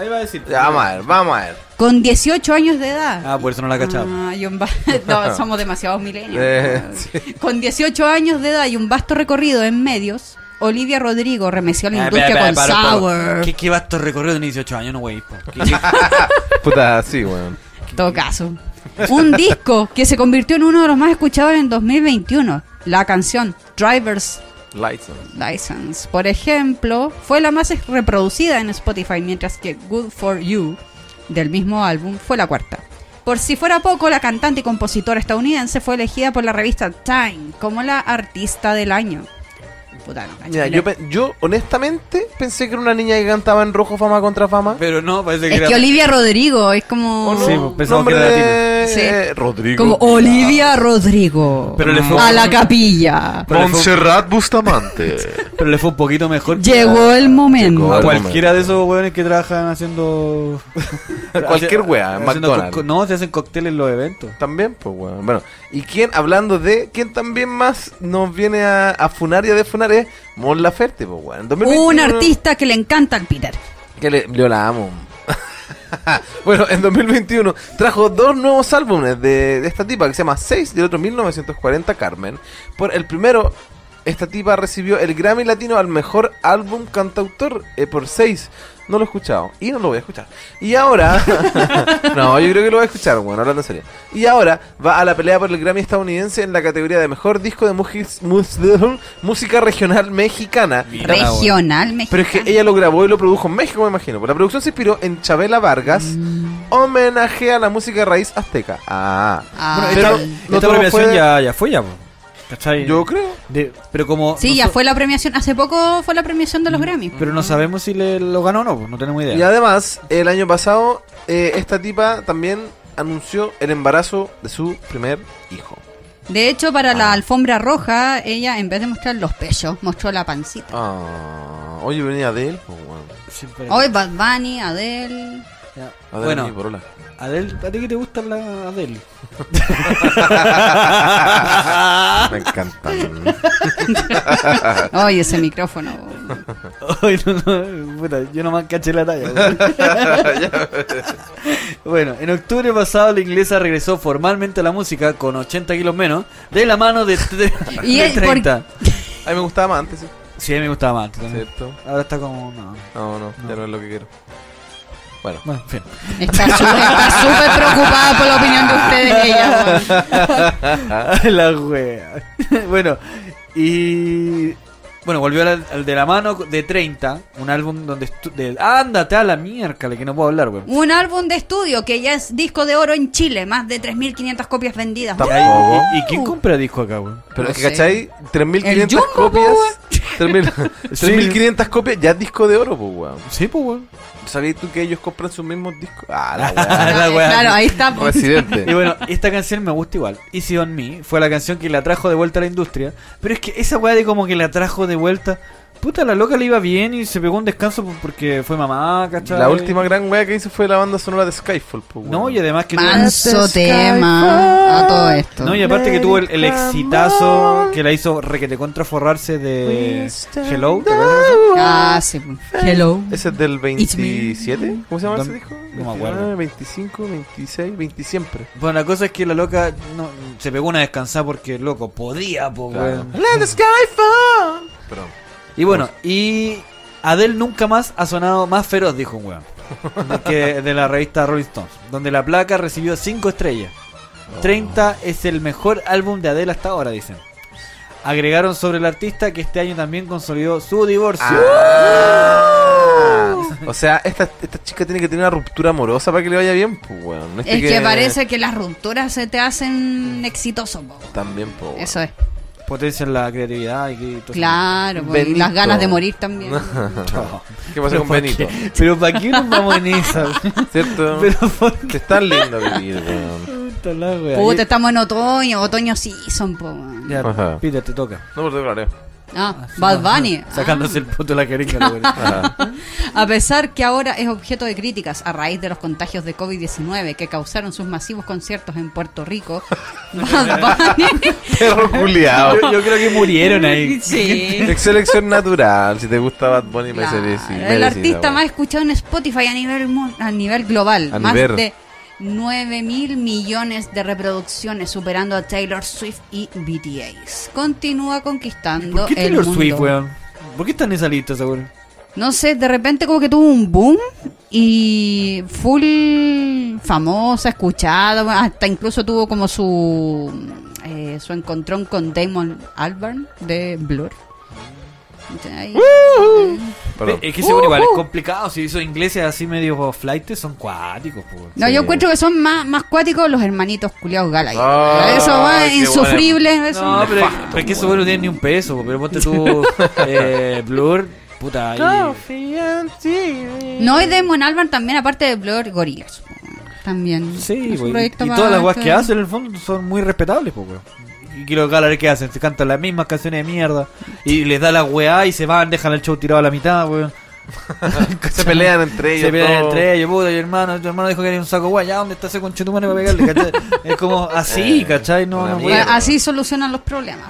Ahí va a decir.
Ya, vamos a ver, vamos a ver.
Con 18 años de edad.
Ah, por eso no la cachaba.
Ah, y un va- no, somos demasiados milenios. Ah,
Eh, sí.
Con 18 años de edad y un vasto recorrido en medios, Olivia Rodrigo remeció a la
Eh,
Ah,
industria
espera,
con
espera, paro, paro.
Sour.
¿Qué, qué vasto recorrido de 18 años, no, güey? po. ¿Qué- qué-
Puta, sí, weón.
En todo caso. Un disco que se convirtió en uno de los más escuchados en 2021. La canción Drivers
License.
License, por ejemplo, fue la más reproducida en Spotify, mientras que Good for You, del mismo álbum, fue la cuarta. Por si fuera poco, la cantante y compositora estadounidense fue elegida por la revista Time como la artista del año. Puta, no,
Mira,
cacho.
yo, pe- yo honestamente pensé que era una niña que cantaba en rojo fama contra fama.
Pero no, parece que
es
era.
que Olivia Rodrigo es como...
Oh,
Sí, pues, pensamos que
Nombre
era
de eh,
Sí.
eh, Rodrigo.
Como Olivia Rodrigo.
Pero le fue-
a la capilla.
Pero le fue-
Montserrat Bustamante.
Pero le fue un poquito mejor. que
Llegó el
Llegó
momento.
el-
Cualquiera de esos hueones que trabajan haciendo.
Cualquier wea, en
haciendo
McDonald's.
co- No, se hacen cócteles en los eventos.
También, pues, weón. Bueno, y quién, hablando de quién también más nos viene a, a funar y a defunar es Mon Laferte, pues, weón. En 2021,
Un artista que le encanta al Peter.
Que le- yo la amo. bueno, en 2021 trajo dos nuevos álbumes de, de esta tipa que se llama 6 y el otro 1940 Carmen. Por el primero, esta tipa recibió el Grammy Latino al mejor álbum cantautor eh, por 6. No lo he escuchado y no lo voy a escuchar. Y ahora, no, yo creo que lo voy a escuchar, bueno, hablando en serio. Y ahora va a la pelea por el Grammy estadounidense en la categoría de mejor disco de mujis- mus- música regional mexicana.
Mira, weón.
Regional mexicano.
Pero es que ella lo grabó y lo produjo en México, me imagino. Pues La producción se inspiró en Chabela Vargas, homenaje a la música raíz azteca. Ah,
Ah.
Pero no
esta esta
todo
premiación
fue-
ya, ya fue, ya. po. ¿Cachai?
yo creo.
De- pero como.
Sí,
no
ya
so-
fue la premiación. Hace poco fue la premiación de los Grammys.
Mm, Pero no sabemos si le lo ganó o no, po, no tenemos idea.
Y además, el año pasado, eh, esta tipa también anunció el embarazo de su primer hijo.
De hecho, para
Ah.
la alfombra roja, ella en vez de mostrar los pechos, mostró la pancita.
Ah, oye, venía de él. pues, weón.
Siempre-
Hoy Bad Bunny, Adele.
Ya.
Adele, mi
Bueno,
porola.
Adel, ¿a ti qué te gusta la Adel?
Me encanta.
Ay, ese micrófono.
Ay, no, no, puta, yo nomás caché la talla. güey. bueno, en octubre pasado la inglesa regresó formalmente a la música con 80 kilos menos, de la mano de, tre-
Y
de
él, ¿por-
30.
A mí me gustaba más antes, sí.
Sí, a mí me gustaba más. también.
¿Cierto?
Ahora está como... No.
No, no,
No.
ya no es lo que quiero. Bueno.
Bueno, en fin.
Está su- está súper preocupada por la opinión de ustedes. Ella, weón.
la wea. bueno, y. Bueno, volvió al, al de la mano de 30, un álbum donde. estu- de- ándate a la miércoles, que no puedo hablar, weón.
Un álbum de estudio que ya es disco de oro en Chile, más de 3.500 copias vendidas.
Está-
Y ahí-
Tampoco.
¿Y, y quién compra disco acá, weón?
Pero
No
es que,
sé.
¿cachai? 3.500
El Jumbo,
copias.
po,
3.000
Sí.
3.500 copias ya es disco de oro, pues, weón.
Sí, pues, weón.
¿Sabías tú que ellos compran sus mismos discos? Ah, la
Ah, la weá.
claro, ahí está.
weá. Residente.
Y bueno, esta canción me gusta igual. Easy on Me fue la canción que la trajo de vuelta a la industria. Pero es que esa weá de como que la trajo de vuelta. Puta, la loca le iba bien y se pegó un descanso por- porque fue mamá, ¿cachai?
La última gran wea que hizo fue la banda sonora de Skyfall, pues, weón.
No, y además que.
Manso tema a todo esto.
No, y aparte que tuvo el, el exitazo que la hizo requete contra forrarse de Hello. ¿te acuerdas de eso?
Ah, sí, pues. Hello.
Ese es del
It's me.
27. ¿Cómo se llama ese
Dam-
disco?
no me
29,
acuerdo.
25, 26, 20 siempre.
Bueno, la cosa es que la loca no, se pegó una descansada porque, loco, podía, po,
Claro.
weón.
Let the Skyfall. Perdón.
Y bueno, y Adele nunca más ha sonado más feroz, dijo un weón. de Que de la revista Rolling Stones, donde la placa recibió 5 estrellas. 30 es el mejor álbum de Adele hasta ahora, dicen. Agregaron sobre el artista que este año también consolidó su divorcio.
Ah. O sea, esta, esta chica tiene que tener una ruptura amorosa para que le vaya bien, pues, weón. No
Es que parece que las rupturas se te hacen exitoso. po.
También, pues. weón.
Eso es.
potencian la creatividad y que todo
Claro, po, y
Benito.
las ganas de morir también.
eso.
¿Qué pasa
Pero
con
¿para
Benito?
qué? Pero ¿para qué nos vamos en esa?
¿Cierto?
Pero ¿por qué?
Te están lindo vivir, weón.
Puta la wea.
Puta, estamos en otoño, otoño season, po.
Ya,
Ajá.
Peter, te toca.
No, por eh. te hablaré.
Ah, Bad Bunny. Ah.
Sacándose el puto de la jeringa. la wea.
A pesar que ahora es objeto de críticas a raíz de los contagios de COVID-19 que causaron sus masivos conciertos en Puerto Rico, Bad Bunny...
Perro culiao.
yo, yo creo que murieron ahí.
Sí.
Es selección natural. Si te gusta Bad Bunny, me
Claro,
merece-
el
merece,
artista
weón.
más escuchado en Spotify a nivel mu- a nivel global,
A
más
nivel.
de 9 mil millones de reproducciones, superando a Taylor Swift y BTS. Continúa conquistando
¿Por qué
el
Taylor
mundo.
Swift, weón? ¿Por qué está en esa lista, seguro?
No sé, de repente como que tuvo un boom y full famosa, escuchada, bueno, hasta incluso tuvo como su eh, su encontrón con Damon Albarn de Blur. Ahí-
¡Uh!
Perdón.
Es que seguro
Uh,
igual es complicado. Si esos ingleses así medio flight son cuáticos, po.
No,
Sí.
yo encuentro que son más, más cuáticos los hermanitos culiados Gallagher.
Ah,
eso va
qué
insufrible. Eso.
No, pero, pero es que esos no tienen ni un peso, po, pero ponte tú eh, Blur, puta. ahí.
No, y Damon Albarn también, aparte de Blur, Gorillaz. también.
Sí,
Es un
güey.
proyecto
Y
para
todas las weas
este-
que hacen, en el fondo, son muy respetables, pues, weón. Y que los galares que hacen, se cantan las mismas canciones de mierda. Y les da la weá y se van, dejan el show tirado a la mitad, weón.
Se pelean entre ellos.
Se pelean
todo.
entre ellos, puta, y hermano, tu hermano dijo que era un saco guay, ya, ¿dónde está ese conchetumane para pegarle? ¿cachai? es como así, ¿cachai? No,
Eh, una
no
Bueno,
puede.
mierda.
así solucionan los problemas.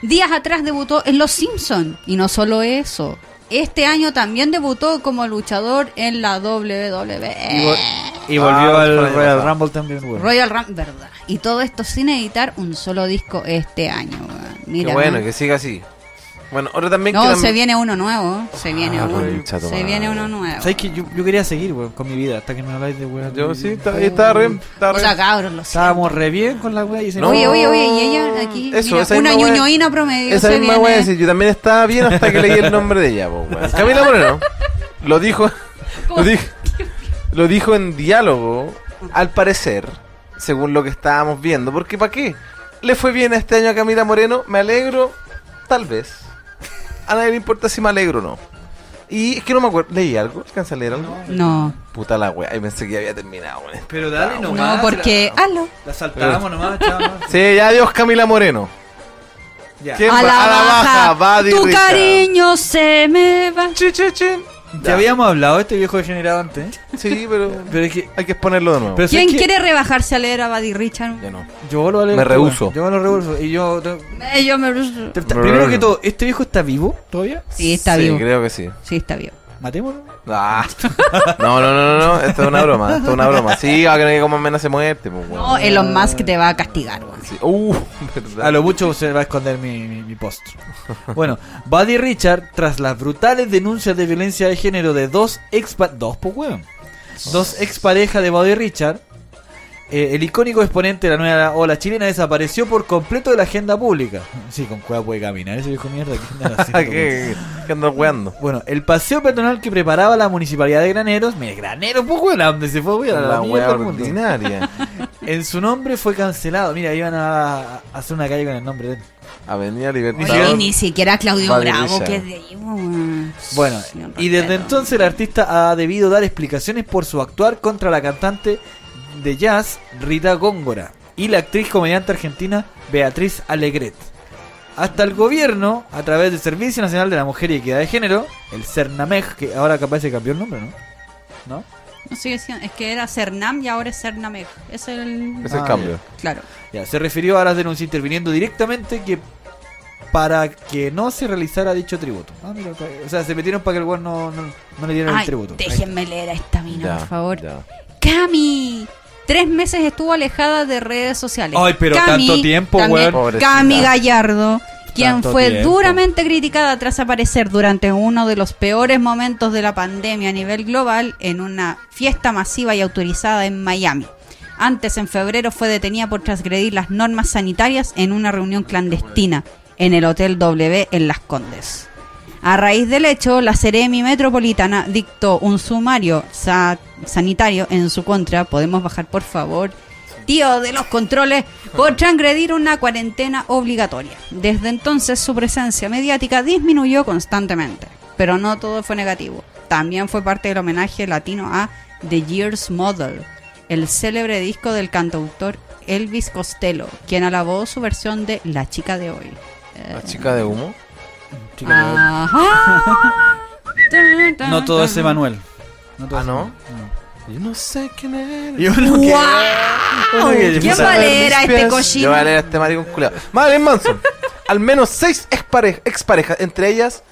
Días atrás debutó en Los Simpson y no solo eso. Este año también debutó como luchador en la
Y, vol-
WWE.
y volvió
Ah,
al
para
Royal
allá.
Rumble también, weón.
Royal Ram, verdad. Y todo esto sin editar un solo disco este año. weón.
Qué
Mira,
bueno,
¿no?
que siga así. Bueno, ahora también
No,
que la-
se viene uno nuevo. Se viene
Ah,
uno.
concha tu
Se
madre.
viene uno nuevo.
¿Sabes que yo, yo quería seguir, weón, con mi vida, hasta que me habláis de weón.
Yo sí, está, está re. Está
O
re.
sea, cabros, lo siento.
Estábamos re bien con la weá y se
No.
Oye, oye, oye, y ella aquí.
Eso,
mira,
esa
una
misma wea-
ñoñoína promedio.
Esa
se
misma
viene.
voy a decir, yo también estaba bien hasta que leí el nombre de ella, po, weón. Camila Moreno lo dijo, lo dijo, lo dijo en diálogo, al parecer, según lo que estábamos viendo, porque ¿para qué? Le fue bien este año a Camila Moreno, me alegro, tal vez. A nadie le importa si me alegro o no. Y es que no me acuerdo, leí algo, alcancé a leer algo.
No,
Puta la wea, y pensé que había terminado, weón.
Pero dale nomás.
no, porque. ah. Aló.
La saltábamos nomás, chaval.
Sí, ya adiós Camila Moreno.
Ya.
¿Quién
A
va?
la,
a la baja, va Buddy
tu
Richard.
cariño se me va.
Chi, chi, chi.
Ya habíamos hablado de este viejo degenerado antes. ¿eh?
Sí, pero
Pero es que.
hay que exponerlo de nuevo.
pero
¿Quién
es que
quiere rebajarse a leer a Buddy Richard?
Ya no.
Yo lo leo,
Me
weón.
rehúso.
Yo lo rehuso. Y yo. te-
Eh, yo me...
te- te- primero que todo, ¿este viejo está vivo todavía?
Sí, está
sí,
vivo.
creo que sí.
Sí, está vivo.
Matémoslo.
Ah. No, no, no, no, no, esto es una broma, esto es una broma. Sí, va a creer que como amenaza de muerte, pues, weón.
No, eh. Elon Musk te va a castigar, weón.
Sí. Uh, verdad.
A lo mucho se va a esconder mi, mi, mi post. Bueno, Buddy Richard, tras las brutales denuncias de violencia de género de dos ex... Dos, pues, weón. Dos exparejas de Buddy Richard, eh, el icónico exponente de la nueva ola chilena desapareció por completo de la agenda pública. Sí, con cueva puede caminar, ese viejo mierda. ¿qué anda
¿Qué,
haciendo, weón?
qué, qué andas weando?
Bueno, el paseo peatonal que preparaba la municipalidad de Graneros, mire, Graneros, pues, weón, ¿a dónde se fue, weón? A la,
La
mierda
wea
del mundo.
ordinaria.
En su nombre fue cancelado. Mira, iban a, a hacer una calle con el nombre de él.
Avenida
Oye,
Libertador.
ni siquiera Claudio
Buddy
Bravo,
Richard.
que es de ahí, weón.
Bueno,
Sí, un
y desde
respeto.
entonces el artista ha debido dar explicaciones por su actuar contra la cantante de jazz Rita Góngora y la actriz comediante argentina Beatriz Alegret. Hasta el gobierno, a través del Servicio Nacional de la Mujer y Equidad de Género, el CERNAMEJ, que ahora capaz se cambió el nombre, ¿no? ¿No?
No, sigue siendo- es que era Cernam y ahora es Cernamec. Es el.
Es el
Ah,
cambio.
Claro.
Ya, se refirió a las denuncias interviniendo directamente que para que no se realizara dicho tributo. Ah, mira, o sea, se metieron para que el weón no, no- no le dieran
Ay,
el tributo.
déjenme leer a esta mina,
Ya,
por favor.
ya.
Cami. Tres meses estuvo alejada de redes sociales.
Ay, pero tanto tiempo,
también
weón.
Cami
Pobrecita.
Gallardo, quien
Tanto
fue
tiempo.
duramente criticada tras aparecer durante uno de los peores momentos de la pandemia a nivel global en una fiesta masiva y autorizada en Miami. Antes, en febrero, fue detenida por transgredir las normas sanitarias en una reunión clandestina en el Hotel W en Las Condes. A raíz del hecho, la Seremi Metropolitana dictó un sumario sa- sanitario en su contra. ¿Podemos bajar, por favor? Tío de los controles, por transgredir una cuarentena obligatoria. Desde entonces, su presencia mediática disminuyó constantemente. Pero no todo fue negativo. También fue parte del homenaje latino a The Year's Model, el célebre disco del cantautor Elvis Costello, quien alabó su versión de La chica de hoy. Eh.
La chica de humo.
Ajá. Tan, tan,
No todo
tan.
es Emanuel. todo
Ah,
es
¿no?
Emanuel.
Yo no sé quién es.
Yo no
¡Guau!
que-
¿Quién
pues,
puta,
va a leer a este
Yo voy a
cochino?
leer a este maricón culiado. Marilyn Manson. Al menos seis expare- exparejas, entre ellas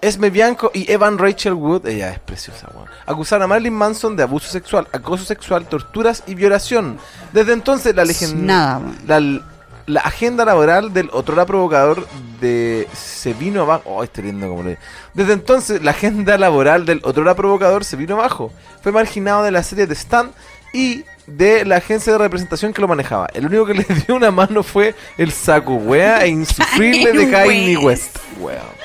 Esme Bianco y Evan Rachel Wood. Ella es preciosa, weón. Acusaron a Marilyn Manson de abuso sexual, acoso sexual, torturas y violación. Desde entonces la legendaria
Nada, weón.
la, la agenda laboral del otrora provocador de se vino abajo. Oh, estoy leyendo como lo- Desde entonces, la agenda laboral del otrora provocador se vino abajo. Fue marginado de la serie de Stan y de la agencia de representación que lo manejaba. El único que le dio una mano fue el saco wea e insufrible de Kanye West. Weón.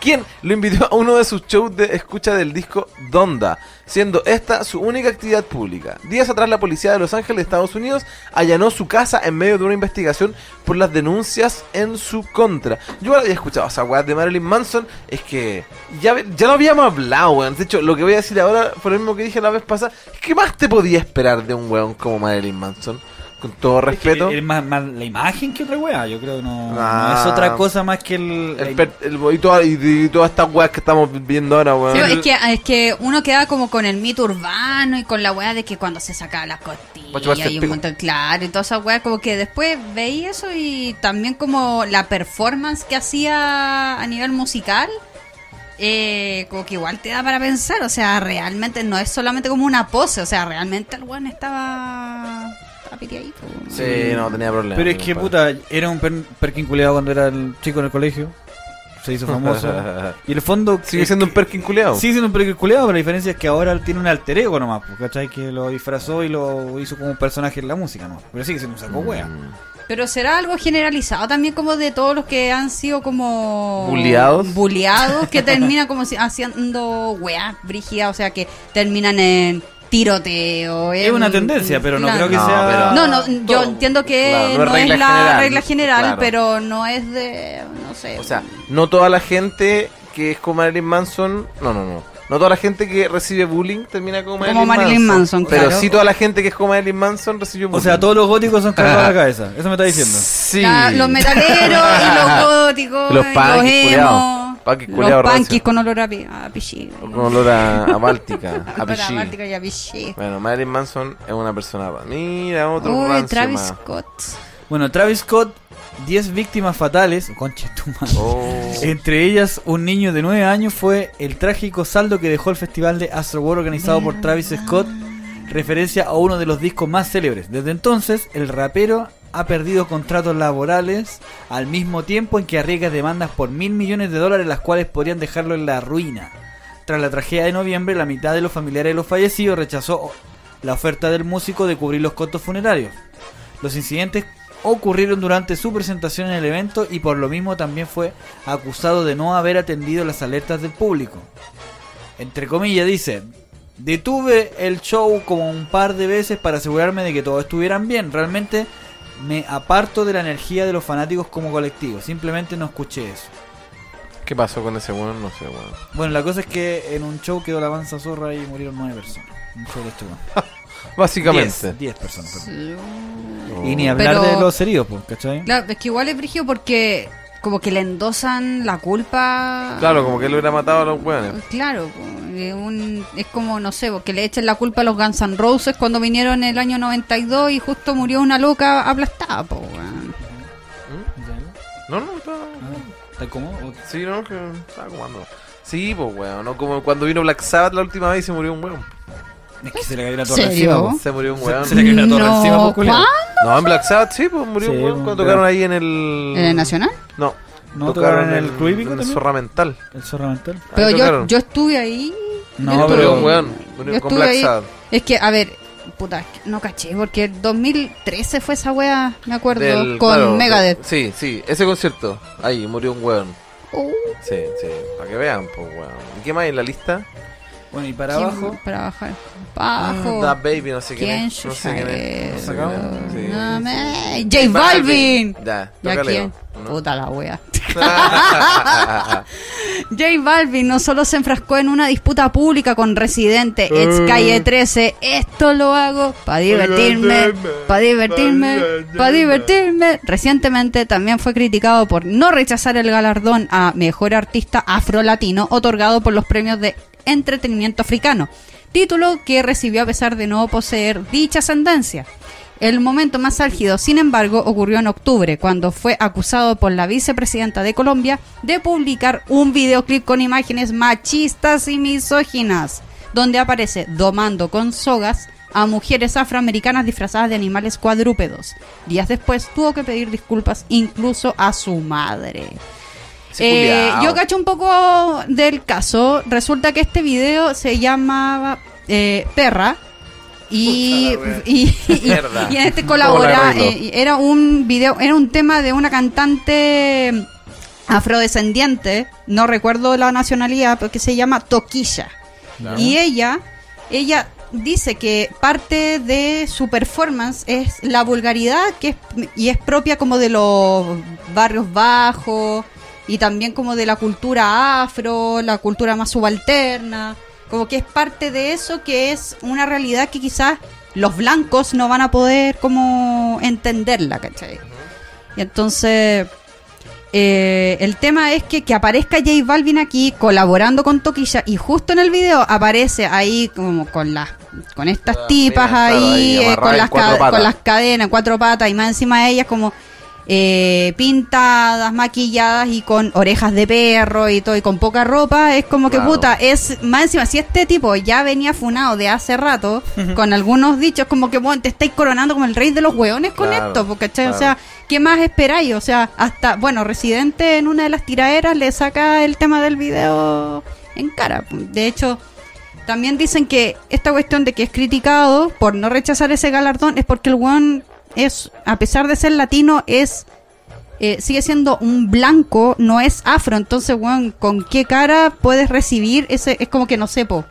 quien lo invitó a uno de sus shows de escucha del disco Donda, siendo esta su única actividad pública. Días atrás la policía de Los Ángeles, Estados Unidos, allanó su casa en medio de una investigación por las denuncias en su contra. Yo la había escuchado, o sea, weá, de Marilyn Manson, es que ya, ve- ya lo habíamos hablado, weón. De hecho, lo que voy a decir ahora, por lo mismo que dije la vez pasada, es que más te podía esperar de un weón como Marilyn Manson, con todo respeto.
Es más, más la imagen que otra weá, yo creo no,
Ah.
no es otra cosa más que el,
El per- el bo- y, toda- y- y todas estas weas que estamos viendo ahora, weón.
Sí, es, que, es que uno queda como con el mito urbano y con la weá de que cuando se sacaba las
Va a chuparse
costillas
el
y un
pico.
montón, claro, y toda esa weá, como que después veí eso y también como la performance que hacía a nivel musical, eh, como que igual te da para pensar, o sea, realmente no es solamente como una pose, o sea, realmente el weón estaba... estaba piteadito, weón.
Sí, no, tenía problemas.
Pero es que, puta, era un per perkin culiado cuando era el chico en el colegio. Se hizo famoso. y en el fondo.
Sigue
es
siendo un
que-
perkin culeado.
Sigue siendo un perkin culiado, pero la diferencia es que ahora tiene un alter ego nomás. pues, ¿Cachai? Que lo disfrazó y lo hizo como un personaje en la música, ¿no? Pero sigue siendo un saco wea.
Pero será algo generalizado también como de todos los que han sido como...
Buleados.
Buleados, que terminan como si- haciendo weas brígidas, o sea, que terminan en tiroteo.
Es
en-
una tendencia, pero no
Mm, claro.
creo que
No,
sea.
pero-
No, no, yo entiendo que
Claro,
no, es, la regla general,
claro.
pero no es de... no sé.
O sea, no toda la gente que es como Marilyn Manson. No, no, no. No toda la gente que recibe bullying termina como Marilyn,
Marilyn Manson,
Pero
claro.
sí toda la gente que es como Marilyn Manson recibe bullying.
O sea, todos los góticos son cargados a la cabeza. Eso me está diciendo.
Sí.
La- los metaleros y los góticos,
Y los
y
punkies,
emos,
culiao. Punkies,
los
culiao,
punkies
racio.
con olor a, pi- a pichí.
Con olor a, a Báltica. a
Olor
pichí.
Báltica y a pichí.
Bueno, Marilyn Manson es una persona. Mira, otro
Uy,
rancio
Travis
más.
Scott.
Bueno, Travis Scott, 10 víctimas fatales. Conche tu madre.
Oh.
Entre ellas, un niño de 9 años fue el trágico saldo que dejó el festival de Astroworld organizado por Travis Scott, referencia a uno de los discos más célebres. Desde entonces, el rapero ha perdido contratos laborales al mismo tiempo en que arriesga demandas por mil millones de dólares, las cuales podrían dejarlo en la ruina. Tras la tragedia de noviembre, la mitad de los familiares de los fallecidos rechazó la oferta del músico de cubrir los costos funerarios. Los incidentes ocurrieron durante su presentación en el evento y por lo mismo también fue acusado de no haber atendido las alertas del público. Entre comillas dice, detuve el show como un par de veces para asegurarme de que todos estuvieran bien. Realmente me aparto de la energía de los fanáticos como colectivo. Simplemente no escuché eso.
¿Qué pasó con ese weón? No sé, weón.
Bueno, la cosa es que en un show quedó la mansa zorra y murieron nueve personas. Un show de este weón.
Básicamente.
Diez, diez personas. perdón.
Oh.
Y ni hablar
Pero-
de los heridos, pues, ¿cachai?
Claro, es que igual es brígido porque como que le endosan la culpa.
Claro, como que él hubiera matado a los weones.
Claro, po, eh, un- es como, no sé, po, que le echen la culpa a los Guns N' Roses cuando vinieron el año 92 y justo murió una loca aplastada, po, weón.
No, no, estaba.
¿Está cómodo?
Sí, no, que estaba comando. Sí, pues weón, no como cuando vino Black Sabbath la última vez y se murió un weón.
Es que se le cayó la
¿Serio?
torre encima.
pues,
po.
Se murió un
Se-
weón.
se le cayó la torre
No,
encima, po, culiao.
¿cuál?
No, en Black Sabbath sí, pues murió
Sí,
un weón
pues,
cuando
pero-
tocaron ahí en el.
¿En el ¿Eh,
Mm.
Nacional?
No.
No, tocaron en el Club Hípico
En el
también.
Zorramental.
El zorro mental.
Ahí
Pero yo,
tocaron.
yo estuve ahí.
No,
yo
pero-
Murió
estuve-
un weón.
yo
Murió con
estuve
Black
ahí.
Sabbath.
Es que, a ver, puta, es que no caché, porque el 2013 fue esa wea, me acuerdo,
Del-
con
claro,
Megadeth.
de- Sí, sí, ese concierto. Ahí murió un weón.
Uh,
Sí, sí, para que vean, pues weón. ¿Y qué más hay en la lista?
Bueno, y para
¿quién-
abajo.
Para bajar.
Mm,
Bajo.
That Baby, no sé
¿Quién
quién es. No sé quién es. No sé quién es. Sí,
No
sí.
me- J Balvin.
Ya,
¿Y a
tócale,
quién?
¿no?
Puta la wea. J Balvin no solo se enfrascó en una disputa pública con Residente, ex
Eh.
calle 13. Esto lo hago para divertirme, para divertirme, para divertirme. Recientemente también fue criticado por no rechazar el galardón a mejor artista afrolatino otorgado por los premios de entretenimiento africano, título que recibió a pesar de no poseer dicha ascendencia. El momento más álgido, sin embargo, ocurrió en octubre, cuando fue acusado por la vicepresidenta de Colombia de publicar un videoclip con imágenes machistas y misóginas, donde aparece domando con sogas a mujeres afroamericanas disfrazadas de animales cuadrúpedos. Días después tuvo que pedir disculpas incluso a su madre.
Ese
Eh,
culiao.
yo cacho un poco del caso. Resulta que este video se llamaba eh, Perra. Y,
Puta la wea.
y, y-
Mierda.
y en este
¿Cómo la
colabora
arreglo?
eh, era un video era un tema de una cantante afrodescendiente, no recuerdo la nacionalidad, pero que se llama Toquilla. Y ella, ella dice que parte de su performance es la vulgaridad que es, y es propia como de los barrios bajos y también como de la cultura afro, la cultura más subalterna, como que es parte de eso que es una realidad que quizás los blancos no van a poder como entenderla, ¿cachai? Y entonces eh, el tema es que, que aparezca J Balvin aquí colaborando con Toquilla y justo en el video aparece ahí como con las con estas
Ah,
tipas
mira, claro, ahí
ahí, eh,
amarrada
con,
en
las
cuatro
ca-
patas.
con las cadenas, cuatro patas y más encima de ellas como eh, pintadas, maquilladas y con orejas de perro y todo y con poca ropa, es como que
Claro.
puta, es más encima, si este tipo ya venía funado de hace rato con algunos dichos como que bueno, te estáis coronando como el rey de los hueones con
Claro,
esto, porque
claro.
o sea, ¿qué más esperáis? O sea, hasta, bueno, Residente en una de las tiraderas le saca el tema del video en cara. De hecho, también dicen que esta cuestión de que es criticado por no rechazar ese galardón es porque el weón es, a pesar de ser latino, es eh, sigue siendo un blanco, no es afro. Entonces, weón, ¿con qué cara puedes recibir ese? Es como que no sepo.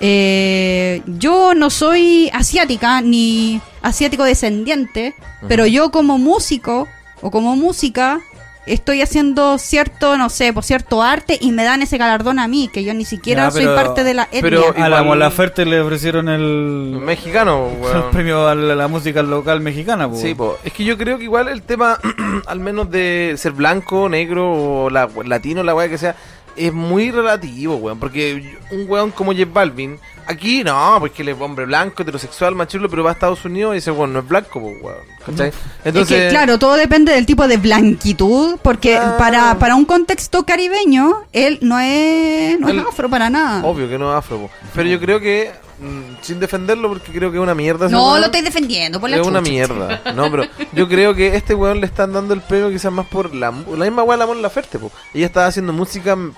Eh, yo no soy asiática ni asiático descendiente, pero yo como músico o como música estoy haciendo cierto, no sé, por cierto arte y me dan ese galardón a mí, que yo ni siquiera
Ya, pero-
soy parte de la etnia.
pero
A Ah, la
Igual-
Molaferte le ofrecieron el,
Mexicano,
el
weón.
premio a la, la música local mexicana, po.
Sí, po. es que yo creo que igual el tema, al menos de ser blanco, negro o la- latino, la weá que sea, es muy relativo, weón. Porque un weón como Jeff Balvin, aquí no, porque él es hombre blanco, heterosexual, machulo, pero va a Estados Unidos y dice, bueno, no es blanco, po, weón. ¿Cachai? Entonces,
es que, claro, todo depende del tipo de blanquitud, porque
Claro.
para, para un contexto caribeño, él no es, no es
Él-
afro para nada.
obvio que no es afro, po. Pero yo creo que, mm, sin defenderlo, porque creo que es una mierda. ese
No,
weón.
lo estoy defendiendo, por la
Es una
chucha.
mierda. No, pero yo creo que este weón le están dando el premio quizás más por la, mu- la misma weá de la Mon Laferte, po. Ella estaba haciendo música m-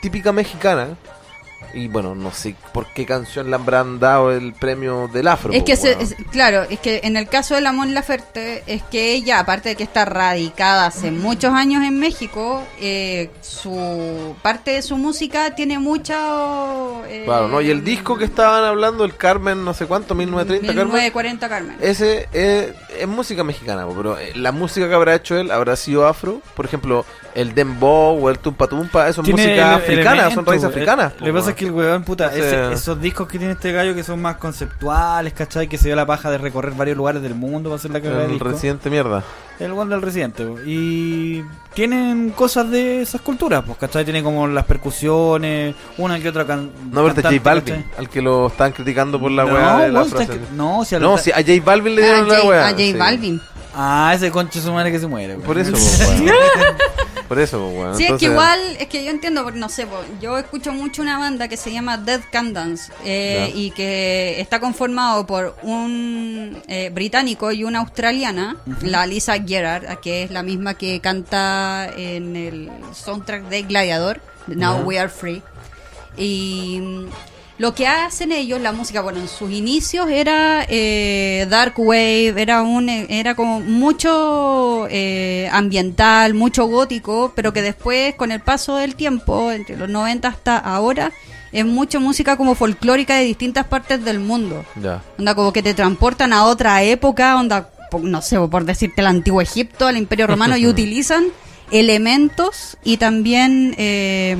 típica mexicana. Y bueno, no sé por qué canción le habrán dado el premio del afro.
Es
po,
que, se-
weón.
es- claro, es que en el caso de la Mon Laferte, es que ella, aparte de que está radicada hace muchos años en México, eh, su parte de su música tiene mucha... eh,
Claro, ¿no? Y el disco que estaban hablando, el Carmen, no sé cuánto, 1930, Carmen.
1940 Carmen.
Ese es, es música mexicana, po, pero eh, la música que habrá hecho él habrá sido afro. Por ejemplo, el dembow o el tumpa tumpa, eso es
Tiene
música
ele-
africana, son
elementos,
raíces
eh,
africanas.
Lo que pasa es que el weón, puta,
Entonces-
ese- esos discos que tiene este gallo que son más conceptuales, ¿cachai? Que se dio la paja de recorrer varios lugares del mundo para hacer la carrera de
el
disco.
reciente mierda.
El weón del residente. po. Y tienen cosas de esas culturas, pues, ¿cachai? Tiene como las percusiones, una que otra can
No, pero este es J
cantante,
Balvin,
¿cachai?
al que lo están criticando por la
no,
weá de la
weón, está-
frase.
no, si al-
No, si a J Balvin le
Ah, A
dieron la
J,
weá.
a J
sí.
Balvin.
Ah, ese conche su madre que se muere, weón.
Por eso, po, weón. Por eso, po, weón.
Sí, es que
Entonces,
igual, es que yo entiendo, porque no sé, po, yo escucho mucho una banda que se llama Dead Can Dance eh,
Ya.
y que está conformado por un eh, británico y una australiana, la Lisa Gerard, que es la misma que canta en el soundtrack de Gladiador, Now We Are Free. Y mm, lo que hacen ellos, la música, bueno, en sus inicios era eh, dark wave, era un, eh, era como mucho eh, ambiental, mucho gótico, pero que después, con el paso del tiempo, entre los 90 hasta ahora, es mucho música como folclórica de distintas partes del mundo.
Ya.
Onda, como que te transportan a otra época, onda, po- no sé, por decirte, el antiguo Egipto, al Imperio Romano, y utilizan elementos y también eh,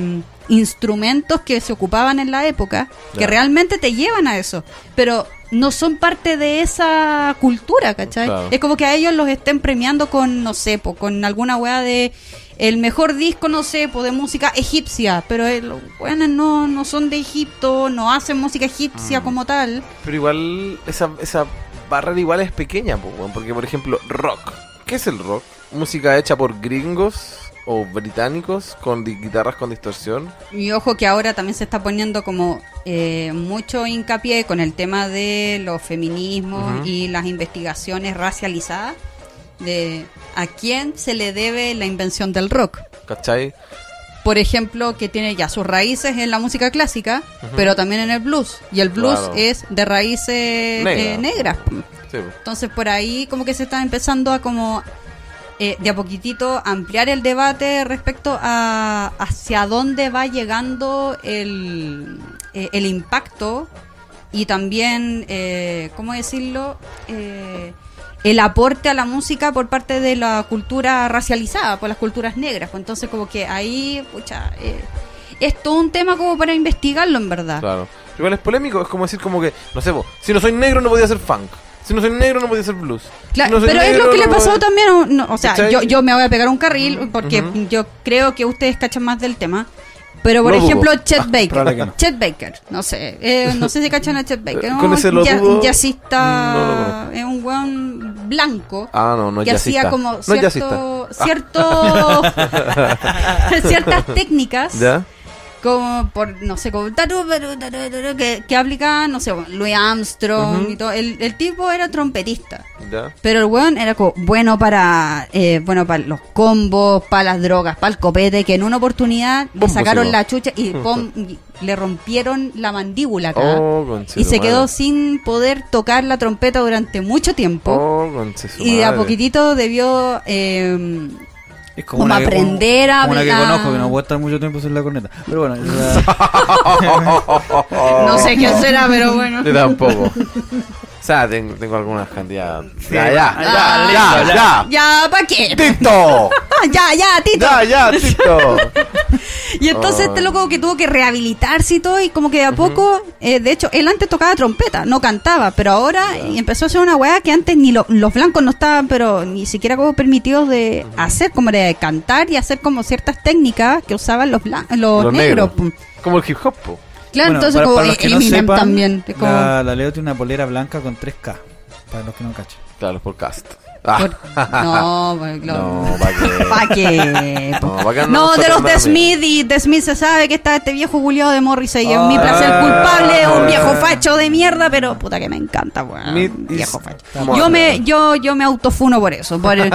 instrumentos que se ocupaban en la época, que
Ya.
realmente te llevan a eso, pero no son parte de esa cultura, ¿cachai?
Claro.
Es como que a ellos los estén premiando con, no sé, po, con alguna weá de el mejor disco, no sé, po, de música egipcia, pero eh, los weones no, no son de Egipto, no hacen música egipcia como tal.
Pero igual, esa, esa barrera igual es pequeña, po, weón. Porque, por ejemplo, rock. ¿Qué es el rock? Música hecha por gringos o británicos con di- guitarras con distorsión.
Y ojo que ahora también se está poniendo como eh, mucho hincapié con el tema de los feminismos
Ujú.
y las investigaciones racializadas de a quién se le debe la invención del rock.
¿Cachai?
Por ejemplo, que tiene ya sus raíces en la música clásica, pero también en el blues. Y el blues
Claro.
es de raíces eh,
Negra.
negras.
Sí, pues, po.
Entonces por ahí como que se está empezando a como eh, de a poquitito ampliar el debate respecto a hacia dónde va llegando el, eh, el impacto y también, eh, ¿cómo decirlo? Eh, el aporte a la música por parte de la cultura racializada, por las culturas negras. Pues entonces, como que ahí, pucha, eh, es todo un tema como para investigarlo, en verdad.
Claro.
Igual es polémico, es como decir como que, no sé, po, si no soy negro no podía ser funk. Si no soy negro no podía ser blues.
Cla-
Si no soy
pero es lo
negro,
que le
no
pasó
podía-
también, a un- no, o sea,
¿Cachai?
yo, yo me voy a pegar un carril porque
Ujú.
yo creo que ustedes cachan más del tema. Pero por
Lo dudo. Ah,
ejemplo, Chet Baker.
probable que no.
Chet Baker, no sé, eh, no sé si cachan a Chet Baker.
Eh,
No,
con ese lo
ya-
dudo,
jazzista,
no
es un weón blanco
Ah, no, no es
que hacía
jazzista. Ah,
como
No es
cierto, cierto ciertas técnicas
¿Ya?
como por no sé como taru, taru, taru, taru, que, que aplicaban no sé Louis Armstrong y todo el, el tipo era trompetista
¿Ya?
pero el weón era como bueno para eh, bueno para los combos para las drogas para el copete que en una oportunidad le
Buen
sacaron
músico.
la chucha y pom- y le rompieron la mandíbula acá
Oh, conche
y
su
se
madre.
quedó sin poder tocar la trompeta durante mucho tiempo
Oh, conche su
y de a
madre.
poquitito debió. eh,
Es
Como
una que-
aprender a
como Una que
hablar.
conozco que no puedo estar mucho tiempo sin la corneta. Pero bueno, esa-
Oh.
No sé quién será, pero bueno.
Yo tampoco. o sea, tengo, tengo algunas cantidades. ya, ya,
Ah,
ya, ya,
listo,
ya.
Ya, ¿para qué? Ah,
¡Tito!
Ya, ya, Tito.
¡Ya, ya, Tito!
Y entonces este loco que tuvo que rehabilitarse y todo, y como que de a poco, eh, de hecho, él antes tocaba trompeta, no cantaba, pero ahora eh, empezó a hacer una weá que antes ni lo- los blancos no estaban, pero ni siquiera como permitidos de hacer, como era de cantar y hacer como ciertas técnicas que usaban los, blan- los,
Los
negros.
negros.
pum.
Como el hip hop, po.
Claro,
Bueno,
entonces
para-
como
para los que no
Eminem
sepan,
también. es como-
La, la Leo tiene una polera blanca con 3K. Para los que no cachan.
Claro, los podcasts. Ah.
Por- No, pues, claro.
No, pa' qué.
Pa' qué.
No, pa' qué
No,
andamos
de los
sacando
de
la
Smith y de Smith se sabe que está este viejo Julio de Morrissey. y es mi
Ah.
placer culpable, un
Ah.
viejo facho de mierda, pero puta que me encanta,
Mid
weón.
is
Viejo facho.
mother.
Yo me, yo, yo me autofuno por eso. por el-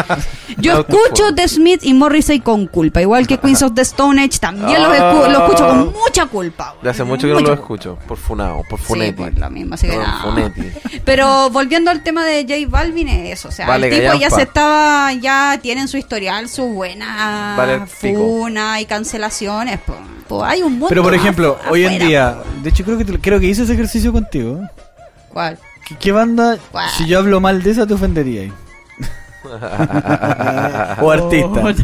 yo
Autofuno.
escucho de Smith y Morrissey con culpa, igual que Queens of the Stone Age, también los escu-
Ah.
lo escucho con mucha culpa. weón.
Ya hace mucho que no
Mucha
lo
culpa.
escucho. Por funao, por
Sí,
funeti.
por lo mismo, así que
Por
no.
funeti.
Pero volviendo al tema de J Balvin, es eso. O sea,
Vale,
el tipo ya
gallampa.
se estaba. Ya tienen su historial, su buena
Vale, el pico.
funa y cancelaciones. po. Po, hay un mundo.
Pero por ejemplo,
afu-
hoy en
afuera,
día, de hecho creo que te- creo que hice ese ejercicio contigo.
po. ¿Cuál?
¿Qué, qué banda,
Guau.
si yo hablo mal de esa, te ofendería? o artista.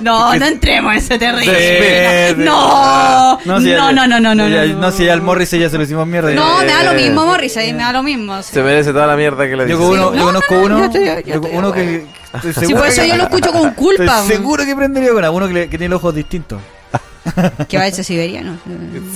No, no entremos en ese terrible.
Sí, Ah, sí.
No, no,
si
no,
ya-
no, no, no, no,
ya- No, si ya al
no.
Morrissey ya se lo hicimos mierda.
No, me da lo
Eh,
mismo, Morrissey, me da lo mismo. o sea.
Se merece toda la mierda que le
Yo,
dicen.
con uno,
Sí,
yo
no,
conozco
no, no,
uno,
yo estoy- yo
yo
estoy
con uno que... estoy
Sí,
seguro
por eso
que-
yo lo escucho con
estoy
culpa.
seguro que prendería con uno que, le- que tiene los ojos distintos.
Que va a ser siberiano.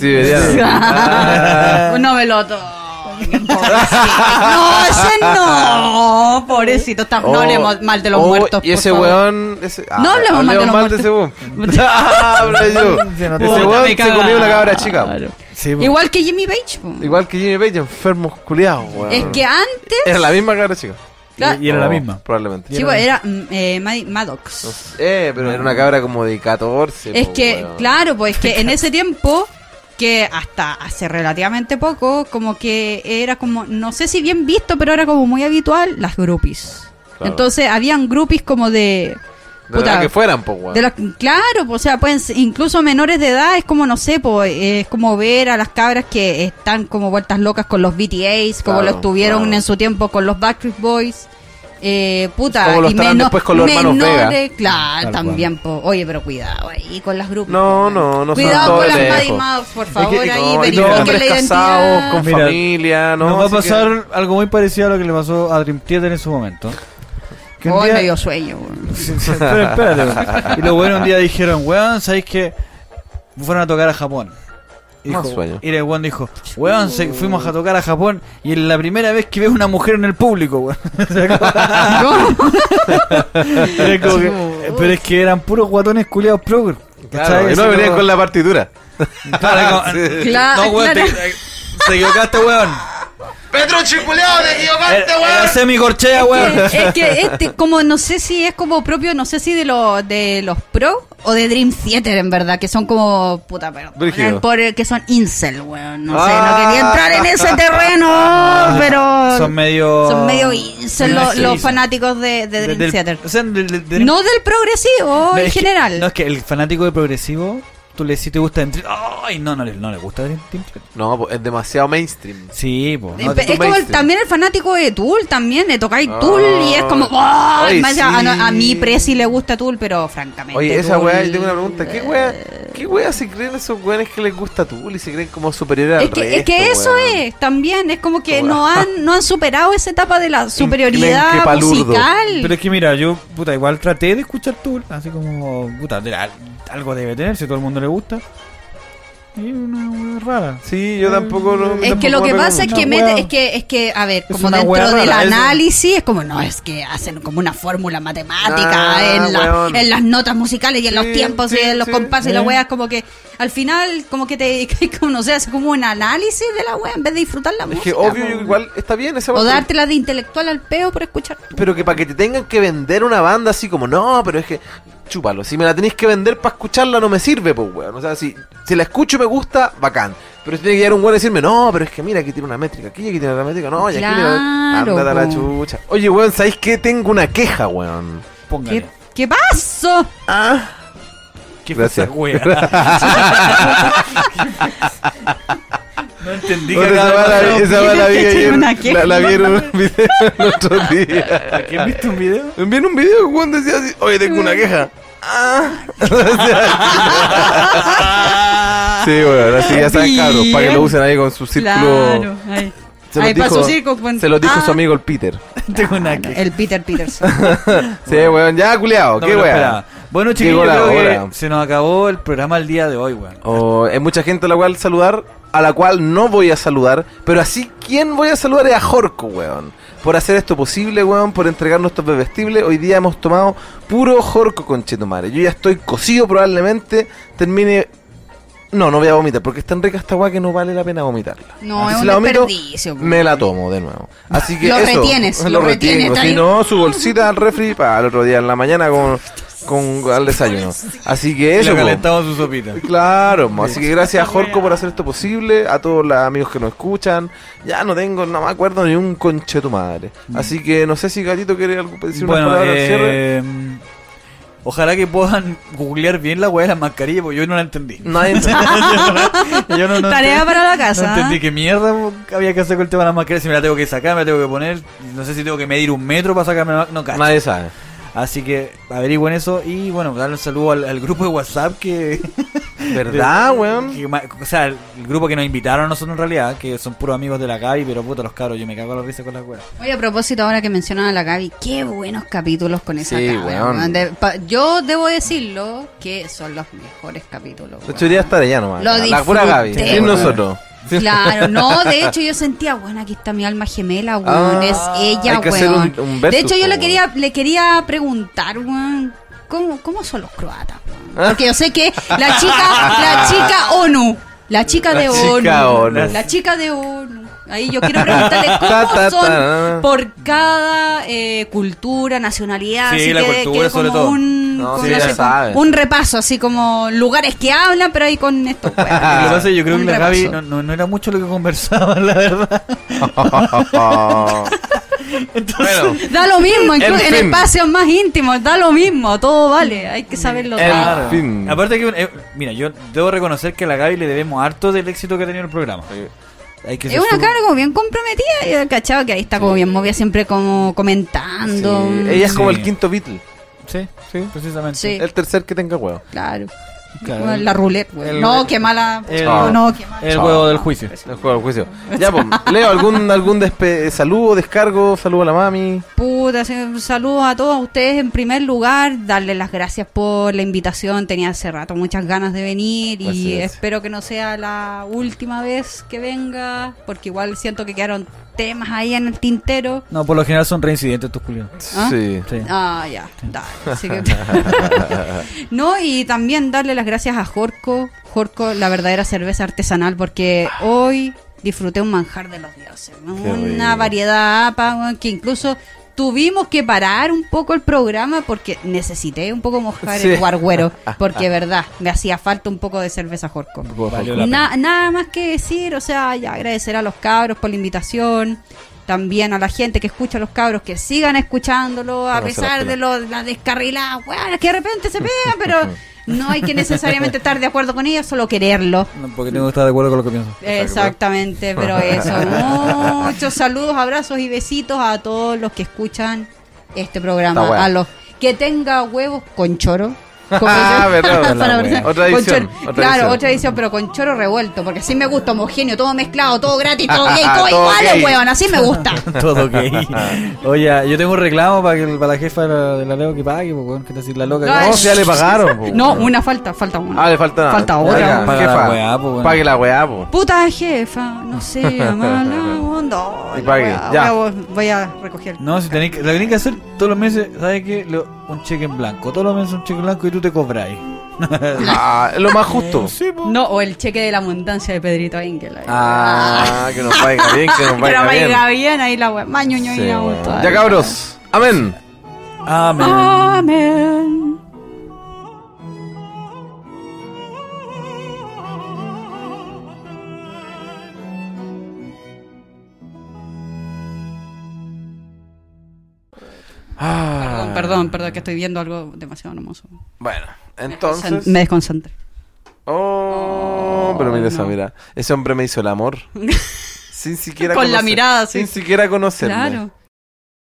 Sí, Ah, vería.
no me lo toquen, pobrecito. No, ese no. Pobrecito, está- no
Oh,
hablemos mal de los
oh,
muertos.
Y
por
ese
favor.
weón. ese- ah,
No hablemos mal de los
de ese weón. Ah, hablé yo.
Se notó.
Ese
Puta,
weón
me
se
cagaron.
comió una cabra chica.
Sí, po.
Igual que Jimmy Page. po.
Igual que Jimmy Page, enfermos culiados, weón.
Es que antes.
Era la misma cabra chica.
Y- y era la
Oh,
misma.
Probablemente.
Sí, po, era mm, eh, Mad- Maddox.
No sé, Eh, pero era una cabra como de 14.
es
po,
que,
weón.
claro, pues es que en ese tiempo, que hasta hace relativamente poco, como que era como, no sé si bien visto, pero era como muy habitual, las groupies.
Claro.
Entonces, habían groupies como de.
De la que fueran, po, weón.
De las- claro, pues, o sea, pueden ser- incluso menores de edad es como, no sé, pues, es como ver a las cabras que están como vueltas locas con los BTAs, como
Claro,
lo estuvieron
claro.
en su tiempo con los Backstreet Boys. Eh, puta,
Como lo estarán
meno-
después con los hermanos
menores,
Vega.
claro,
Tal
también, po. Oye, pero cuidado ahí con las grupos.
No, no, no son
Cuidado
todos
con las
lejos.
Maddie Mouse, por favor,
Es que-
ahí,
no, y
verifiquen
todos
la
hombres
identidad.
casados, con
Mira,
familia, ¿no?
Nos va a
Así que-
pasar algo muy parecido a lo que le pasó a Dream Theater en su momento. Que un
Hoy
día-
me dio sueño, weón.
Sí, sí, espera, espérate, weón. Y los buenos un día dijeron, weón, ¿sabéis qué? Fueron a tocar a Japón. Y,
Más
dijo-
sueño.
y el weón dijo, weón, se- fuimos a tocar a Japón y es la primera vez que veo una mujer en el público, weón. O sea, como- era como que- eh, pero es que eran puros guatones culiados progres.
Claro, y no venían con la partitura.
Claro,
No, weón, te,
claro.
te equivocaste, weón.
Petrucci, culiao, te equivocaste,
Era, era semicorchea, weón.
Es que este, como no sé si es como propio, no sé si de, lo, de los pro o de Dream Theater, en verdad, que son como. Puta, pero.
Brígido.
por el que son incel, weón. No
Ah.
sé, no quería entrar en ese terreno, pero.
Ah, Son medio.
son medio incel
medio
los, los
incel.
fanáticos de, de Dream
Del-
Theater.
O sea, del- del- del-
No del progresivo
no,
en
es que-
general.
no, es que el fanático de progresivo, tú le si te gusta Dream Theater- ¡Ay! No, no, le- no le gusta Dream Theater.
No, po, es demasiado mainstream.
Sí, po.
Eh,
no,
pe-
tú
es como el-
mainstream.
también el fanático de Tool, también le tocáis Tool y es como. ¡oh!
Ah. Ay,
Más allá- a, no-
sí.
a mí Prezi le gusta Tool, pero francamente.
Oye, esa
Tool-
weá, yo tengo una pregunta. ¿Qué weá, qué weá se creen esos weones que les gusta Tool y se creen como superiores al
Es que, es
resto,
que eso
weón?
es, también es como que no han, no han superado esa etapa de la
creen
superioridad
que palurdo.
musical.
Pero es que mira, yo, puta, igual traté de escuchar Tool, así como, puta, mira, algo debe tener, si todo el mundo le gusta. Y una hueá rara.
Sí, yo tampoco lo.
Es que lo que pasa es que
Una
mete,
hueá.
es que, es que, a ver,
Es
como
una
dentro
hueá
del
rara, eso.
análisis, es como, no, es que hacen como una fórmula matemática
Ah,
en, la-
weón.
en las notas musicales y en los tiempos
sí,
y en los
sí,
compases y
eh.
la wea, es como que al final, como que te dedicas, como, no sé, haces como un análisis de la wea en vez de disfrutar la
Es
música.
que obvio,
po.
yo igual está bien esa
O
parte.
dártela de intelectual al peo por escuchar.
Pero que para que te tengan que vender una banda así como, no, pero es que, chúpalo, si me la tenéis que vender para escucharla no me sirve, pues, weón. O sea, si, si la escucho y me gusta, bacán. Pero si tiene que llegar un weón y decirme, no, pero es que mira, aquí tiene una métrica, aquí, aquí tiene otra métrica, no, y aquí tiene otra-
Claro,
Ándate a la
po.
chucha. Oye, weón, ¿sabéis qué? Tengo una queja, weón.
Póngale.
¿Qué, qué pasó?
Ah,
¿Qué fue
Gracias.
esa hueá? no entendí que
esa va la,
acababa de
esa va la vi
Tienen que tener
ayer.
una queja.
La, la vi en un video el otro día.
pasar. ¿Aquí has visto un video?
Vi en un video, weón, decía así, oye, tengo una queja. Mm. Ah. Sí, weón, así ya saben, cabros, para que lo usen ahí con su círculo.
Claro, ahí.
Se los
Ahí pasó
dijo-
circo, pues.
Se lo dijo
Ah.
su amigo el Peter.
Tengo una
Eh,
queja.
El Peter Peterson.
Sí, weón, ya culiao,
No
qué
me lo
weón.
esperaba. Bueno, chiquillos,
Llegó la
creo que
hora.
se nos acabó el programa el día de hoy, weón.
O hay mucha gente a la cual saludar, a la cual no voy a saludar, pero así quien voy a saludar es a Jorco, weón. Por hacer esto posible, weón, por entregarnos estos bebestibles. Hoy día hemos tomado puro Jorco con Chetumare. Yo ya estoy cocido, probablemente termine. No, no voy a vomitar, porque es tan rica esta weá que no vale la pena vomitarla.
No,
Si
es un
la vomito,
desperdicio, pues. po.
Me la tomo de nuevo. Así que
Lo
eso,
retienes,
lo,
lo retienes,
retiengo. Si
trae-
no, su bolsita al refri para el otro día en la mañana con, con al desayuno. Así que
Eso
eso,
lo
po.
calentamos su sopita.
Claro, mo, así que gracias a Jorco por hacer esto posible, a todos los amigos que nos escuchan. Ya no tengo, no me acuerdo ni un conche de tu madre. Así que no sé si Gatito quiere algo, decir unas
Bueno,
palabras al cierre.
eh, ojalá que puedan googlear bien la weá de las mascarillas, porque yo no la entendí.
Nadie
Yo no- no
Tarea
entendí-
para la
No
casa.
entendí qué mierda había que hacer con el tema de las mascarillas. Si me la tengo que sacar, me la tengo que poner. No sé si tengo que medir un metro para sacarme la No, cacho.
nadie sabe.
Así que averigüen eso. Y bueno, darle un saludo al, al grupo de WhatsApp que.
¿Verdad,
de-
weón?
que ma- o sea, el, el grupo que nos invitaron a nosotros en realidad, que son puros amigos de la Gaby, pero puta, los cabros, yo me cago a la risa con las weas.
Oye, a propósito, ahora que mencionaba a la Gaby, qué buenos capítulos con esa
Sí,
cabra,
weón.
weón. De- pa- yo debo decirlo que son los mejores capítulos.
De
weón.
hecho, iría estar allá nomás.
Lo
La pura Gaby.
disfruté,
Sin
weón.
nosotros.
Claro, no, de hecho yo sentía, bueno, aquí está mi alma gemela, weón,
Ah,
es ella,
hay que hacer
weón.
un- un versus,
de hecho yo le
po,
quería, le quería preguntar, weón, ¿cómo, cómo son los croatas? weón?
Ah.
Porque yo sé que la chica, la chica ONU, la chica de
La chica
ONU,
ONU.
la chica de ONU. Ahí yo quiero preguntarle
Ta, ta, ta,
cómo
na, na.
son por cada eh, cultura, nacionalidad,
Sí,
así
la
que,
cultura
que
sobre
como
todo.
un,
No,
como
sí,
no
ya
sé,
sabes.
un repaso, así como lugares que hablan, pero ahí con estos weones.
Lo que pasa es que yo creo
Un
que la Gaby
repaso.
no, no, no era mucho lo que conversaba, la verdad. Entonces,
bueno,
Da lo mismo,
En
incluso en,
fin.
espacios más íntimos, da lo mismo, todo vale, hay que saberlo
En
todo.
Claro.
fin.
Aparte que, eh, mira, yo debo reconocer que a la Gaby le debemos harto del éxito que ha tenido el programa. Hay que
Es
ser
una
sur-
cara como bien comprometida, y el cachado que ahí está como bien movida, siempre como
sí,
comentando. Mm,
ella es como
Sí.
el quinto Beatle.
Sí, sí, precisamente.
Sí.
El tercer que tenga huevo.
Claro.
Claro.
Como La roulette, güey.
El-
No, qué mala.
el-
no, no, qué mala.
El huevo del juicio.
El juego del juicio. Ya, pues, Leo, algún, algún despe- saludo, descargo, saludo a la mami.
Puta, sí, saludos a todos ustedes en primer lugar, darles las gracias por la invitación, tenía hace rato muchas ganas de venir
Así
y
es.
espero que no sea la última vez que venga, porque igual siento que quedaron temas ahí en el tintero.
No, por lo general son reincidentes tus culiados.
¿Ah?
Sí.
Sí.
Ah, ya. dale, así que- no, y también darle las gracias a Jorco, Jorco, la verdadera cerveza artesanal, porque hoy disfruté un manjar de los dioses. ¿no?
Qué
Una
rico.
variedad APA, weón, que incluso Tuvimos que parar un poco el programa porque necesité un poco mojar el
Sí.
guarguero. Porque, verdad, me hacía falta un poco de cerveza Jorco.
Valió la
Na- nada más que decir, o sea, ya agradecer a los cabros por la invitación, también a la gente que escucha a los cabros, que sigan escuchándolo, a
No, se las
pesar de lo- las descarriladas, weón, que de repente se pegan, pero no hay que necesariamente estar de acuerdo con ellos, solo quererlo.
pena. No, porque tengo que estar de acuerdo con lo que pienso.
Exactamente, pero eso. Muchos saludos, abrazos y besitos a todos los que escuchan este
Esta
programa.
wea.
A los que tenga huevos con choro. como
Ah,
se-
verdad,
para
la
abrazar.
wea. Otra
Con
edición,
choro.
otra
claro,
edición.
otra edición, pero con choro revuelto, porque así me gusta, homogéneo, todo mezclado, todo gratis, todo gay, todo,
Todo
igual,
gay.
weón, así me gusta.
Todo gay. Oye, yo tengo un reclamo para, que, para la jefa de la, de la Leo que pague, pues, weón, que te decir la loca.
Ay,
No, si ya le pagaron. po.
No, una falta, falta una.
Ah, le falta nada.
Falta otra.
Ya,
Paga
jefa,
la weá, po, bueno.
Pague la weá, po.
Puta jefa, no sé, mala onda.
Y pague,
Voy a-
ya.
voy a- Voy a recoger.
No, si tenés que, lo que tenés que hacer todos los meses, ¿sabes qué? Lo- un cheque en blanco. Todos los meses un cheque en blanco y tú te cobráis.
Ah, es lo más justo.
No, o el cheque de la abundancia de Pedrito Engel. ahí.
Ah, que nos vaya bien, que nos
Pero
vaya bien.
vaya bien ahí la wea. Mañoño
Sí,
y la
weón.
wea todavía.
Ya cabros, amén.
Amén.
Ah. Amén.
Ah.
Perdón, perdón, perdón, que estoy viendo algo demasiado hermoso.
Bueno,
Sen-
entonces.
Me desconcentré.
Oh, pero mira esa,
no.
mira. Ese hombre me hizo el amor. Sin siquiera
Con la
conocer-
mirada, sí.
Sin siquiera conocerme.
Claro.